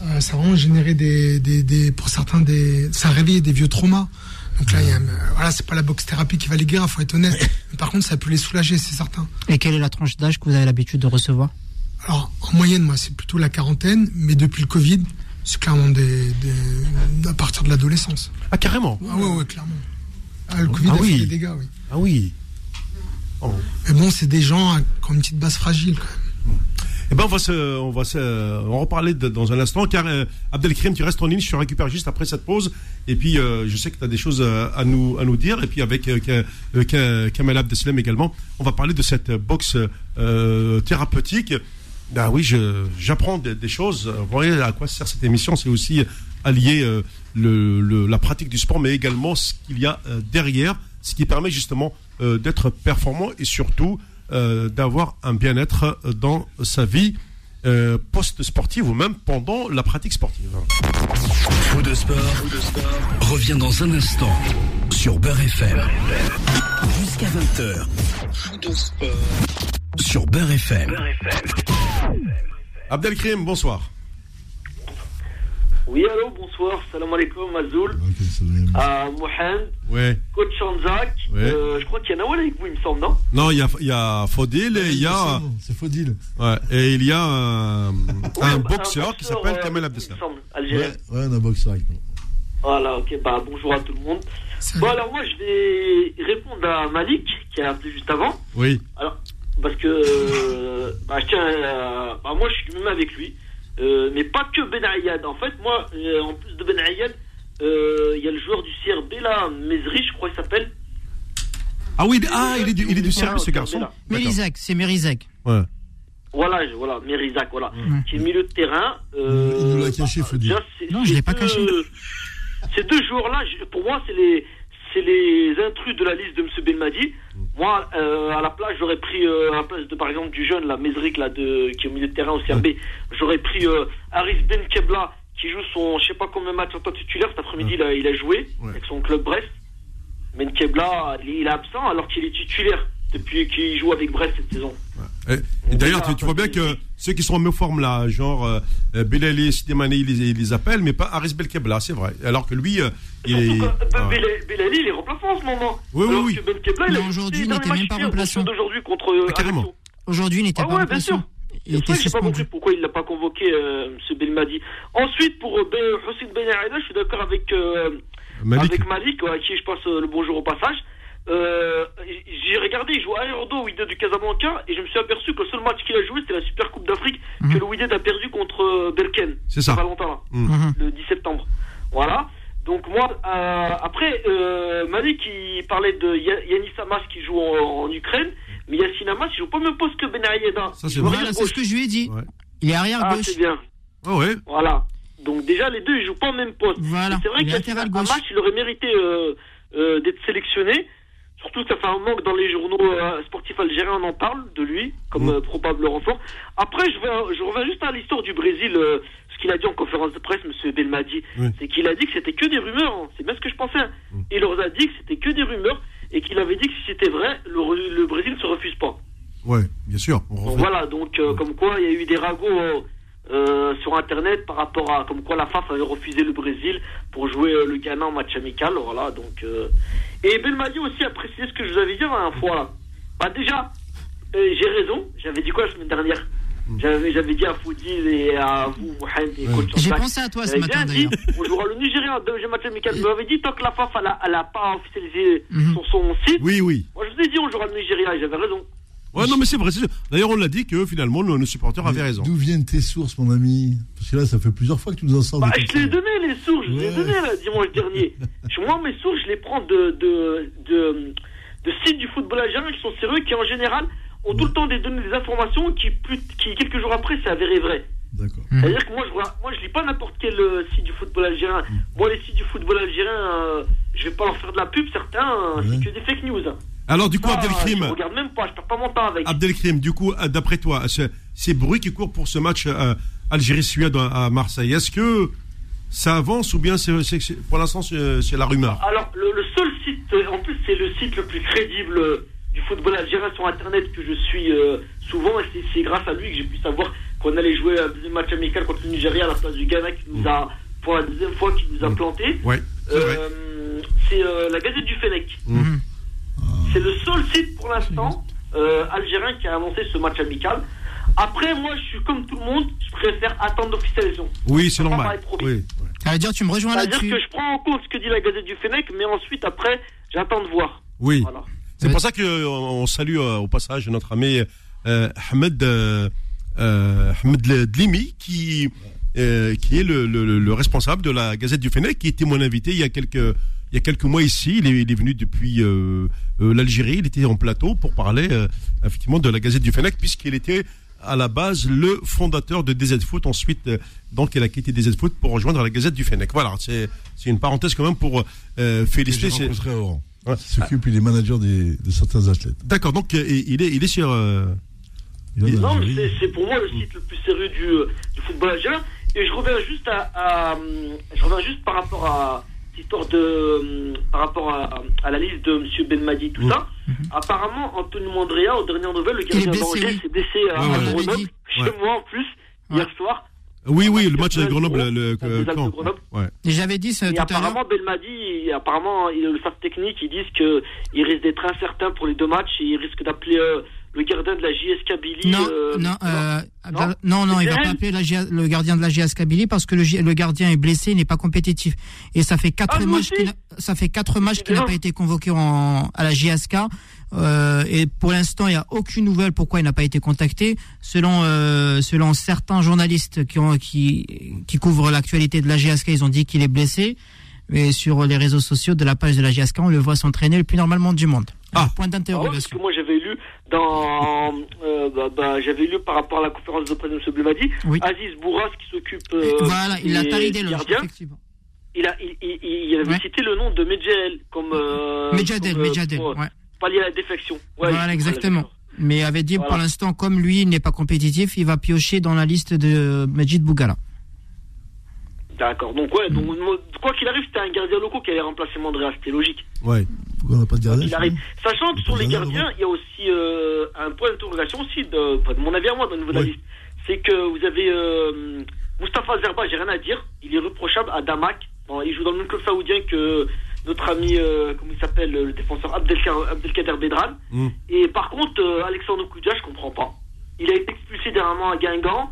S7: euh, ça a vraiment généré des, des, des- pour certains, des, ça a réveillé des vieux traumas. Donc là, il y a, euh, voilà, c'est pas la box thérapie qui va les guérir, faut être honnête. Mais par contre, ça peut les soulager, c'est certain.
S3: Et quelle est la tranche d'âge que vous avez l'habitude de recevoir
S7: Alors, en moyenne, moi, c'est plutôt la quarantaine, mais depuis le Covid, c'est clairement des, des- à partir de l'adolescence.
S2: Ah, carrément.
S7: Ah ouais, ouais, clairement. Ah, le Covid
S2: Ah
S7: a
S2: oui.
S7: fait des dégâts, oui.
S2: Ah oui.
S7: Mais bon, c'est des gens à- qui ont une petite base fragile, quand même.
S2: Eh ben, on va se, on va se, on va en reparler de- dans un instant, car euh, Abdelkrim, tu restes en ligne, je te récupère juste après cette pause, et puis euh, je sais que tu as des choses euh, à nous, à nous dire, et puis avec euh, Ka- euh, Ka- Kamal Abdeslam également, on va parler de cette boxe euh, thérapeutique. Ben oui, je- j'apprends des, des choses. Vous voyez à quoi sert cette émission, c'est aussi allier euh, le, le- la pratique du sport, mais également ce qu'il y a euh, derrière, ce qui permet justement euh, d'être performant et surtout euh, d'avoir un bien-être euh, dans sa vie euh, post-sportive ou même pendant la pratique sportive.
S1: Fou de sport, revient dans un instant sur Beurre FM. Jusqu'à 20h. Sur Beurre FM.
S2: Abdelkrim, bonsoir.
S5: Oui, allô, bonsoir, salam alaikum, Azoul,
S4: Ok, ça va bien.
S5: à Mohand,
S2: Ouais.
S5: coach Anzak.
S2: Ouais.
S5: Euh, je crois qu'il y en a un avec vous, il me semble, non
S2: Non, il y a, il y a Fodil et il y a,
S4: C'est Faudil.
S2: ouais, et il y a un,
S5: Ouais,
S2: un
S5: bah,
S2: boxeur qui s'appelle
S5: euh,
S2: Kamel
S5: Il me
S2: Abdeslam.
S5: semble,
S4: Ouais,
S5: algérien.
S4: ouais, on a boxé avec nous.
S5: Voilà, ok, bah bonjour à tout le monde.
S7: Salut.
S5: Bon, alors moi, je vais répondre à Malik, qui a appelé juste avant.
S2: Oui.
S5: Alors, parce que. euh, bah, je tiens à- bah, moi, je suis même avec lui. Euh, mais pas que Ben Ayyad. En fait, moi, euh, en plus de Ben Ayyad, euh, il y a le joueur du CRB, là, Mezri, je crois qu'il s'appelle.
S2: Ah oui, il- ah, il est du, il est du service, ce garçon. D'accord.
S3: Mérisec, c'est Mérisec.
S2: Ouais.
S5: Voilà, je- voilà, Merizac, voilà.
S3: Mm.
S5: Qui est milieu de terrain.
S4: Il nous
S5: Euh,
S4: l'a caché, faut dire.
S5: déjà, c'est-
S3: Non, je l'ai pas
S5: c'est
S3: caché.
S5: deux- Ces deux joueurs-là, je- pour moi, c'est les, c'est les intrus de la liste de M. Belmadi. Moi, euh, à la place, j'aurais pris, euh, à la place de, par exemple, du jeune, la Mézric, là, de, qui est au milieu de terrain au CRB, j'aurais pris euh, Aris Benkebla, qui joue son, je sais pas combien de matchs en tant que titulaire. Cet après-midi, il, a, il a joué
S2: Ouais.
S5: avec son club Brest. Benkebla, il est absent alors qu'il est titulaire depuis qu'il joue avec Brest cette saison.
S2: Et, et d'ailleurs, tu, tu vois bien que ceux qui sont en méforme là, genre euh, euh, Bilal Sidemani, ils, les- ils les appellent, mais pas Aris Belkebla, c'est vrai. Alors que lui, euh, il est.
S5: Surtout que, euh,
S3: Ah.
S2: ouais.
S5: Bel- Belali, il est remplaçant en ce moment.
S2: Oui, oui,
S5: Alors
S2: oui.
S5: que Ben Kebla, il
S3: Mais
S5: a joué
S3: aujourd'hui,
S5: ses
S3: il
S5: derniers
S3: n'était même
S5: matchs
S3: pas
S5: hier, au
S3: remplaçant.
S5: match d'aujourd'hui contre. euh,
S2: Ah, carrément.
S5: Ajaccio.
S3: Aujourd'hui, il n'était
S5: Ah
S3: pas
S5: ouais,
S3: en
S5: bien
S3: pression.
S5: sûr.
S3: Il
S5: C'est
S3: était
S5: vrai que j'ai pas compris
S3: suspendu.
S5: pourquoi il l'a pas convoqué, euh, M. Belmadi. Ensuite, pour euh, ben, Hossein Ben Aïda, je suis d'accord avec, euh,
S2: Malik.
S5: avec Malik, ouais, à qui je passe euh, le bonjour au passage. Euh, j'ai regardé, il joue à Erdo, Wydad du Casablanca, et je me suis aperçu que le seul match qu'il a joué, c'était la Super Coupe d'Afrique
S3: Mhm.
S5: que le Wydad a perdu contre euh, Berken.
S2: C'est ça. Mm.
S5: Valentin, là
S3: Mhm.
S5: le 10 septembre. Voilà. Donc moi, euh, après, euh, Malik, il parlait de Ya- Yanis Hamas qui joue en, en Ukraine, mais Yassine Hamas, il joue pas au même poste que Ben Ayedda.
S2: Ça,
S5: Il
S2: c'est
S5: joue
S2: vrai.
S3: Voilà,
S5: arrière
S3: c'est ce
S5: gauche.
S3: que je lui ai dit.
S2: Ouais.
S3: Il est arrière
S5: Ah,
S3: gauche.
S5: c'est bien.
S2: Ouais, ouais.
S5: Voilà. Donc déjà, les deux, ils jouent pas au même poste.
S3: Voilà,
S5: Et C'est vrai
S3: il est
S5: que
S3: latéral
S5: Yassine
S3: gauche.
S5: Hamas, il aurait mérité euh, euh, d'être sélectionné. Surtout que ça fait un manque dans les journaux euh, sportifs algériens, on en parle de lui comme
S2: Mm.
S5: euh, probable renfort. Après, je, vais, je reviens juste à l'histoire du Brésil, euh, ce qu'il a dit en conférence de presse, Monsieur Belmadi.
S2: Oui.
S5: C'est qu'il a dit que c'était que des rumeurs, hein. c'est bien ce que je pensais. hein.
S3: Mm.
S5: Il leur a dit que c'était que des rumeurs et qu'il avait dit que si c'était vrai, le, re- le Brésil ne se refuse pas.
S2: Ouais, bien sûr. On
S5: Donc
S2: refait.
S5: voilà, donc euh, comme quoi il y a eu des ragots euh, euh, sur Internet par rapport à comme quoi la FAF avait refusé le Brésil pour jouer euh, le Ghana en match amical, voilà. Donc euh. et Belmadi aussi a précisé ce que je vous avais dit la dernière fois. là. Bah déjà, euh, j'ai raison. J'avais dit quoi la semaine dernière J'avais j'avais dit à Foudil et à vous, Mohamed et
S2: Mm. Ouais.
S5: coach
S3: J'ai
S5: Anzac.
S3: pensé à toi ce
S5: J'avais
S3: matin
S5: bien dit,
S3: d'ailleurs.
S5: on jouera le Nigeria en deuxième match amical. Vous m'avez dit tant que la FAF elle a, elle a pas officialisé
S3: Mhm.
S5: sur son site.
S2: Oui, oui.
S5: Moi je vous ai dit on jouera le Nigeria et j'avais raison.
S2: Ouais, non, mais c'est vrai. c'est sûr. D'ailleurs, on l'a dit que finalement, nos, nos supporters avaient raison.
S4: D'où viennent tes sources, mon ami Parce que là, ça fait plusieurs fois que tu nous en sors.
S5: Bah,
S4: de comme
S5: je te les
S4: ça.
S5: donné les sources, je les ai
S4: Ouais.
S5: donné là, dimanche dernier. Je- Moi, mes sources, je les prends de, de, de, de sites du football algérien qui sont sérieux, qui en général ont tout le temps des données, des informations qui, plus- qui quelques jours après, s'est avéré vrai.
S4: D'accord.
S5: C'est-à-dire que moi, je vois- moi, je lis pas n'importe quel euh, site du football algérien.
S4: Mmh.
S5: Moi, les sites du football algérien, euh, je vais pas leur faire de la pub, certains, euh,
S4: Ouais.
S5: c'est que des fake news. hein.
S2: Alors, du coup,
S5: Ça,
S2: Abdelkrim.
S5: Je regarde même pas, je perds pas mon temps avec.
S2: Abdelkrim, du coup, euh, d'après toi, ce- ces bruits qui courent pour ce match euh, Algérie-Suède à à Marseille, est-ce que ça avance ou bien c'est, c'est- c'est-
S5: Ah,
S2: pour l'instant c'est, c'est la rumeur
S5: Alors, le, le seul site, euh, en plus, c'est le site le plus crédible euh, du du football algérien sur Internet que je suis euh, souvent. Et c'est- c'est grâce à lui que j'ai pu savoir qu'on allait jouer un deuxième match amical contre le Nigeria à la place du Ghana qui nous a, pour la deuxième fois, qui nous a planté.
S2: Ouais, Mm. c'est vrai. Mm.
S5: Euh, c'est euh, la Gazette du Fennec. C'est le seul site pour l'instant euh, algérien qui a annoncé ce match amical. Après, moi, je suis comme tout le monde, je préfère attendre l'officialisation.
S2: Oui, c'est
S5: Ça va
S2: normal.
S5: pas être trop
S2: Oui.
S3: Ça veut dire, tu me rejoins
S5: C'est-à-dire
S3: là-dessus.
S5: que je prends en compte ce que dit la Gazette du Fennec, mais ensuite, après, j'attends de voir.
S2: oui.
S5: Voilà.
S2: C'est
S3: Ouais.
S2: pour ça que euh, on salue euh, au passage notre ami euh, Ahmed euh, euh, Ahmed Le- Dlimi qui euh, qui est le, le- le responsable de la Gazette du Fennec qui était mon invité il y a quelques il y a quelques mois ici. Il est, il est venu depuis euh, euh, l'Algérie. Il était en plateau pour parler euh, effectivement de la Gazette du Fennec puisqu'il était à la base le fondateur de DZ Foot. Ensuite, euh, donc, il a quitté DZ Foot pour rejoindre la Gazette du Fennec. Voilà, c'est c'est une parenthèse quand même pour euh, féliciter. ces-
S4: rencontré Oran.
S2: Ouais.
S4: Il s'occupe, il est manager des- de certains athlètes.
S2: D'accord, donc euh, il est, il est sur. euh,
S4: Il est en
S5: Non, mais
S4: Algérie.
S5: c'est- c'est pour moi le site le plus sérieux du, euh, du football algérien. Et je reviens juste à, à, hum, je reviens juste par rapport à cette histoire de, hum, par rapport à, à la liste de Monsieur Benmadi, tout ça. Apparemment, Anthony Mandrea, aux dernières nouvelles, le
S3: Mmh. est
S5: gardien
S3: blessé,
S5: d'Angers
S3: oui.
S5: s'est blessé à,
S2: Ouais,
S5: à
S2: ouais.
S5: Grenoble,
S3: Ouais.
S5: chez moi en plus, hier soir.
S2: Oui, oui, le match de Grenoble.
S5: Grenoble,
S2: Le, euh,
S5: la finale de
S2: quand
S5: Grenoble.
S2: Ouais.
S3: Et J'avais dit ça
S5: Et
S3: Euh, tout à l'heure.
S5: apparemment, Belmadi, apparemment, il- le staff technique, ils disent que il risque d'être incertain pour les deux match et il risque d'appeler euh, le gardien de la JSK Billy.
S3: Non,
S5: euh,
S3: non, euh,
S5: non.
S3: Abdallah- non, non, il va
S5: C'est
S3: pas
S5: elle.
S3: appeler la GIA le gardien de la GS Kabylie parce que le, G- le gardien est blessé, il n'est pas compétitif. Et ça fait quatre
S5: Ah, vous
S3: matchs,
S5: aussi
S3: qu'il n'a- ça fait quatre matchs qu'il n'a
S5: bien.
S3: pas été convoqué en, à la JSK. Euh, et pour l'instant, il n'y a aucune nouvelle pourquoi il n'a pas été contacté. Selon, euh, selon certains journalistes qui, ont, qui, qui couvrent l'actualité de la GSK, ils ont dit qu'il est blessé. Mais sur les réseaux sociaux de la page de la GSK, on le voit s'entraîner le plus normalement du monde.
S2: Ah.
S3: Point
S5: Ah ouais, parce que
S3: d'interrogation.
S5: moi j'avais lu dans euh, bah, bah, j'avais lu par rapport à la conférence de presse de M. Blumadi,
S3: Oui.
S5: Aziz Bourras qui s'occupe euh,
S3: voilà, il a
S5: des
S3: taillé des loges,
S5: gardiens,
S3: effectivement.
S5: il a il, il- il- il avait
S3: Ouais.
S5: cité le nom de Medjel comme euh,
S3: Medjadel,
S5: comme, euh,
S3: Medjadel,
S5: pour, euh,
S3: ouais.
S5: pallier à la défection. Ouais,
S3: Voilà,
S5: il-
S3: exactement. Mais avait dit
S5: Voilà.
S3: pour l'instant, comme lui il n'est pas compétitif, il va piocher dans la liste de euh, Majid Bougala.
S5: D'accord. Donc ouais, donc
S3: Mm.
S5: moi, quoi qu'il arrive, c'était un gardien locaux qui allait remplacer Mandrea, c'était logique.
S2: Ouais.
S4: Pourquoi on n'a pas de gardien
S5: Il arrive.
S4: finalement
S5: Sachant que sur les
S4: Mandrea,
S5: gardiens, il y a aussi euh, un point d'interrogation aussi de, enfin, de mon avis à moi dans le niveau de la
S2: Oui.
S5: liste, c'est que vous avez euh, Mustapha Zerba, j'ai rien à dire, il est reprochable à Damak. Bon, il joue dans le même club saoudien que notre ami, euh, comment il s'appelle, le défenseur Abdelka- Abdelkader Bedran.
S2: Mm.
S5: Et par contre, euh, Alexandre Koudja, je comprends pas. Il a été expulsé dernièrement à Guingamp.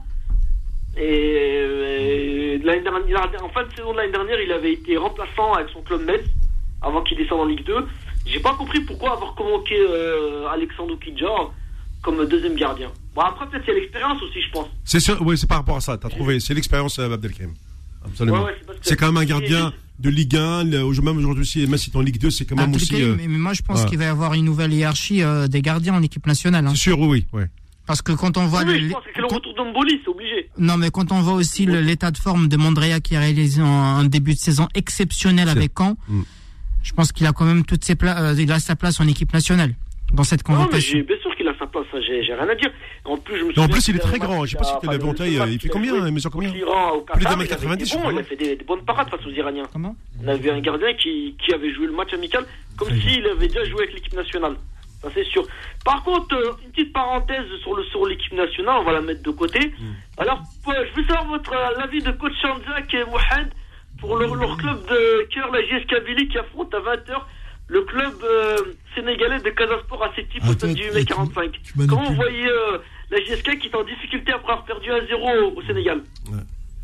S5: Et, et l'année dernière, en fin de saison de l'année dernière, il avait été remplaçant avec son club Metz avant qu'il descende en Ligue 2. J'ai pas compris pourquoi avoir convoqué euh, Alexandre Koudja comme deuxième gardien. Bon, après, peut-être c'est l'expérience aussi, je pense.
S2: C'est sûr, oui, c'est par rapport à ça. T'as trouvé, c'est l'expérience euh, Abdelkrim. Absolument.
S5: Ouais, ouais, c'est parce que-
S2: c'est quand même un gardien de Ligue 1, le- au- même aujourd'hui, si- même si t'es en Ligue 2, c'est quand même
S3: Abdelkarim,
S2: aussi. euh,
S3: Ah, mais, mais moi, je pense
S2: ouais.
S3: qu'il va y avoir une nouvelle hiérarchie euh, des gardiens en équipe nationale. hein.
S2: C'est sûr, oui, oui. ouais.
S3: Parce que quand on voit
S5: Oui,
S3: le-
S5: je pense que c'est le
S3: quand-
S5: retour d'Omboli, c'est obligé.
S3: non, mais quand on voit aussi le- l'état de forme de Mandrea qui a réalisé un, un début de saison exceptionnel avec Caen,
S2: Mm.
S3: je pense qu'il a quand même toutes ses pla- euh, il a sa place en équipe nationale dans cette
S5: Non, mais
S3: convocation.
S5: j'ai- bien sûr qu'il a sa place, ça, j'ai j'ai rien à dire. En plus, je me
S2: Et en
S5: souviens
S2: plus, il est
S5: que
S2: très
S5: le match
S2: grand. Je sais pas si
S5: qu'il a-
S2: tu l'avais
S5: enfin,
S2: en
S5: le
S2: taille. euh,
S5: match
S2: Il fait
S5: qu'il a
S2: combien
S5: joué
S2: Il mesure combien
S5: L'Iran au Qatar,
S2: Plus d'un mètre
S5: il avait
S2: 90,
S5: été
S2: je
S5: bon,
S2: crois,
S5: il a
S2: ouais.
S5: fait des, des bonnes parades face aux Iraniens.
S3: Comment
S5: On avait un gardien qui, qui avait joué le match amical comme s'il avait déjà joué avec l'équipe nationale. Ça, c'est sûr. Par contre, euh, une petite parenthèse sur le sur l'équipe nationale, on va la mettre de côté.
S2: Hmm.
S5: Alors, euh, je veux savoir votre euh, l'avis de coach Shamzak et Mohamed pour leur, leur club de cœur, la JS Kabylie, qui affronte à 20h le club euh, sénégalais de Casasport à ses types
S2: Ah,
S5: au
S4: Attends,
S5: stade du
S4: tu-
S5: mai 45.
S4: tu manipules.
S5: Comment vous voyez euh, la JSK qui est en difficulté après avoir perdu 1-0 au- au Sénégal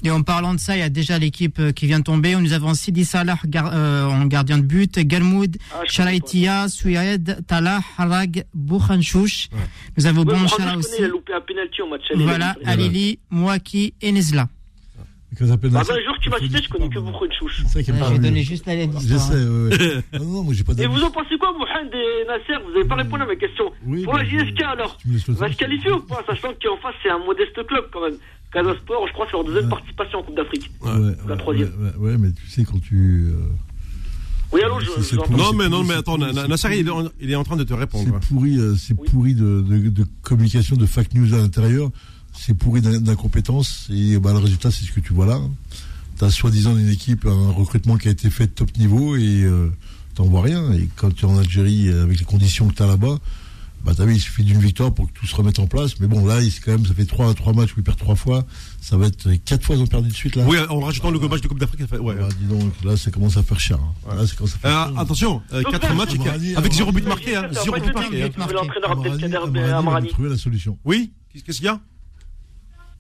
S3: Et en parlant de ça, il y a déjà l'équipe euh, qui vient de tomber. Nous avons Sidi Salah gar- euh, en gardien de but, Galmoud,
S5: Ah, je
S3: Sharaitia, Souyaed, Talah, Harag, Bourhanchouch. Nous avons
S5: Ouais,
S3: Bon
S5: Mohamed,
S3: Chara
S5: je connais,
S3: aussi.
S5: Il a loupé un penalty au match. aller, Bah,
S3: Voilà,
S5: il a loupé.
S3: Alili, Mouaki et Nezla.
S4: Quand ça s'appelle
S5: Bah,
S4: Nasser,
S5: ben, le jour que tu m'as
S4: il faut
S5: cité,
S4: dire
S5: je connais
S4: qu'il
S5: que
S4: parle.
S5: vous Chouch.
S4: C'est ça qui est
S3: Je
S4: parmi
S3: vais
S4: eux.
S3: donner juste la lettre hein.
S4: Je sais, ouais, ouais. Non, non, moi j'ai pas
S5: Et
S4: d'avis.
S5: vous en pensez quoi, Mohamed et Nasser Vous n'avez pas répondu à ma question.
S4: Euh, Oui,
S5: Pour la
S4: mais-
S5: JSK, alors,
S4: Tu me laisses le
S5: va
S4: temps.
S5: se qualifier ou pas Sachant qu'en face, c'est un modeste club quand même. Casa Sport, je crois, c'est leur deuxième participation en Coupe d'Afrique.
S4: Ouais, ouais,
S5: la troisième.
S4: ouais, ouais, ouais, mais tu sais, quand tu. euh,
S5: Oui, allô, je,
S4: C'est-
S5: je
S4: c'est
S5: vous entends.
S4: pour-
S2: Non, mais,
S4: c'est
S2: non,
S4: plus,
S2: mais
S4: c'est
S2: attends,
S4: plus,
S2: Na-
S4: c'est
S2: Nassari,
S4: plus.
S2: il est en- il est en train de te répondre.
S4: C'est pourri, euh, c'est
S5: Oui.
S4: pourri de, de- de communication, de fake news à l'intérieur. C'est pourri d'in- d'incompétence. Et bah, le résultat, c'est ce que tu vois là. Tu as soi-disant une équipe, un recrutement qui a été fait de top niveau et euh, t'en vois rien. Et quand tu es en Algérie, euh, avec les conditions que tu as là-bas, Bah, t'as vu, il suffit d'une victoire pour que tout se remette en place. Mais bon, là, il, quand même, ça fait 3 à 3 matchs où ils perdent 3 fois. Ça va être 4 fois ils ont perdu de suite, là.
S2: Oui, en rajoutant le match de Coupe d'Afrique, ça fait- ouais.
S4: Ah, dis donc, là, ça commence à faire cher. hein. Là, ça commence à faire
S2: Euh,
S4: cher.
S2: attention, euh,
S5: Donc,
S2: quatre
S5: là,
S2: matchs
S4: c'est Amrani,
S2: avec
S4: Amrani.
S2: zéro but marqué. Hein,
S5: C'est ça,
S2: zéro
S5: en fait,
S2: but
S5: le
S2: marqué. hein.
S5: but marqué. L'entraîneur
S4: Amrani,
S5: Abdelkader
S4: Amrani,
S5: Ben
S4: on va
S5: Amrani.
S4: trouver la solution.
S2: Oui Qu'est-ce qu'est-ce qu'il y a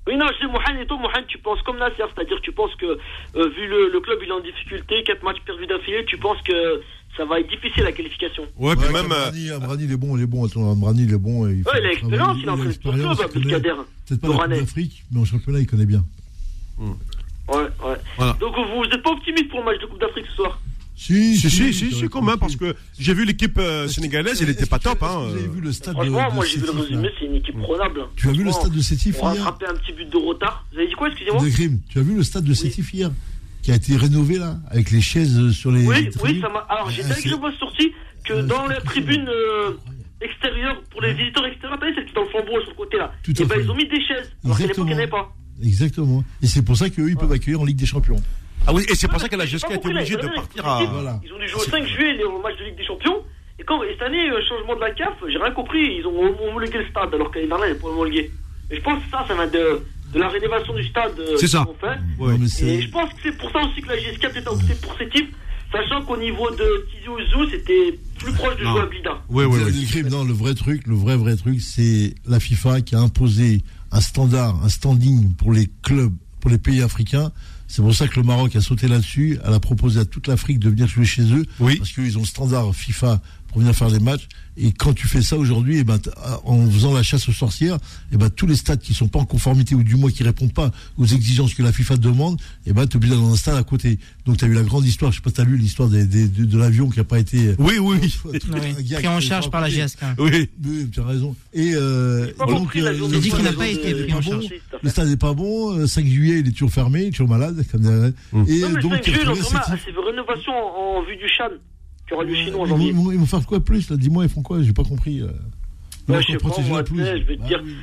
S5: Oui, non, je dis Mohan et toi, Mohan, tu penses comme Nasser, c'est-à-dire tu penses que, euh, vu le, le club, il est en difficulté, 4 matchs perdus d'affilée, tu penses que ça va être difficile la qualification
S2: Ouais,
S4: Ouais,
S2: puis même. euh,
S4: Amrani, Amrani, il est bon, il est bon. Attends, Amrani, il est bon. et il fait le
S5: Ouais, il a
S4: travail,
S5: l'expérience, il est en bah, train de
S4: l'expérience,
S5: club,
S4: il connaît-
S5: Abdelkader.
S4: Peut-être pas la Coupe
S5: Doranais.
S4: d'Afrique, mais en championnat, il connaît bien.
S5: Ouais, ouais.
S2: Voilà.
S5: Donc vous n'êtes pas optimiste pour le match de Coupe d'Afrique ce
S4: Ah,
S5: soir
S4: Si,
S2: Si, si, si, si, quand même, parce que j'ai vu l'équipe euh, sénégalaise, elle était pas top. Hein.
S4: Vous avez vu le stade de,
S5: Franchement,
S4: de
S5: moi j'ai vu le
S4: Sétif,
S5: résumé,
S4: là
S5: c'est une équipe prenable. hein.
S4: Tu as vu le
S5: Franchement,
S4: stade de Sétif
S5: On a
S4: hier
S5: rattrapé un petit but de retard. Vous avez dit quoi, excusez-moi
S4: De Grim, tu as vu le stade de Sétif hier Qui a été rénové, là, avec les chaises sur les.
S5: Oui,
S4: tribunes
S5: oui, ça m'a. Alors j'étais
S4: Ah,
S5: avec
S4: c'est-
S5: le boss sorti que
S4: Ah,
S5: dans
S4: c'est
S5: la tribune euh, extérieure, pour les visiteurs extérieurs, t'as vu celle qui est dans le flambeau sur le côté là
S4: Tout à
S5: Et ben
S4: fait.
S5: ils ont mis des chaises, alors qu'à l'époque il n'y en avait
S4: Exactement.
S5: pas.
S4: Exactement. Et c'est pour ça qu'eux, ils peuvent accueillir en Ligue des Champions.
S2: Ah oui, et c'est pour ça que la
S5: J'ai
S2: GSK
S5: pas
S2: a été
S5: compris,
S2: obligée
S5: la-
S2: de
S5: la-
S2: partir à.
S4: Voilà.
S5: Ils ont dû jouer au 5 juillet les matchs de Ligue des Champions. Et, quand, et cette année, euh, changement de la CAF, j'ai rien compris. Ils ont homologué le stade alors qu'année dernière, ils n'avaient pas homologué. Et je pense que ça, ça va de, de la rénovation du stade. euh,
S2: C'est ça.
S5: qu'ils ont fait.
S2: Ouais.
S4: Non, mais
S5: Et
S4: c'est.
S5: je pense que c'est pour ça aussi que la GSK a peut-être opté pour ces types, sachant qu'au niveau de Tizi Ouzou, c'était plus proche de
S2: Non.
S5: jouer à Blida.
S2: Ouais, ouais,
S4: C'est
S2: ouais.
S4: le crime. Non, le vrai truc, le vrai vrai truc, c'est la FIFA qui a imposé un standard, un standing pour les clubs, pour les pays africains. C'est pour ça que le Maroc a sauté là-dessus. Elle a proposé à toute l'Afrique de venir jouer chez eux,
S2: Oui.
S4: parce qu'ils ont le standard FIFA pour venir faire les matchs. Et quand tu fais ça aujourd'hui, eh ben, t'as- en faisant la chasse aux sorcières, eh ben, tous les stades qui sont pas en conformité ou du moins qui répondent pas aux exigences que la FIFA demande, eh ben, t'es obligé d'aller dans un stade à côté. Donc, tu as eu la grande histoire, je sais pas, t'as lu l'histoire des- des- de, de l'avion qui a pas été
S2: Oui, oui.
S4: Un
S3: Oui,
S4: gars
S3: pris en
S4: qui-
S3: charge par la GSK.
S2: Oui.
S4: oui, tu as raison. Et euh,
S5: pas
S4: donc,
S5: compris la
S4: euh,
S5: journée
S4: le
S3: Il dit
S4: stade
S3: qu'il n'a
S4: est
S3: pas été pris en
S4: bon,
S3: charge.
S4: Le stade n'est pas bon. euh, 5 juillet, il est toujours fermé, il est toujours malade. Comme d'hab.
S2: Hum.
S4: Et
S5: Non, mais
S4: donc, euh,
S5: c'est
S4: tu as
S5: une
S4: trouvé
S5: donc, Romain,
S4: cette-
S5: c'est une rénovation en, en vue du Chan, qui aura lieu
S4: ils
S5: chez nous en
S4: vont,
S5: janvier.
S4: ils vont- ils vont faire quoi de plus là Dis-moi, ils font quoi J'ai pas compris. euh. Ils
S5: Ouais,
S4: vont
S5: je sais pas,
S4: protéger
S5: moi,
S4: la
S5: tu
S4: pelouse.
S5: sais, je vais te
S4: Bah
S5: dire.
S4: oui.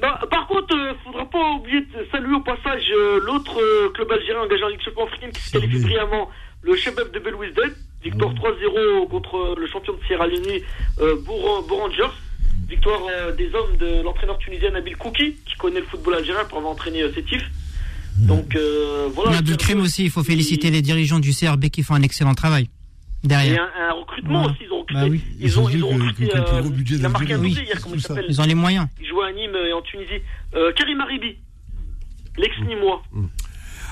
S5: Bah, par contre, euh, faudra pas oublier de saluer au passage euh, l'autre euh, club algérien engagé en Ligue Champion africaine qui se
S4: Serbie.
S5: qualifie brillamment, le Chebab de Belouizdad. Victoire 3-0 contre euh, le champion de Sierra Leone, euh, Bour- Borangers. Victoire euh, des hommes de l'entraîneur tunisien Nabil Kouki, qui connaît le football algérien pour avoir entraîné euh, Sétif. Donc euh,
S3: On
S5: voilà.
S3: a de crime aussi, il faut
S5: Et-
S3: féliciter les dirigeants du CRB qui font un excellent travail.
S5: Et
S3: Derrière.
S5: un, un recrutement
S3: Voilà.
S5: aussi, ils ont recruté.
S3: Bah oui.
S5: Ils ont,
S4: Ils
S5: ils
S4: ont
S5: ont
S4: dit que-
S5: recruté.
S4: que- que le plus gros
S5: euh,
S4: budget
S5: il a marqué un
S4: d'Algérie.
S5: doublé hier, comment il
S4: Tout ça.
S5: s'appelle
S3: Ils ont les moyens.
S5: Il jouait à Nîmes et en Tunisie. Euh, Karim Aribi, l'ex-Nîmois.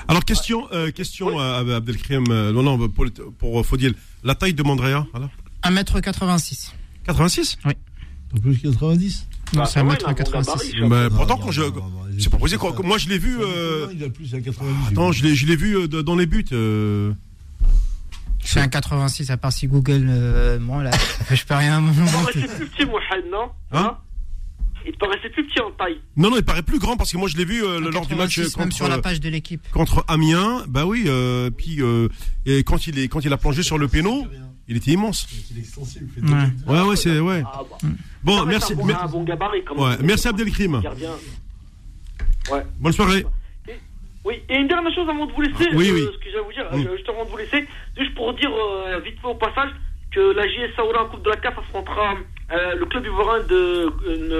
S2: Alors, question, euh, question euh, Abdelkrim. euh, non, non, pour, pour euh, Fodil. La taille de Mandrea, voilà.
S3: 1m86.
S2: 86
S4: Pas plus que 90
S3: Non,
S5: Bah,
S3: c'est
S5: ouais, il a un bon
S3: 1m86.
S5: gabarit.
S2: Mais
S4: Non,
S2: Pourtant,
S4: non,
S2: quand je.
S4: non, non, il est
S2: C'est proposé.
S4: plus
S2: Quand,
S4: que ça.
S2: moi, je l'ai vu. euh,
S4: Non, Il a plus, il a 90.
S2: Attends, je l'ai, je l'ai vu euh, de- dans les buts. euh.
S3: C'est un 86, à part si Google. euh, bon, là, je peux rien
S5: Il te
S3: monter.
S5: paraissait plus petit, Mohamed, non
S2: Hein
S5: Il te paraissait plus petit en taille.
S2: Non, non, il paraît plus grand parce que moi, je l'ai vu euh,
S3: Un
S2: le- lors du match
S3: 86,
S2: euh,
S3: même
S2: contre,
S3: sur la page de l'équipe.
S2: contre Amiens. Bah oui. euh, puis euh, et quand il est quand il a plongé sur le péno, il était immense.
S4: Il est extensible, il fait
S3: Ouais.
S2: Ouais, ouais, c'est ouais.
S5: Ah, bah.
S2: Bon,
S5: Ça reste
S2: merci.
S5: Un bon,
S2: mer-
S5: un bon gabarit, quand même.
S2: Ouais, merci Abdelkrim.
S5: Gardien.
S2: Bonne soirée.
S5: Oui, et une dernière chose avant de vous laisser,
S2: Oui,
S5: euh,
S2: oui.
S5: ce que j'allais vous dire,
S2: Mm.
S5: euh, juste avant de vous laisser, juste pour dire euh, vite fait au passage que la JS Saoula en Coupe de la CAF affrontera euh, le club ivoirien de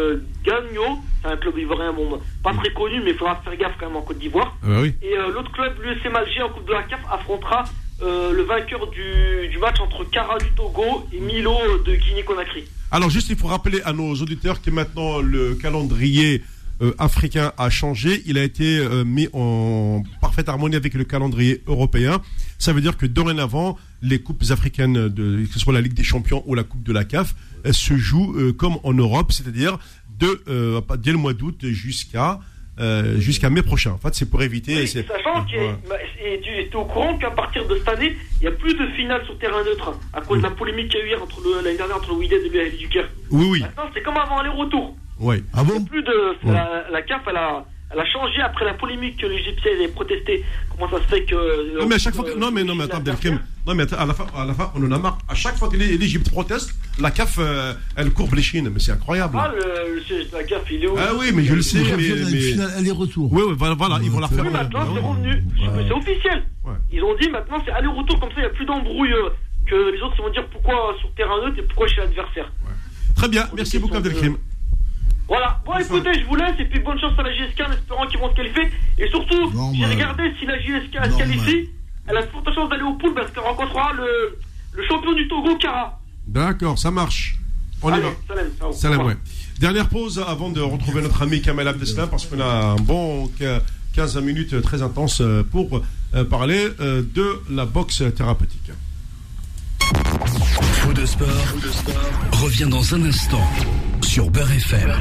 S5: euh, Gagno, c'est un club ivoirien bon, pas très connu, mais il faudra faire gaffe quand même en Côte d'Ivoire.
S2: Ah bah oui.
S5: Et euh, l'autre club, l'USM Alger, en Coupe de la CAF, affrontera euh, le vainqueur du, du match entre Cara du Togo et Milo euh, de Guinée-Conakry.
S2: Alors juste, il faut rappeler à nos auditeurs que maintenant le calendrier euh, africain a changé. Il a été euh, mis en parfaite harmonie avec le calendrier européen. Ça veut dire que dorénavant, les coupes africaines, de, que ce soit la Ligue des Champions ou la Coupe de la CAF, elles se jouent euh, comme en Europe, c'est-à-dire de euh, pas- dès le mois d'août jusqu'à euh, jusqu'à mai prochain. En fait, c'est pour éviter.
S5: Oui,
S2: c'est-
S5: sachant que
S2: Ouais.
S5: bah, et tu es au courant qu'à partir de cette année, il n'y a plus de finale sur terrain neutre à cause
S2: Mm.
S5: de la polémique qu'il y a eu hier entre le- l'année dernière entre le Wydad et le Ahli du Caire.
S2: Oui, oui,
S5: Maintenant, c'est comme avant aller-retour.
S2: ouais.
S4: Ah
S5: Il y
S4: bon
S5: a plus de
S2: Mm.
S5: la, la CAF, elle a, elle a changé après la polémique que l'Égyptien avait protesté. Comment ça se fait que euh,
S2: Non mais à chaque fois que... non mais non mais attends Abdelkrim. non mais attends, à la fin à la fin on en a marre à chaque fois que l'É- l'Égypte proteste la CAF euh, elle courbe les chines mais c'est incroyable
S5: Ah, le, le- la CAF, il est où
S2: ah oui mais je le sais
S4: Ils
S2: mais,
S4: reviennent à une
S2: mais-
S4: finale aller-retour.
S2: oui oui voilà, voilà, ils vont la Ah refaire
S5: Oui, maintenant, c'est revenu.
S4: Ouais.
S5: C'est officiel.
S2: Ouais.
S5: Ils ont dit maintenant, c'est euh, aller-retour, comme ça, il n'y a plus d'embrouille. euh, Que les autres se vont dire pourquoi sur terrain neutre et pourquoi chez l'adversaire.
S2: très Très bien,
S5: Pour des
S2: merci beaucoup
S5: questions de-
S2: Abdelkrim.
S5: Voilà, bon écoutez, je vous laisse et puis bonne chance à la GSK en espérant qu'ils vont se qualifier. Et surtout,
S4: Normal.
S5: j'ai regardé si la GSK se
S4: Normal.
S5: qualifie, elle a de fortes chances d'aller au poule parce qu'elle rencontrera le, le champion du Togo, Kara.
S2: D'accord, ça marche. On y
S5: Allez,
S2: va.
S5: salam, ciao.
S2: Salam, ouais. Dernière pause avant de retrouver notre ami Kamel Abdeslam parce qu'on a un bon qu- 15 minutes très intense euh, pour euh, parler euh, de la boxe thérapeutique.
S1: Faux de sport, revient dans un instant sur Beurre FM.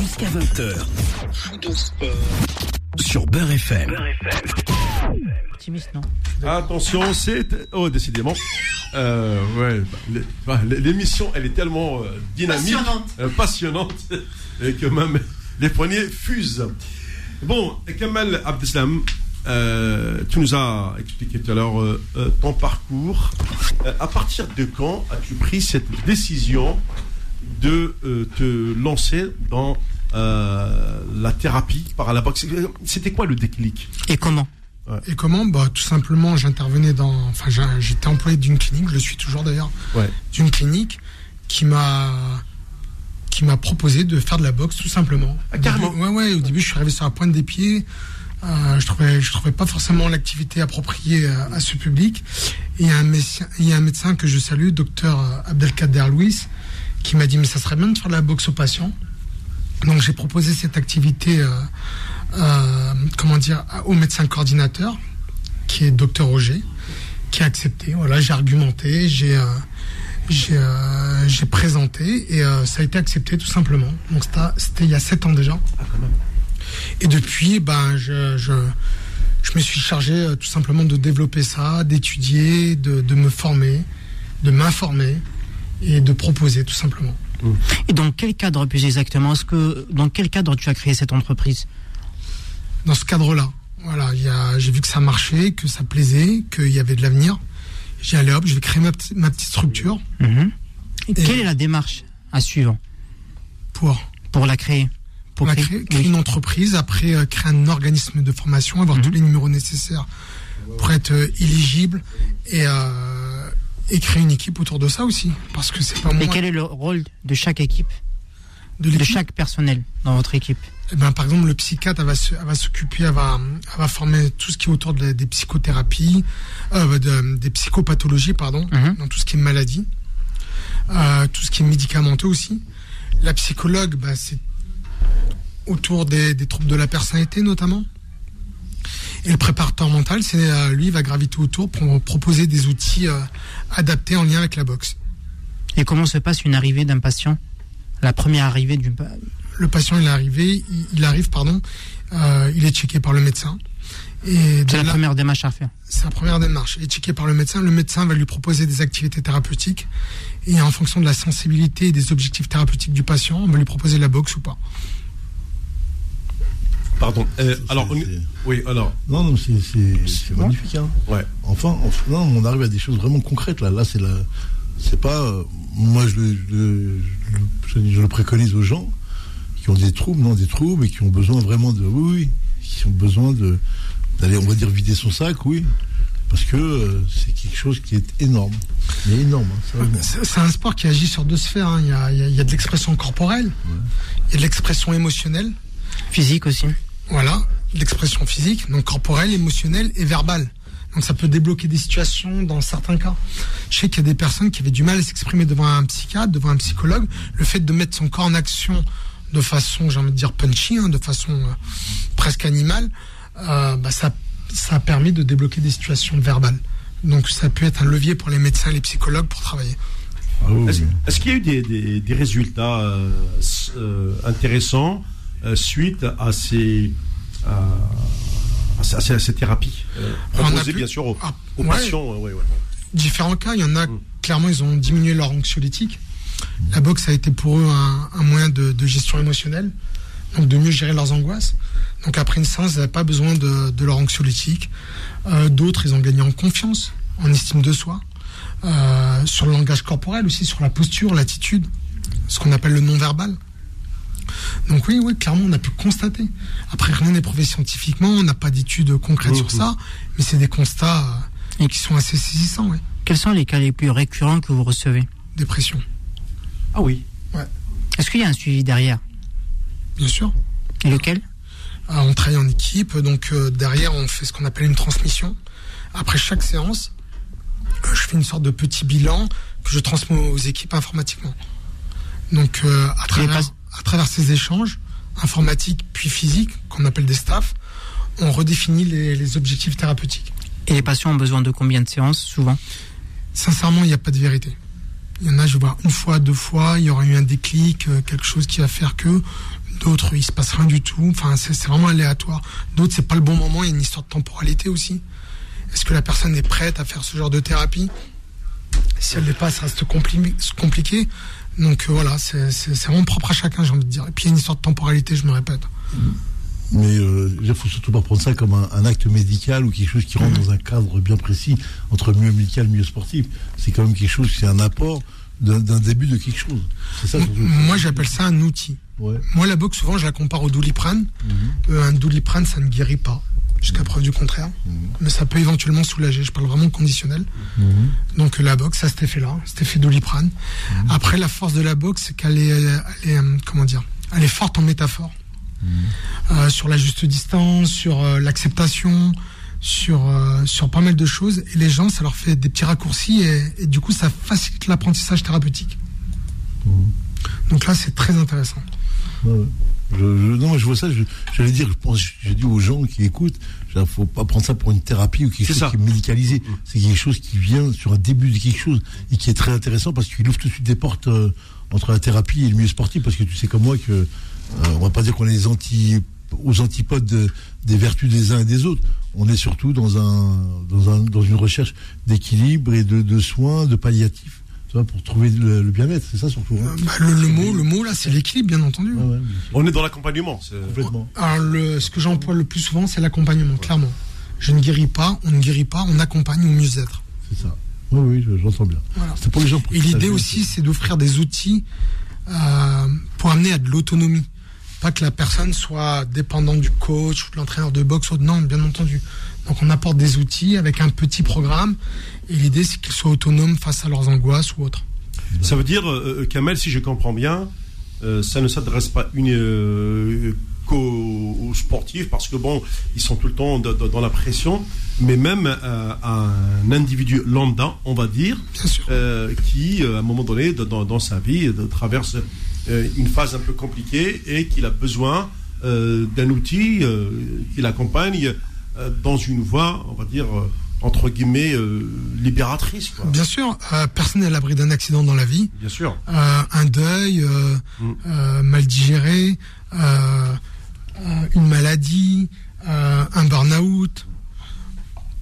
S1: Jusqu'à 20h. Sur Beurre FM.
S3: Optimiste, non
S2: Attention, c'est. Oh, décidément. Euh, ouais, bah, l'é- bah, l'é- l'émission, elle est tellement euh, dynamique,
S3: Passionnante.
S2: euh, passionnante, et que même les poignets fusent. Bon, Kamal Abdeslam, euh, tu nous as expliqué tout à l'heure euh, euh, ton parcours. Euh, à partir de quand as-tu pris cette décision de euh, te lancer dans euh, la thérapie par la boxe C'était quoi le déclic
S3: Et comment
S7: Et comment Bah tout simplement, j'intervenais dans, enfin j'ai- j'étais employé d'une clinique, je le suis toujours d'ailleurs,
S2: Ouais.
S7: d'une clinique qui m'a qui m'a proposé de faire de la boxe tout simplement.
S2: Ah, carrément.
S7: Au début- ouais ouais. Au début, je suis arrivé sur la pointe des pieds. Euh, je trouvais je trouvais pas forcément l'activité appropriée euh, à ce public. Et il y a un médecin, il y a un médecin que je salue, docteur euh, Abdelkader Louis, qui m'a dit mais ça serait bien de faire de la boxe aux patients. Donc j'ai proposé cette activité, euh, euh, comment dire, à- au médecin coordinateur, qui est docteur Roger, qui a accepté. Voilà, j'ai argumenté, j'ai euh, j'ai euh, j'ai présenté et euh, ça a été accepté tout simplement. Donc c'était- c'était il y a sept ans déjà. Et depuis, ben je, je je me suis chargé euh, tout simplement de développer ça, d'étudier, de, de me former, de m'informer et de proposer tout simplement.
S3: Et dans quel cadre plus exactement Est-ce que dans quel cadre tu as créé cette entreprise
S7: dans ce cadre-là. Voilà, il y a- j'ai vu que ça marchait, que ça plaisait, qu'il y avait de l'avenir. J'ai allé hop, je vais créer ma, petite- ma petite structure
S3: Et Quelle est la démarche à suivre
S7: pour,
S3: pour la créer
S7: pour la
S3: créer-
S7: créer, créer
S3: oui.
S7: une entreprise, après euh, créer un organisme de formation, avoir
S3: Mhm.
S7: tous les numéros nécessaires pour être euh, éligible et, euh, et créer une équipe autour de ça aussi. Parce que c'est pas moi
S3: Et quel est le rôle de chaque équipe,
S7: de
S3: de
S7: l'équipe.
S3: chaque personnel dans votre équipe
S7: Eh ben, par exemple, le psychiatre, elle va se- elle va s'occuper, elle va, elle va former tout ce qui est autour de la- des psychothérapies, euh, de- des psychopathologies, pardon,
S3: Mhm.
S7: dans tout ce qui est maladie, euh, tout ce qui est médicamenteux aussi. La psychologue, bah, c'est autour des, des troubles de la personnalité notamment. Et le préparateur mental, c'est euh, lui, il va graviter autour pour proposer des outils euh, adaptés en lien avec la boxe.
S3: Et comment se passe une arrivée d'un patient La première arrivée d'une pa-
S7: le patient il est arrivé, il, il arrive pardon, euh, il est checké par le médecin. Et de
S3: C'est la
S7: là-
S3: première démarche à faire.
S7: c'est la première démarche. Il est checké par le médecin. Le médecin va lui proposer des activités thérapeutiques. Et en fonction de la sensibilité et des objectifs thérapeutiques du patient, on va lui proposer la boxe ou pas.
S2: Pardon. Euh,
S4: C'est-
S2: alors, on-
S4: c'est-
S2: oui, alors.
S4: Non, non, c'est- c'est c'est
S2: Bon.
S4: magnifique. Hein.
S2: Ouais.
S4: Enfin, on, non, on arrive à des choses vraiment concrètes là. Là, c'est la, c'est pas. euh, moi, je le, je le- je le- je le préconise aux gens qui ont des troubles, non des troubles, et qui ont besoin vraiment de, oui, oui, qui ont besoin de d'aller, on va dire, vider son sac, oui, parce que euh, c'est quelque chose qui est énorme, mais énorme. hein, sérieusement.
S7: C'est c'est un sport qui agit sur deux sphères. hein. Il, y a, il y a- il y a de l'expression corporelle, il y a de l'expression émotionnelle,
S3: Physique aussi.
S7: voilà, de l'expression physique, donc corporelle, émotionnelle et verbale. Donc ça peut débloquer des situations dans certains cas. Je sais qu'il y a des personnes qui avaient du mal à s'exprimer devant un psychiatre, devant un psychologue. Le fait de mettre son corps en action de façon, j'ai envie de dire punchy, hein, de façon euh, presque animale, euh, bah, ça, ça a permis de débloquer des situations verbales. Donc ça peut être un levier pour les médecins, les psychologues pour travailler.
S4: Ah oui,
S2: Est-ce
S4: oui.
S2: est-ce qu'il y a eu des, des- des résultats euh, s- euh, intéressants euh, suite à ces, à, à ces- à ces- à ces thérapies euh,
S7: On a
S2: proposées,
S7: pu-
S2: bien sûr, aux,
S7: Ah,
S2: aux
S7: ouais.
S2: patients euh, ouais, ouais.
S7: différents cas. Il y en a, clairement, ils ont diminué leur anxiolytique. La boxe a été pour eux un, un moyen de, de gestion émotionnelle, donc de mieux gérer leurs angoisses. Donc après une séance, ils n'avaient pas besoin de, de leur anxiolytique. Euh, D'autres, ils ont gagné en confiance, en estime de soi, euh, sur le langage corporel aussi, sur la posture, l'attitude, ce qu'on appelle le non-verbal. Donc oui, oui, clairement, on a pu constater. Après, rien n'est prouvé scientifiquement, on n'a pas d'études concrètes sur ça, mais c'est des constats euh, qui sont assez saisissants, oui.
S3: Quels sont les cas les plus récurrents que vous recevez
S7: Dépression.
S2: Ah oui.
S3: Est-ce qu'il y a un suivi derrière
S7: bien sûr.
S3: Et lequel
S7: Euh, on travaille en équipe, donc euh, derrière on fait ce qu'on appelle une transmission. Après chaque séance, euh, je fais une sorte de petit bilan que je transmets aux équipes informatiquement. Donc euh, à, travers, à travers ces échanges informatiques puis physiques qu'on appelle des staffs, on redéfinit les, les objectifs thérapeutiques.
S3: Et les patients ont besoin de combien de séances souvent
S7: Sincèrement, il n'y a pas de vérité. Il y en a, je vais voir une fois, deux fois, il y aura eu un déclic, euh, quelque chose qui va faire que. D'autres, il se passe rien du tout. Enfin, c'est c'est vraiment aléatoire. D'autres, c'est pas le bon moment. Il y a une histoire de temporalité aussi. Est-ce que la personne est prête à faire ce genre de thérapie Si elle n'est pas, ça reste compli- compliqué. Donc euh, voilà, c'est c'est- c'est vraiment propre à chacun, j'ai envie de dire. Et puis il y a une histoire de temporalité, je me répète.
S4: Mais euh, il ne faut surtout pas prendre ça comme un, un acte médical ou quelque chose qui rentre dans un cadre bien précis entre milieu médical et milieu sportif. C'est quand même quelque chose, c'est un apport d'un d'un début de quelque chose. C'est ça surtout.
S7: Moi, j'appelle ça un outil.
S4: Ouais.
S7: Moi, la boxe, souvent, je la compare au doliprane. Euh, un doliprane, ça ne guérit pas, jusqu'à preuve du contraire. Mais ça peut éventuellement soulager. Je parle vraiment conditionnel. Donc, euh, la boxe, ça, cet effet-là, cet effet doliprane. Après, la force de la boxe, c'est qu'elle est, euh, elle est, euh, comment dire, elle est forte en métaphore. Euh, sur la juste distance, sur euh, l'acceptation, sur, euh, sur pas mal de choses. Et les gens, ça leur fait des petits raccourcis et, et du coup, ça facilite l'apprentissage thérapeutique. Donc là, c'est très intéressant.
S4: Ouais, ouais. Je, je- non, mais je vois ça, je- j'allais dire, je pense, j'ai dit aux gens qui écoutent, il faut pas prendre ça pour une thérapie ou quelque
S2: C'est
S4: chose
S2: ça. Mm.
S4: qui est médicalisé. C'est quelque chose qui vient sur un début de quelque chose et qui est très intéressant parce qu'il ouvre tout de suite des portes euh, entre la thérapie et le milieu sportif parce que tu sais comme moi que, euh, on va pas dire qu'on est les anti, aux antipodes de- des vertus des uns et des autres. On est surtout dans un, dans un, dans une recherche d'équilibre et de, de soins, de palliatifs, tu vois, pour trouver le, le bien-être. C'est ça surtout. hein.
S2: Ah,
S7: Euh, bah, le, le mot, le mot là, c'est l'équilibre, bien entendu.
S4: Ouais, ouais,
S2: On est dans l'accompagnement. c'est-
S4: complètement.
S7: Alors, le, ce que j'emploie le plus souvent, c'est l'accompagnement, clairement. Je ne guéris pas, on ne guérit pas, on accompagne au mieux-être.
S4: C'est ça. Oui, oui, je- j'entends bien.
S7: Voilà.
S4: C'est pour les gens.
S7: Et l'idée aussi, c'est d'offrir des outils euh, pour amener à de l'autonomie. Pas que la personne soit dépendante du coach ou de l'entraîneur de boxe ou de non, bien entendu. Donc on apporte des outils avec un petit programme et l'idée c'est qu'ils soient autonomes face à leurs angoisses ou autres.
S2: Ça veut dire, euh, euh, Kamel, si je comprends bien, euh, ça ne s'adresse pas une, euh, qu'aux aux sportifs, parce que bon, ils sont tout le temps dans- dans- dans la pression, mais même euh, à un individu lambda, on va dire,
S7: Bien sûr.
S2: euh, qui, euh, à un moment donné, dans- dans, dans sa vie, euh, traverse euh, une phase un peu compliquée et qu'il a besoin euh, d'un outil euh, qui l'accompagne euh, dans une voie, on va dire, euh, entre guillemets, euh, libératrice. quoi.
S7: Bien sûr, euh, personne n'est à l'abri d'un accident dans la vie.
S2: Bien sûr.
S7: Euh, un deuil, euh,
S2: Mm.
S7: euh, mal digéré, euh, euh, une maladie, euh, un burn-out.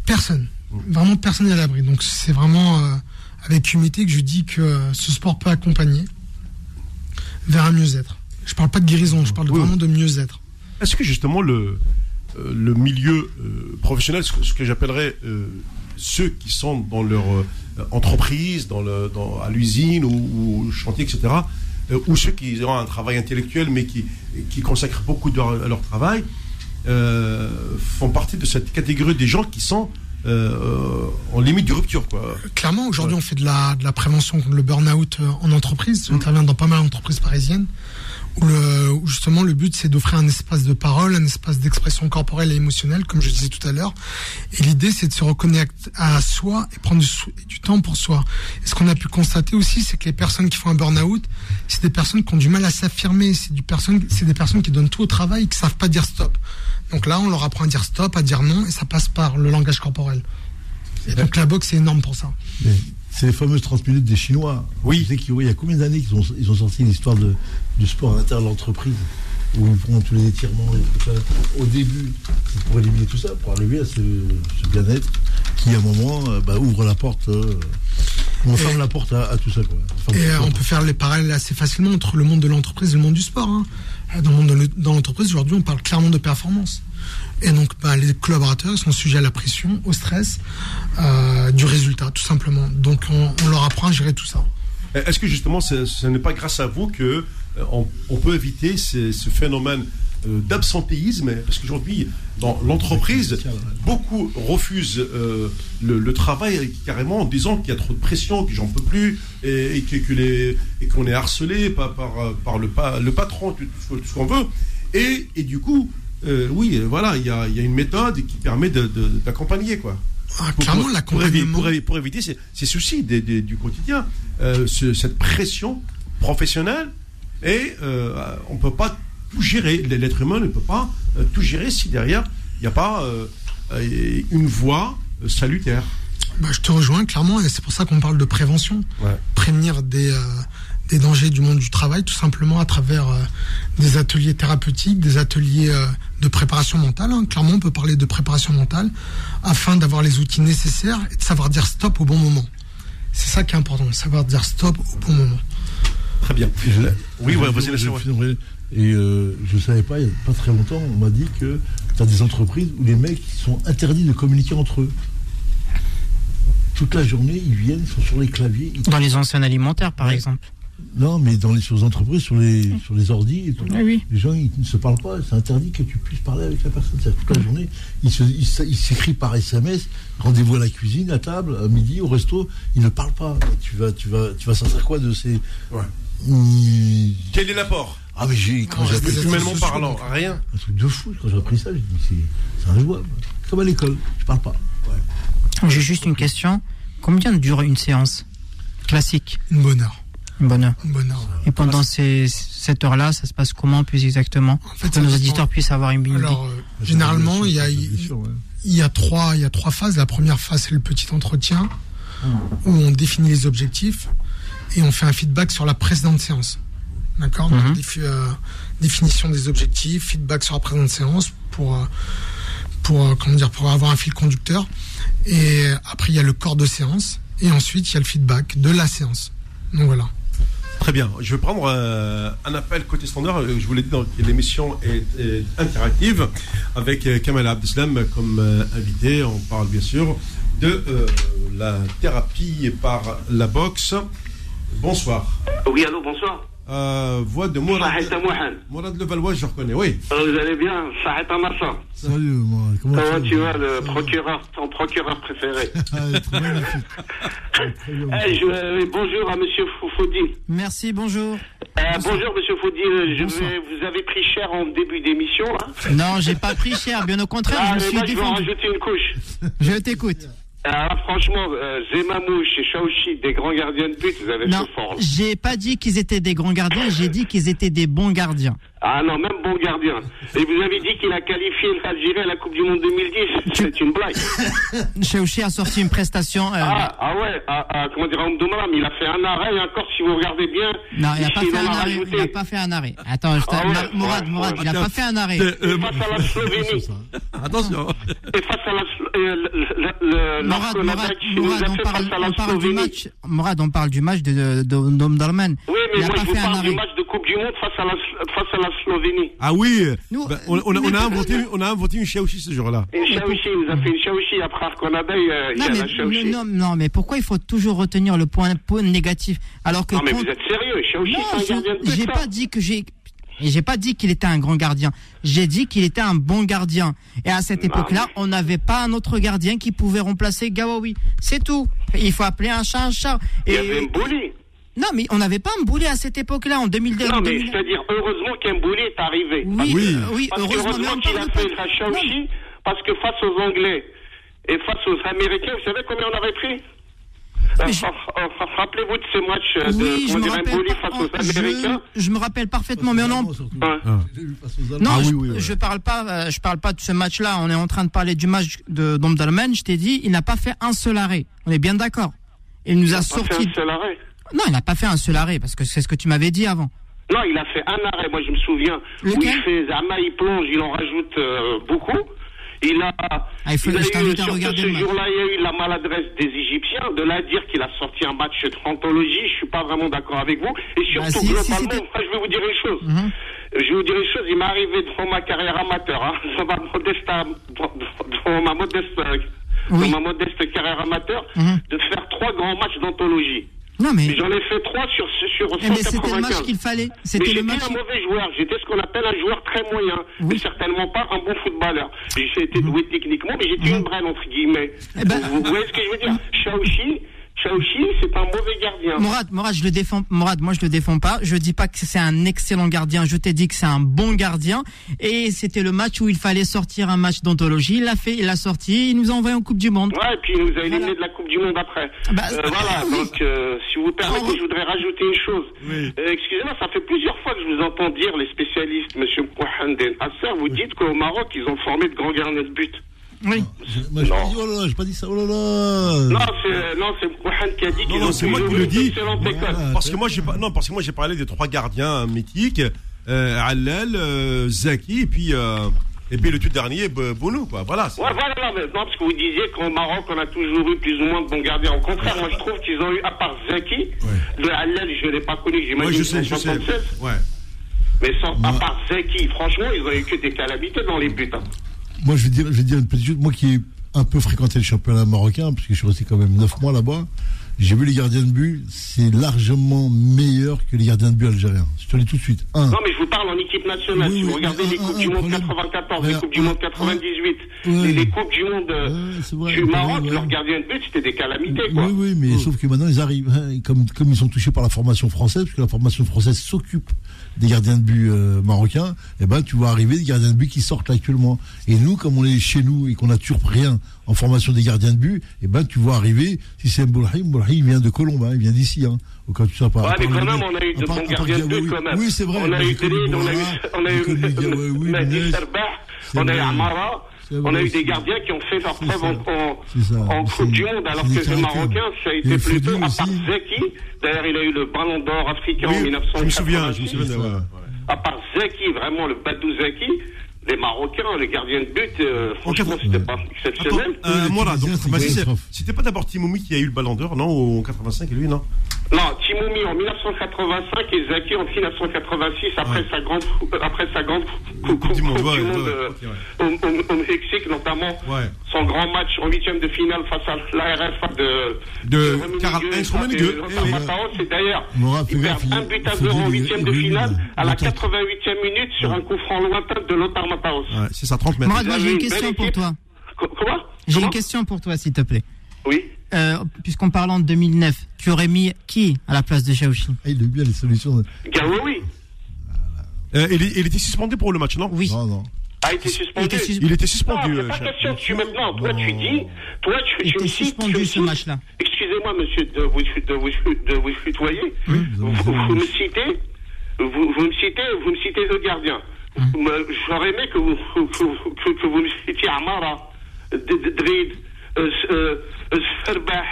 S7: Personne.
S2: Mm.
S7: Vraiment personne n'est à l'abri. Donc c'est vraiment euh, avec humilité que je dis que euh, ce sport peut accompagner vers un mieux-être. Je parle pas de guérison, je parle
S2: Oui,
S7: vraiment de mieux-être.
S2: Est-ce que justement le, euh, le milieu euh, professionnel, ce que, ce que j'appellerais euh, ceux qui sont dans leur euh, entreprise, dans le, dans, à l'usine ou, ou au chantier, etc., euh, ou ceux qui ont un travail intellectuel mais qui, qui consacrent beaucoup de leur- à leur travail, euh, font partie de cette catégorie des gens qui sont euh, en limite de rupture. Quoi.
S7: Clairement, aujourd'hui, on fait de la, de la prévention contre le burn-out euh, en entreprise. On intervient dans pas mal d'entreprises parisiennes où, le, où justement le but c'est d'offrir un espace de parole, un espace d'expression corporelle et émotionnelle, comme je disais tout à l'heure. Et l'idée c'est de se reconnecter à soi et prendre du, sou- du temps pour soi. Et ce qu'on a pu constater aussi, c'est que les personnes qui font un burn-out, c'est des personnes qui ont du mal à s'affirmer. C'est du personne, c'est des personnes qui donnent tout au travail et qui savent pas dire stop. Donc là, on leur apprend à dire stop, à dire non, et ça passe par le langage corporel. Et donc la boxe est énorme pour ça.
S4: Mais C'est les fameuses 30 minutes des Chinois.
S2: Oui.
S4: Tu sais qu'il- oui, il y a combien d'années qu'ils ont, ils ont sorti l'histoire de- du sport à l'intérieur de l'entreprise où ils font tous les étirements et tout ça. Au début, c'est pour éliminer tout ça, pour arriver à ce, ce bien-être qui, à un moment, euh, bah, ouvre la porte. euh, on ferme la porte à, à tout ça. Quoi. On ferme
S7: Et
S4: la
S7: euh, on
S4: porte.
S7: peut faire les parallèles assez facilement entre le monde de l'entreprise et le monde du sport. hein. Dans le monde de le- dans l'entreprise, aujourd'hui, on parle clairement de performance. Et donc, bah, les collaborateurs ils sont sujets à la pression, au stress, euh, du résultat, tout simplement. Donc, on, on leur apprend à gérer tout ça.
S2: euh, Est-ce que justement, ce, ce n'est pas grâce à vous que euh, on, on peut éviter ces- ce phénomène euh, d'absentéisme, parce qu'aujourd'hui, dans l'entreprise, beaucoup refusent euh, le, le travail carrément en disant qu'il y a trop de pression, que j'en peux plus, et, et que, que les, et qu'on est harcelé par, par, euh, par le, pa- le patron, tout, tout ce qu'on veut. Et, et du coup, euh, oui, euh, voilà, il y a, il y a une méthode qui permet de- de- d'accompagner, quoi.
S7: Ah,
S2: Pour-
S7: clairement,
S2: pour-
S7: l'accompagnement.
S2: Pour, évi- pour évi- pour éviter ces, ces soucis des- des- du quotidien, euh, ce- cette pression professionnelle, et euh, on ne peut pas tout gérer. L- L'être humain ne peut pas euh, tout gérer si derrière, il n'y a pas euh, euh, une voie euh, salutaire.
S7: Bah, je te rejoins clairement et c'est pour ça qu'on parle de prévention.
S2: Ouais.
S7: Prévenir des, euh, des dangers du monde du travail tout simplement à travers euh, des ateliers thérapeutiques, des ateliers euh, de préparation mentale. hein. Clairement, on peut parler de préparation mentale afin d'avoir les outils nécessaires et de savoir dire stop au bon moment. C'est ça qui est important, savoir dire stop au bon moment.
S2: Très bien.
S4: Et je-
S2: Oui,
S4: je-
S2: ouais, bah, vas-y,
S4: je-
S2: Nasser,
S4: je
S2: ouais.
S4: finirai. Et euh, je savais pas, il n'y a pas très longtemps, on m'a dit que tu as des entreprises où les mecs sont interdits de communiquer entre eux. Toute la journée, ils viennent, ils sont sur les claviers. ils-
S3: Dans les enseignes alimentaires, par exemple.
S4: Non, mais dans les sur les entreprises, sur les, sur les ordi et tout.
S3: Ah oui.
S4: Les gens, ils ne se parlent pas. C'est interdit que tu puisses parler avec la personne. C'est
S3: Ah.
S4: toute la journée. Ils se- ils se- ils s'écrivent par SMS. Rendez-vous à la cuisine, à table, à midi, au resto. Ils ne parlent pas. Tu vas, tu vas, tu vas sortir quoi de ces.
S2: Ouais.
S4: Ils-
S2: Quel est l'apport
S4: Ah, mais j'ai. Quand
S7: Ouais,
S4: j'ai appris
S7: c'est-
S4: ça,
S2: Humainement
S7: sociaux,
S2: parlant, rien.
S4: un truc de fou. Quand j'ai appris ça, j'ai dit, c'est- c'est injouable. Comme à l'école, je parle pas.
S3: J'ai juste une question. Combien dure une séance classique
S7: Une bonne heure.
S3: Une bonne heure.
S7: Une bonne heure.
S3: Et pendant ces, cette heure-là, ça se passe comment plus exactement
S7: En
S3: Pour
S7: fait,
S3: que
S7: ça
S3: nos
S7: dépend.
S3: auditeurs puissent avoir une idée.
S7: Alors, euh, généralement, il y a,
S4: Bien sûr, ouais.
S7: il y a trois, il y a trois phases. La première phase, c'est le petit entretien où on définit les objectifs et on fait un feedback sur la précédente séance. D'accord Donc,
S3: Mhm.
S7: défi- euh, Définition des objectifs, feedback sur la précédente séance pour euh, pour euh, comment dire pour avoir un fil conducteur. Et après, il y a le corps de séance et ensuite il y a le feedback de la séance. Donc voilà.
S2: Très bien. Je vais prendre euh, un appel côté standard. Euh, Je vous l'ai dit, donc, l'émission est, est interactive avec euh, Kamel Abdeslam comme euh, invité. On parle bien sûr de euh, la thérapie par la boxe. Bonsoir.
S5: Oui, allô, bonsoir.
S2: Euh, voix de Mourad.
S5: Sahita Mohan.
S2: Mourad Levallois, je reconnais. Oui.
S5: Euh, Vous allez bien Sahita Massa.
S4: Sérieux, moi. Comment
S5: Comment tu vas,
S4: Ça
S5: le
S4: va.
S5: procureur, ton procureur préféré
S4: Ah, très bien, merci. Ah, très bien.
S5: Eh, je- euh, Bonjour à monsieur Fou- Foudi.
S3: Merci, bonjour.
S5: Euh, bonjour Monsieur Foudi, Euh, je
S3: Bonsoir.
S5: vais- vous avez pris cher en début d'émission. Hein
S3: Non, j'ai pas pris cher, bien au contraire,
S5: Ah,
S3: je me
S5: mais
S3: suis
S5: moi, je vais en
S3: défendu.
S5: rajouter une couche.
S3: Je t'écoute.
S5: Ah, franchement, euh, Zemamouche et Shaoshi, des grands gardiens de but, vous avez
S3: Non,
S5: fait fort. là.
S3: j'ai pas dit qu'ils étaient des grands gardiens, j'ai dit qu'ils étaient des bons gardiens.
S5: Ah non, même bon gardien. Et vous avez dit qu'il a qualifié l'Algérie à la Coupe du Monde 2010. C'est une blague.
S3: Chaouchi a sorti une prestation. euh,
S5: Ah, ah ouais, ah, ah, comment dire, Omdoumaram, il a fait un arrêt, et encore, si vous regardez bien,
S3: Non, il a pas
S5: ici,
S3: fait
S5: en
S3: un
S5: a
S3: arrêt. Il a
S5: rajouté.
S3: pas fait un arrêt. Attends, je te-
S5: Ah
S3: Ma-
S5: ouais,
S3: Mourad,
S5: ouais,
S3: Mourad,
S5: ouais.
S3: il a pas fait un arrêt.
S2: Euh, euh,
S5: Face à la Slovénie,
S2: attention.
S5: et face à la, Slo- et le- le- le-
S3: Mourad,
S5: lorsqu'on
S3: Mourad,
S5: attaque, il nous
S3: Mourad,
S5: a
S3: on
S5: fait
S3: parle,
S5: face à la
S3: on parle du
S5: Slovénie.
S3: match. Mourad, on parle du match de, de, de- d'Omdurman.
S5: Oui,
S3: il
S5: mais
S3: a
S5: moi,
S3: pas
S5: je vous
S3: fait un
S5: parle du
S3: arrêt.
S5: match de Coupe du Monde face à la, face à la Slovénie.
S2: Ah oui.
S3: Nous,
S2: Ben, on, on a-
S3: mais-
S2: on a inventé, on a inventé une chaouchi ce jour-là.
S5: Et Shaoshi, il nous a fait une Shaoshi après Arconada, il y a il y
S3: Non
S5: a
S3: mais,
S5: la Shaoshi.
S3: non, non, mais pourquoi il faut toujours retenir le point, point négatif alors que
S5: Non, mais
S3: contre-
S5: vous êtes sérieux, Shaoshi,
S3: Non,
S5: c'est un
S3: je-
S5: gardien de but.
S3: j'ai
S5: ça.
S3: pas dit que j'ai et j'ai pas dit qu'il était un grand gardien. J'ai dit qu'il était un bon gardien. Et à cette
S5: Non.
S3: époque-là, on n'avait pas un autre gardien qui pouvait remplacer Gawawi. C'est tout. Il faut appeler un chat un chat.
S5: Il y
S3: Et
S5: avait Mbouli.
S3: non, mais on n'avait pas un boulet à cette époque-là en 2002.
S5: Non, mais
S3: 2000.
S5: c'est-à-dire, heureusement qu'Mbouli est arrivé.
S4: Ah
S3: oui,
S2: Oui.
S3: euh, oui,
S5: Parce que
S3: heureusement. Mais
S5: heureusement
S3: on
S5: qu'il
S3: parle
S5: a
S3: de
S5: fait la
S3: Non,
S5: Shaoshi, parce que face aux Anglais et face aux Américains, vous savez combien on avait pris Euh,
S3: Mais je-
S5: ra- ra- Rappelez-vous de ce match euh,
S3: Oui,
S5: de
S3: je
S5: comment
S3: me
S5: dire,
S3: rappelle.
S5: Mboli
S3: pas-
S5: face aux Américains.
S3: je, je me rappelle parfaitement, mais on en
S4: Allemands, surtout.
S5: Ouais.
S4: J'ai vu face aux Allemands.
S3: Non,
S4: Ah
S3: je,
S4: oui, oui, ouais.
S3: je parle pas, euh, je parle pas de ce match-là. On est en train de parler du match de d'Omdurman. Je t'ai dit, il n'a pas fait un seul arrêt. On est bien d'accord. Il nous a,
S5: On fait
S3: sorti.
S5: un seul arrêt.
S3: Non, il n'a pas fait un seul arrêt parce que c'est ce que tu m'avais dit avant.
S5: Non, il a fait un arrêt, moi je me souviens, où
S3: Lequel
S5: il fait Zama, il plonge, il en rajoute euh, beaucoup. Il a,
S3: Ah, il faut-
S5: il a
S3: je t'invite à
S5: surtout
S3: regarder
S5: ce
S3: le match.
S5: jour-là, il y a eu la maladresse des Égyptiens, de là à dire qu'il a sorti un match de trentologie, je suis pas vraiment d'accord avec vous. Et surtout,
S3: Bah, si, si
S5: globalement,
S3: c'était- Mhm.
S5: moi, je vais vous dire une chose. Je vais vous dire une chose, il m'est arrivé devant ma carrière amateur, hein, devant ma modeste, devant ma modeste, euh,
S3: Oui. Mhm.
S5: devant ma modeste carrière amateur, de faire trois grands matchs d'anthologie.
S3: Non, mais.
S5: J'en ai fait 3 sur, sur
S3: Eh, mais c'était le match
S5: 195.
S3: qu'il fallait.
S5: Mais
S3: C'était
S5: j'étais
S3: le match.
S5: un mauvais joueur, j'étais ce qu'on appelle un joueur très moyen, mais certainement pas un bon footballeur. J'ai été doué techniquement, mais j'étais une brêle, entre guillemets.
S3: Mhm. Eh ben-
S5: vous, vous voyez ce que je veux dire Shaoxi, Shaoxi, c'est un mauvais gardien.
S3: Morad, Morad, je le défends. Morad, moi, je le défends pas. Je dis pas que c'est un excellent gardien. Je t'ai dit que c'est un bon gardien. Et c'était le match où il fallait sortir un match d'anthologie. Il l'a fait, il l'a sorti. Il nous a envoyé en Coupe du Monde.
S5: Ouais, et puis il nous a éliminé de la Coupe du Monde après.
S3: Bah,
S5: Euh, voilà,
S3: oui.
S5: donc euh, si vous
S3: Oh.
S5: permettez, je voudrais rajouter une chose.
S2: Oui.
S5: Euh, Excusez-moi, ça fait plusieurs fois que je vous entends dire, les spécialistes, Monsieur Mouhand El Hasser, vous dites qu'au Maroc, ils ont formé de grands gardiens de but.
S3: Oui.
S4: Moi, j'ai pas
S5: Non.
S4: dit, oh là là, j'ai pas dit ça, oh là là.
S5: Non, c'est non, c'est Mouhand qui a dit qu'ils
S2: Ah non,
S5: ont
S2: c'est moi qui
S5: toujours
S2: le
S5: une
S2: dis.
S5: excellente école.
S4: Voilà.
S2: Parce que moi, j'ai pas, non, parce que moi, j'ai parlé des trois gardiens mythiques, euh, Allel, euh, Zaki, et puis, euh, et puis le tout dernier, B- Bono, quoi. Voilà. c'est-
S5: Ouais, voilà, mais non, parce que vous disiez qu'au Maroc, on a toujours eu plus ou moins de bons gardiens. Au contraire, moi, je trouve qu'ils ont eu, à part Zaki, le Hallel, je ne l'ai pas connu,
S2: Ouais,
S5: j'imagine.
S2: je
S5: qu'ils
S2: sais,
S5: ont
S2: je sais.
S5: 76,
S2: Ouais.
S5: Mais sans, à part Zaki, franchement, ils ont eu que des calamités dans les buts. hein.
S4: Ah. Moi, je vais dire, je vais dire une petite chose. Moi qui ai un peu fréquenté le championnat marocain, parce que je suis resté quand même 9 mois là-bas, j'ai vu les gardiens de but, c'est largement meilleur que les gardiens de but algériens. Je te le dis tout de suite. Un.
S5: Non, mais je vous parle en équipe nationale.
S4: Oui,
S5: si vous
S4: oui,
S5: regardez
S4: mais
S5: les
S4: un,
S5: Coupes
S4: un,
S5: du
S4: un
S5: Monde
S4: problème.
S5: 94,
S4: Ouais,
S5: les Coupes du Monde
S4: un,
S5: 98,
S4: ouais.
S5: les, les Coupes du Monde euh,
S4: Ouais, c'est vrai,
S5: du
S4: ouais,
S5: Maroc,
S4: ouais.
S5: leurs gardiens de but, c'était des calamités, quoi. Hmm.
S4: Oui, oui, mais sauf que maintenant ils arrivent, hein, et comme, comme ils sont touchés par la formation française, puisque la formation française s'occupe des gardiens de but euh, marocains, et ben tu vois arriver des gardiens de but qui sortent là actuellement. Et nous, comme on est chez nous et qu'on n'a toujours rien en formation des gardiens de but, et ben tu vois arriver, si c'est Mboulahi, Mboulahi il vient de Colombe, hein, il vient d'ici. Hein, au cas où tu sais pas.
S5: Ouais,
S4: à
S5: mais
S4: part
S5: quand
S4: le-
S5: même, on a eu
S4: à
S5: de
S4: part-
S5: bons
S4: à part
S5: gardiens de
S4: Diaw-
S5: but, quand même.
S4: Oui, c'est vrai. bah,
S5: On a eu
S4: Nicolas
S5: Delid, on a eu,
S4: Bourra,
S5: on a eu
S4: Nicolas Diaw- ouais, oui,
S5: Mahdi
S4: Menez.
S5: Serbah,
S4: C'est
S5: on a eu
S4: vrai.
S5: Amara,
S4: C'est
S5: on a
S4: vrai,
S5: eu des
S4: c'est-
S5: gardiens qui ont fait leur
S4: c'est
S5: preuve
S4: ça. C'est ça.
S5: en, en, en
S4: C'est-
S5: Coupe du Monde,
S4: c'est
S5: alors
S4: des
S5: que le
S4: caractères.
S5: Marocain, ça a
S4: Et
S5: été
S4: le
S5: plutôt,
S4: Fodou
S5: à part
S4: aussi.
S5: Zeki, d'ailleurs, il a eu le ballon d'or africain en
S2: Oui,
S5: 1986.
S2: je me souviens, je me souviens.
S4: Ça.
S2: ouais, ouais.
S5: À part Zaki, vraiment le Badou Zaki, les Marocains, les gardiens de but, euh, franchement,
S2: quatre-
S5: c'était pas
S2: Attends,
S5: exceptionnel.
S2: euh,
S4: Oui, les
S2: voilà,
S4: Tunisiens,
S2: donc,
S4: c'est
S2: bah, si c'est-
S4: catastrophe.
S2: c'était pas d'abord Timoumi qui a eu le ballon d'or, non, en 85, lui, non
S5: Non, Timoumi en 1985 et Zaki en 1986 après
S2: Ouais.
S5: sa grande après sa grande
S2: Coupe du Monde, ouais, ouais,
S5: euh,
S2: ok, ouais.
S5: au, au- au Mexique notamment
S2: Ouais.
S5: son grand match en huitième de finale face à l'ARF de
S2: De
S5: Rummenigge,
S2: Cara-
S5: et
S2: Rummenigge,
S5: Rafa-
S2: eh oui.
S5: Rafa- c'est d'ailleurs
S4: Mourad, fais
S5: il perd
S4: gaffe, il-
S5: un but à
S4: faut
S5: zéro
S4: dire,
S5: en
S4: il-
S5: huitième de
S4: il-
S5: finale
S4: il-
S5: à la
S4: il-
S5: 88e minute sur un coup franc lointain de Lothar Mataos.
S2: Ouais, Bah, c'est ça, 30 mètres.
S3: Morad, moi, j'ai une
S5: Vous avez
S3: question
S5: une
S3: pour
S5: belle
S3: toi.
S5: Co- Comment
S3: J'ai
S5: Comment
S3: une question pour toi, s'il te plaît.
S5: Oui.
S3: Euh, Puisqu'on parle en 2009, tu aurais mis qui à la place de Shaoxi
S4: Ah, il a bien les solutions.
S5: Garoui
S2: Euh, il, il était suspendu pour le match, non
S3: Oui.
S4: Non, non.
S5: a été suspendu.
S3: était sus-
S2: Il était
S5: Non,
S2: suspendu.
S5: c'est pas
S2: euh,
S5: question que tu me- non, Toi, tu dis. Toi, tu,
S3: Oh. Il
S5: tu me
S3: était
S5: cites- tu
S3: suspendu
S5: me
S3: ce
S5: cites-
S3: match-là.
S5: Excusez-moi, monsieur, de vous, de vous, de vous tutoyer.
S4: vous
S5: vous,
S4: avez raison.
S5: vous me citez. Vous, vous me citez, vous me citez le gardien.
S3: Hmm.
S5: Me- J'aurais aimé que vous, que, que- que vous me citiez Amara, D- D- Drid, euh, S- euh, euh, Sferbah.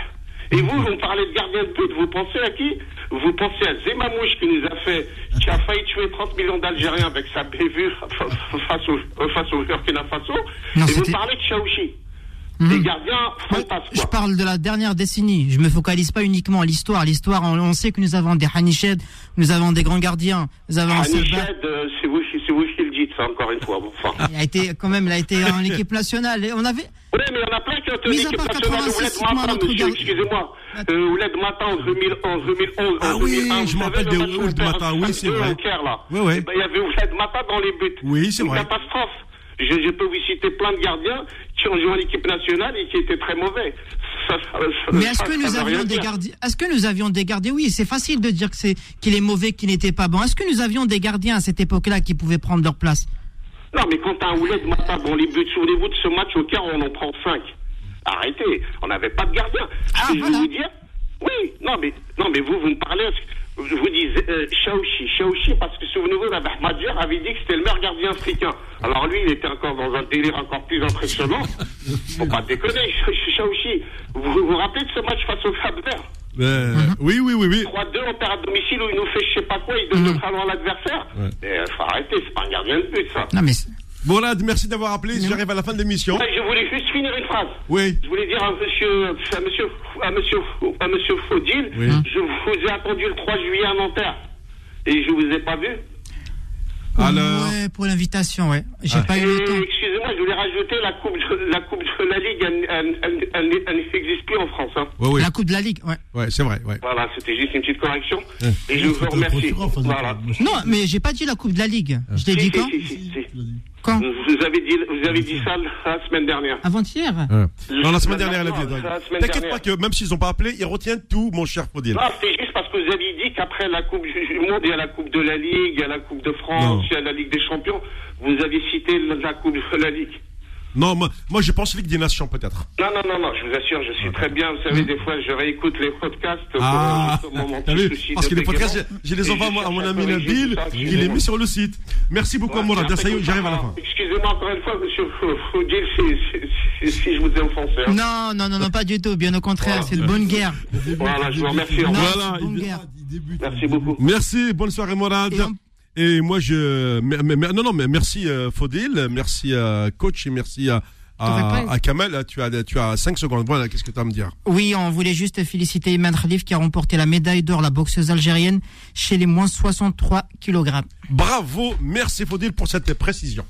S5: Et vous, vous me parlez de gardien de but, vous pensez à qui Vous pensez à Zemamouche qui nous a fait, qui a failli tuer 30 millions d'Algériens avec sa bévue fa- face au, face au Burkina Faso.
S3: Non,
S5: et vous
S3: c'était- Hmm.
S5: parlez de Chaouchi. Des gardiens fantasmes.
S3: Euh, Je
S5: quoi.
S3: parle de la dernière décennie. Je me focalise pas uniquement à l'histoire. L'histoire, on, on sait que nous avons des Haniched, nous avons des grands gardiens, nous avons un Selba.
S5: Aniched, euh, c'est vous, qui- c'est vous qui le dites, ça, encore une fois. Bon, Enfin.
S3: Il a été quand même, il a été en équipe nationale. Et on avait.
S5: Oui, mais il y en a plein qui ont tenu
S3: Mis à
S5: l'équipe
S3: part
S5: nationale.
S3: 86,
S5: Ouled
S3: cite-moi un
S5: Mata,
S3: autre
S5: monsieur,
S3: gars.
S5: excusez-moi. Euh, Ouled Mata en 2011, 2011
S2: Ah
S5: en
S2: oui,
S5: 2001.
S2: je me rappelle de Ouled Mata, oui, c'est vrai. Oui,
S5: Oui,
S2: oui.
S5: oui. Eh ben, Il y avait Ouled Mata dans les buts.
S2: Oui, c'est
S5: Une
S2: vrai.
S5: catastrophe. Je, je peux vous citer plein de gardiens qui ont joué en équipe nationale et qui étaient très mauvais. Ça, ça- ça-
S3: Mais est-ce
S5: ça-
S3: que
S5: ça
S3: nous
S5: veut rien
S3: avions des
S5: dire.
S3: gardiens Est-ce que nous avions des gardiens Oui, c'est facile de dire que c'est qu'il est mauvais, qu'il n'était pas bon. Est-ce que nous avions des gardiens à cette époque-là qui pouvaient prendre leur place
S5: Non, mais quand t'as un Ouled Mata dans les buts, souvenez-vous de ce match au Caire, on en prend 5. Arrêtez, on n'avait pas de gardien.
S3: Ah,
S5: Et je
S3: voilà.
S5: vais vous dire, oui, non, mais, non, mais vous, vous me parlez, vous vous dites euh, Shaoxi, Shaoxi, parce que souvenez-vous, Rabah Madjer avait dit que c'était le meilleur gardien africain. Alors lui, il était encore dans un délire encore plus impressionnant. Faut pas déconner, Sha- Shaoxi. Vous vous vous rappelez de ce match face au Cap Vert
S2: euh, Oui, oui, oui, oui.
S5: 3-2, on perd à domicile où il nous fait je sais pas quoi,
S3: Mm.
S5: il donne le ballon à l'adversaire.
S2: Ouais.
S5: Mais euh, faut arrêter, c'est pas un gardien de but, ça.
S3: Non, mais c'est-
S2: Voilà, merci d'avoir appelé. J'arrive à la fin de l'émission.
S5: Ouais, Je voulais juste finir une phrase.
S2: Oui.
S5: Je voulais dire à monsieur, à monsieur, à monsieur, à monsieur Faudil,
S2: Oui. Hein?
S5: je vous ai attendu le 3 juillet à Nanterre. Et je vous ai pas vu.
S2: Alors.
S3: Ouais, pour l'invitation, ouais. J'ai pas eu le
S5: Et
S3: temps.
S5: moi, je voulais rajouter la coupe, de- la coupe de la Ligue, elle, elle, elle, elle- elle n'existe plus en France. hein.
S2: Oui, oui.
S3: La Coupe de la Ligue, ouais.
S2: Ouais, c'est vrai. Ouais.
S5: Voilà, c'était juste une petite correction.
S2: Ouais.
S5: Et je vous
S4: Faut te
S5: remercie.
S4: reprendre, faut te
S5: Voilà.
S4: reprendre.
S3: Non, mais j'ai pas dit la Coupe de la Ligue. Je t'ai
S5: Si,
S3: dit
S5: Ah. si,
S3: quand
S5: si, si, si.
S4: Tu l'as dit.
S3: Quand
S5: Vous avez dit, vous avez dit ça la semaine dernière.
S3: Avant-hier
S5: Ah.
S2: Ouais. Non, la semaine dernière, elle
S5: Non,
S2: a
S5: la semaine
S2: T'inquiète
S5: dernière.
S2: pas
S5: Ah.
S2: que même s'ils n'ont pas appelé, ils retiennent tout, mon cher Faudil.
S5: Non, c'était juste parce que vous aviez dit qu'après la Coupe du Monde, il y a la Coupe de la Ligue, il y a la Coupe de France,
S2: Non.
S5: il y a la Ligue des Champions. Vous aviez cité la la Coupe de la Ligue.
S2: Non, moi, moi je pense Ligue des Nations peut-être.
S5: Non, non, non, non, je vous assure, je suis très bien. Vous savez, des fois, je réécoute les podcasts pour
S2: Ah,
S5: euh, justement, mon
S2: t'as
S5: petit
S2: vu
S5: souci
S2: Parce
S5: de
S2: que les podcasts,
S5: bégaiement.
S2: je, je les
S5: Et
S2: envoie
S5: je
S2: à mon
S5: cherche à
S2: ami
S5: corriger
S2: Nabil,
S5: tout ça,
S2: il les
S5: excusez-moi.
S2: met sur le site. Merci beaucoup,
S5: Ouais,
S2: Mourad.
S5: après,
S2: Ça y est,
S5: comme
S2: j'arrive à la fin.
S5: Excusez-moi encore une fois, monsieur Foudil, si, si, si, si je vous ai offensé. hein.
S3: Non, non, non, non, pas du tout. Bien au contraire,
S5: Voilà.
S3: c'est de bonne guerre.
S5: Ah. Voilà, je vous remercie. au
S3: Non,
S5: revoir.
S2: Voilà,
S3: c'est de bonne
S2: il-
S3: guerre.
S4: Il débute.
S5: Merci beaucoup.
S2: Merci, bonne soirée Morad.
S3: Et on-
S2: Et, moi je mais- mais- mais- non non mais merci euh, Faudil, merci à coach et merci à à,
S3: T'aurais pas-
S2: à Kamel, Ah, tu as tu as 5 secondes. Voilà, qu'est-ce que tu as à me dire
S3: Oui, on voulait juste féliciter Iman Khalif qui a remporté la médaille d'or, la boxeuse algérienne, chez les moins 63 kg.
S2: Bravo, merci Faudil pour cette précision.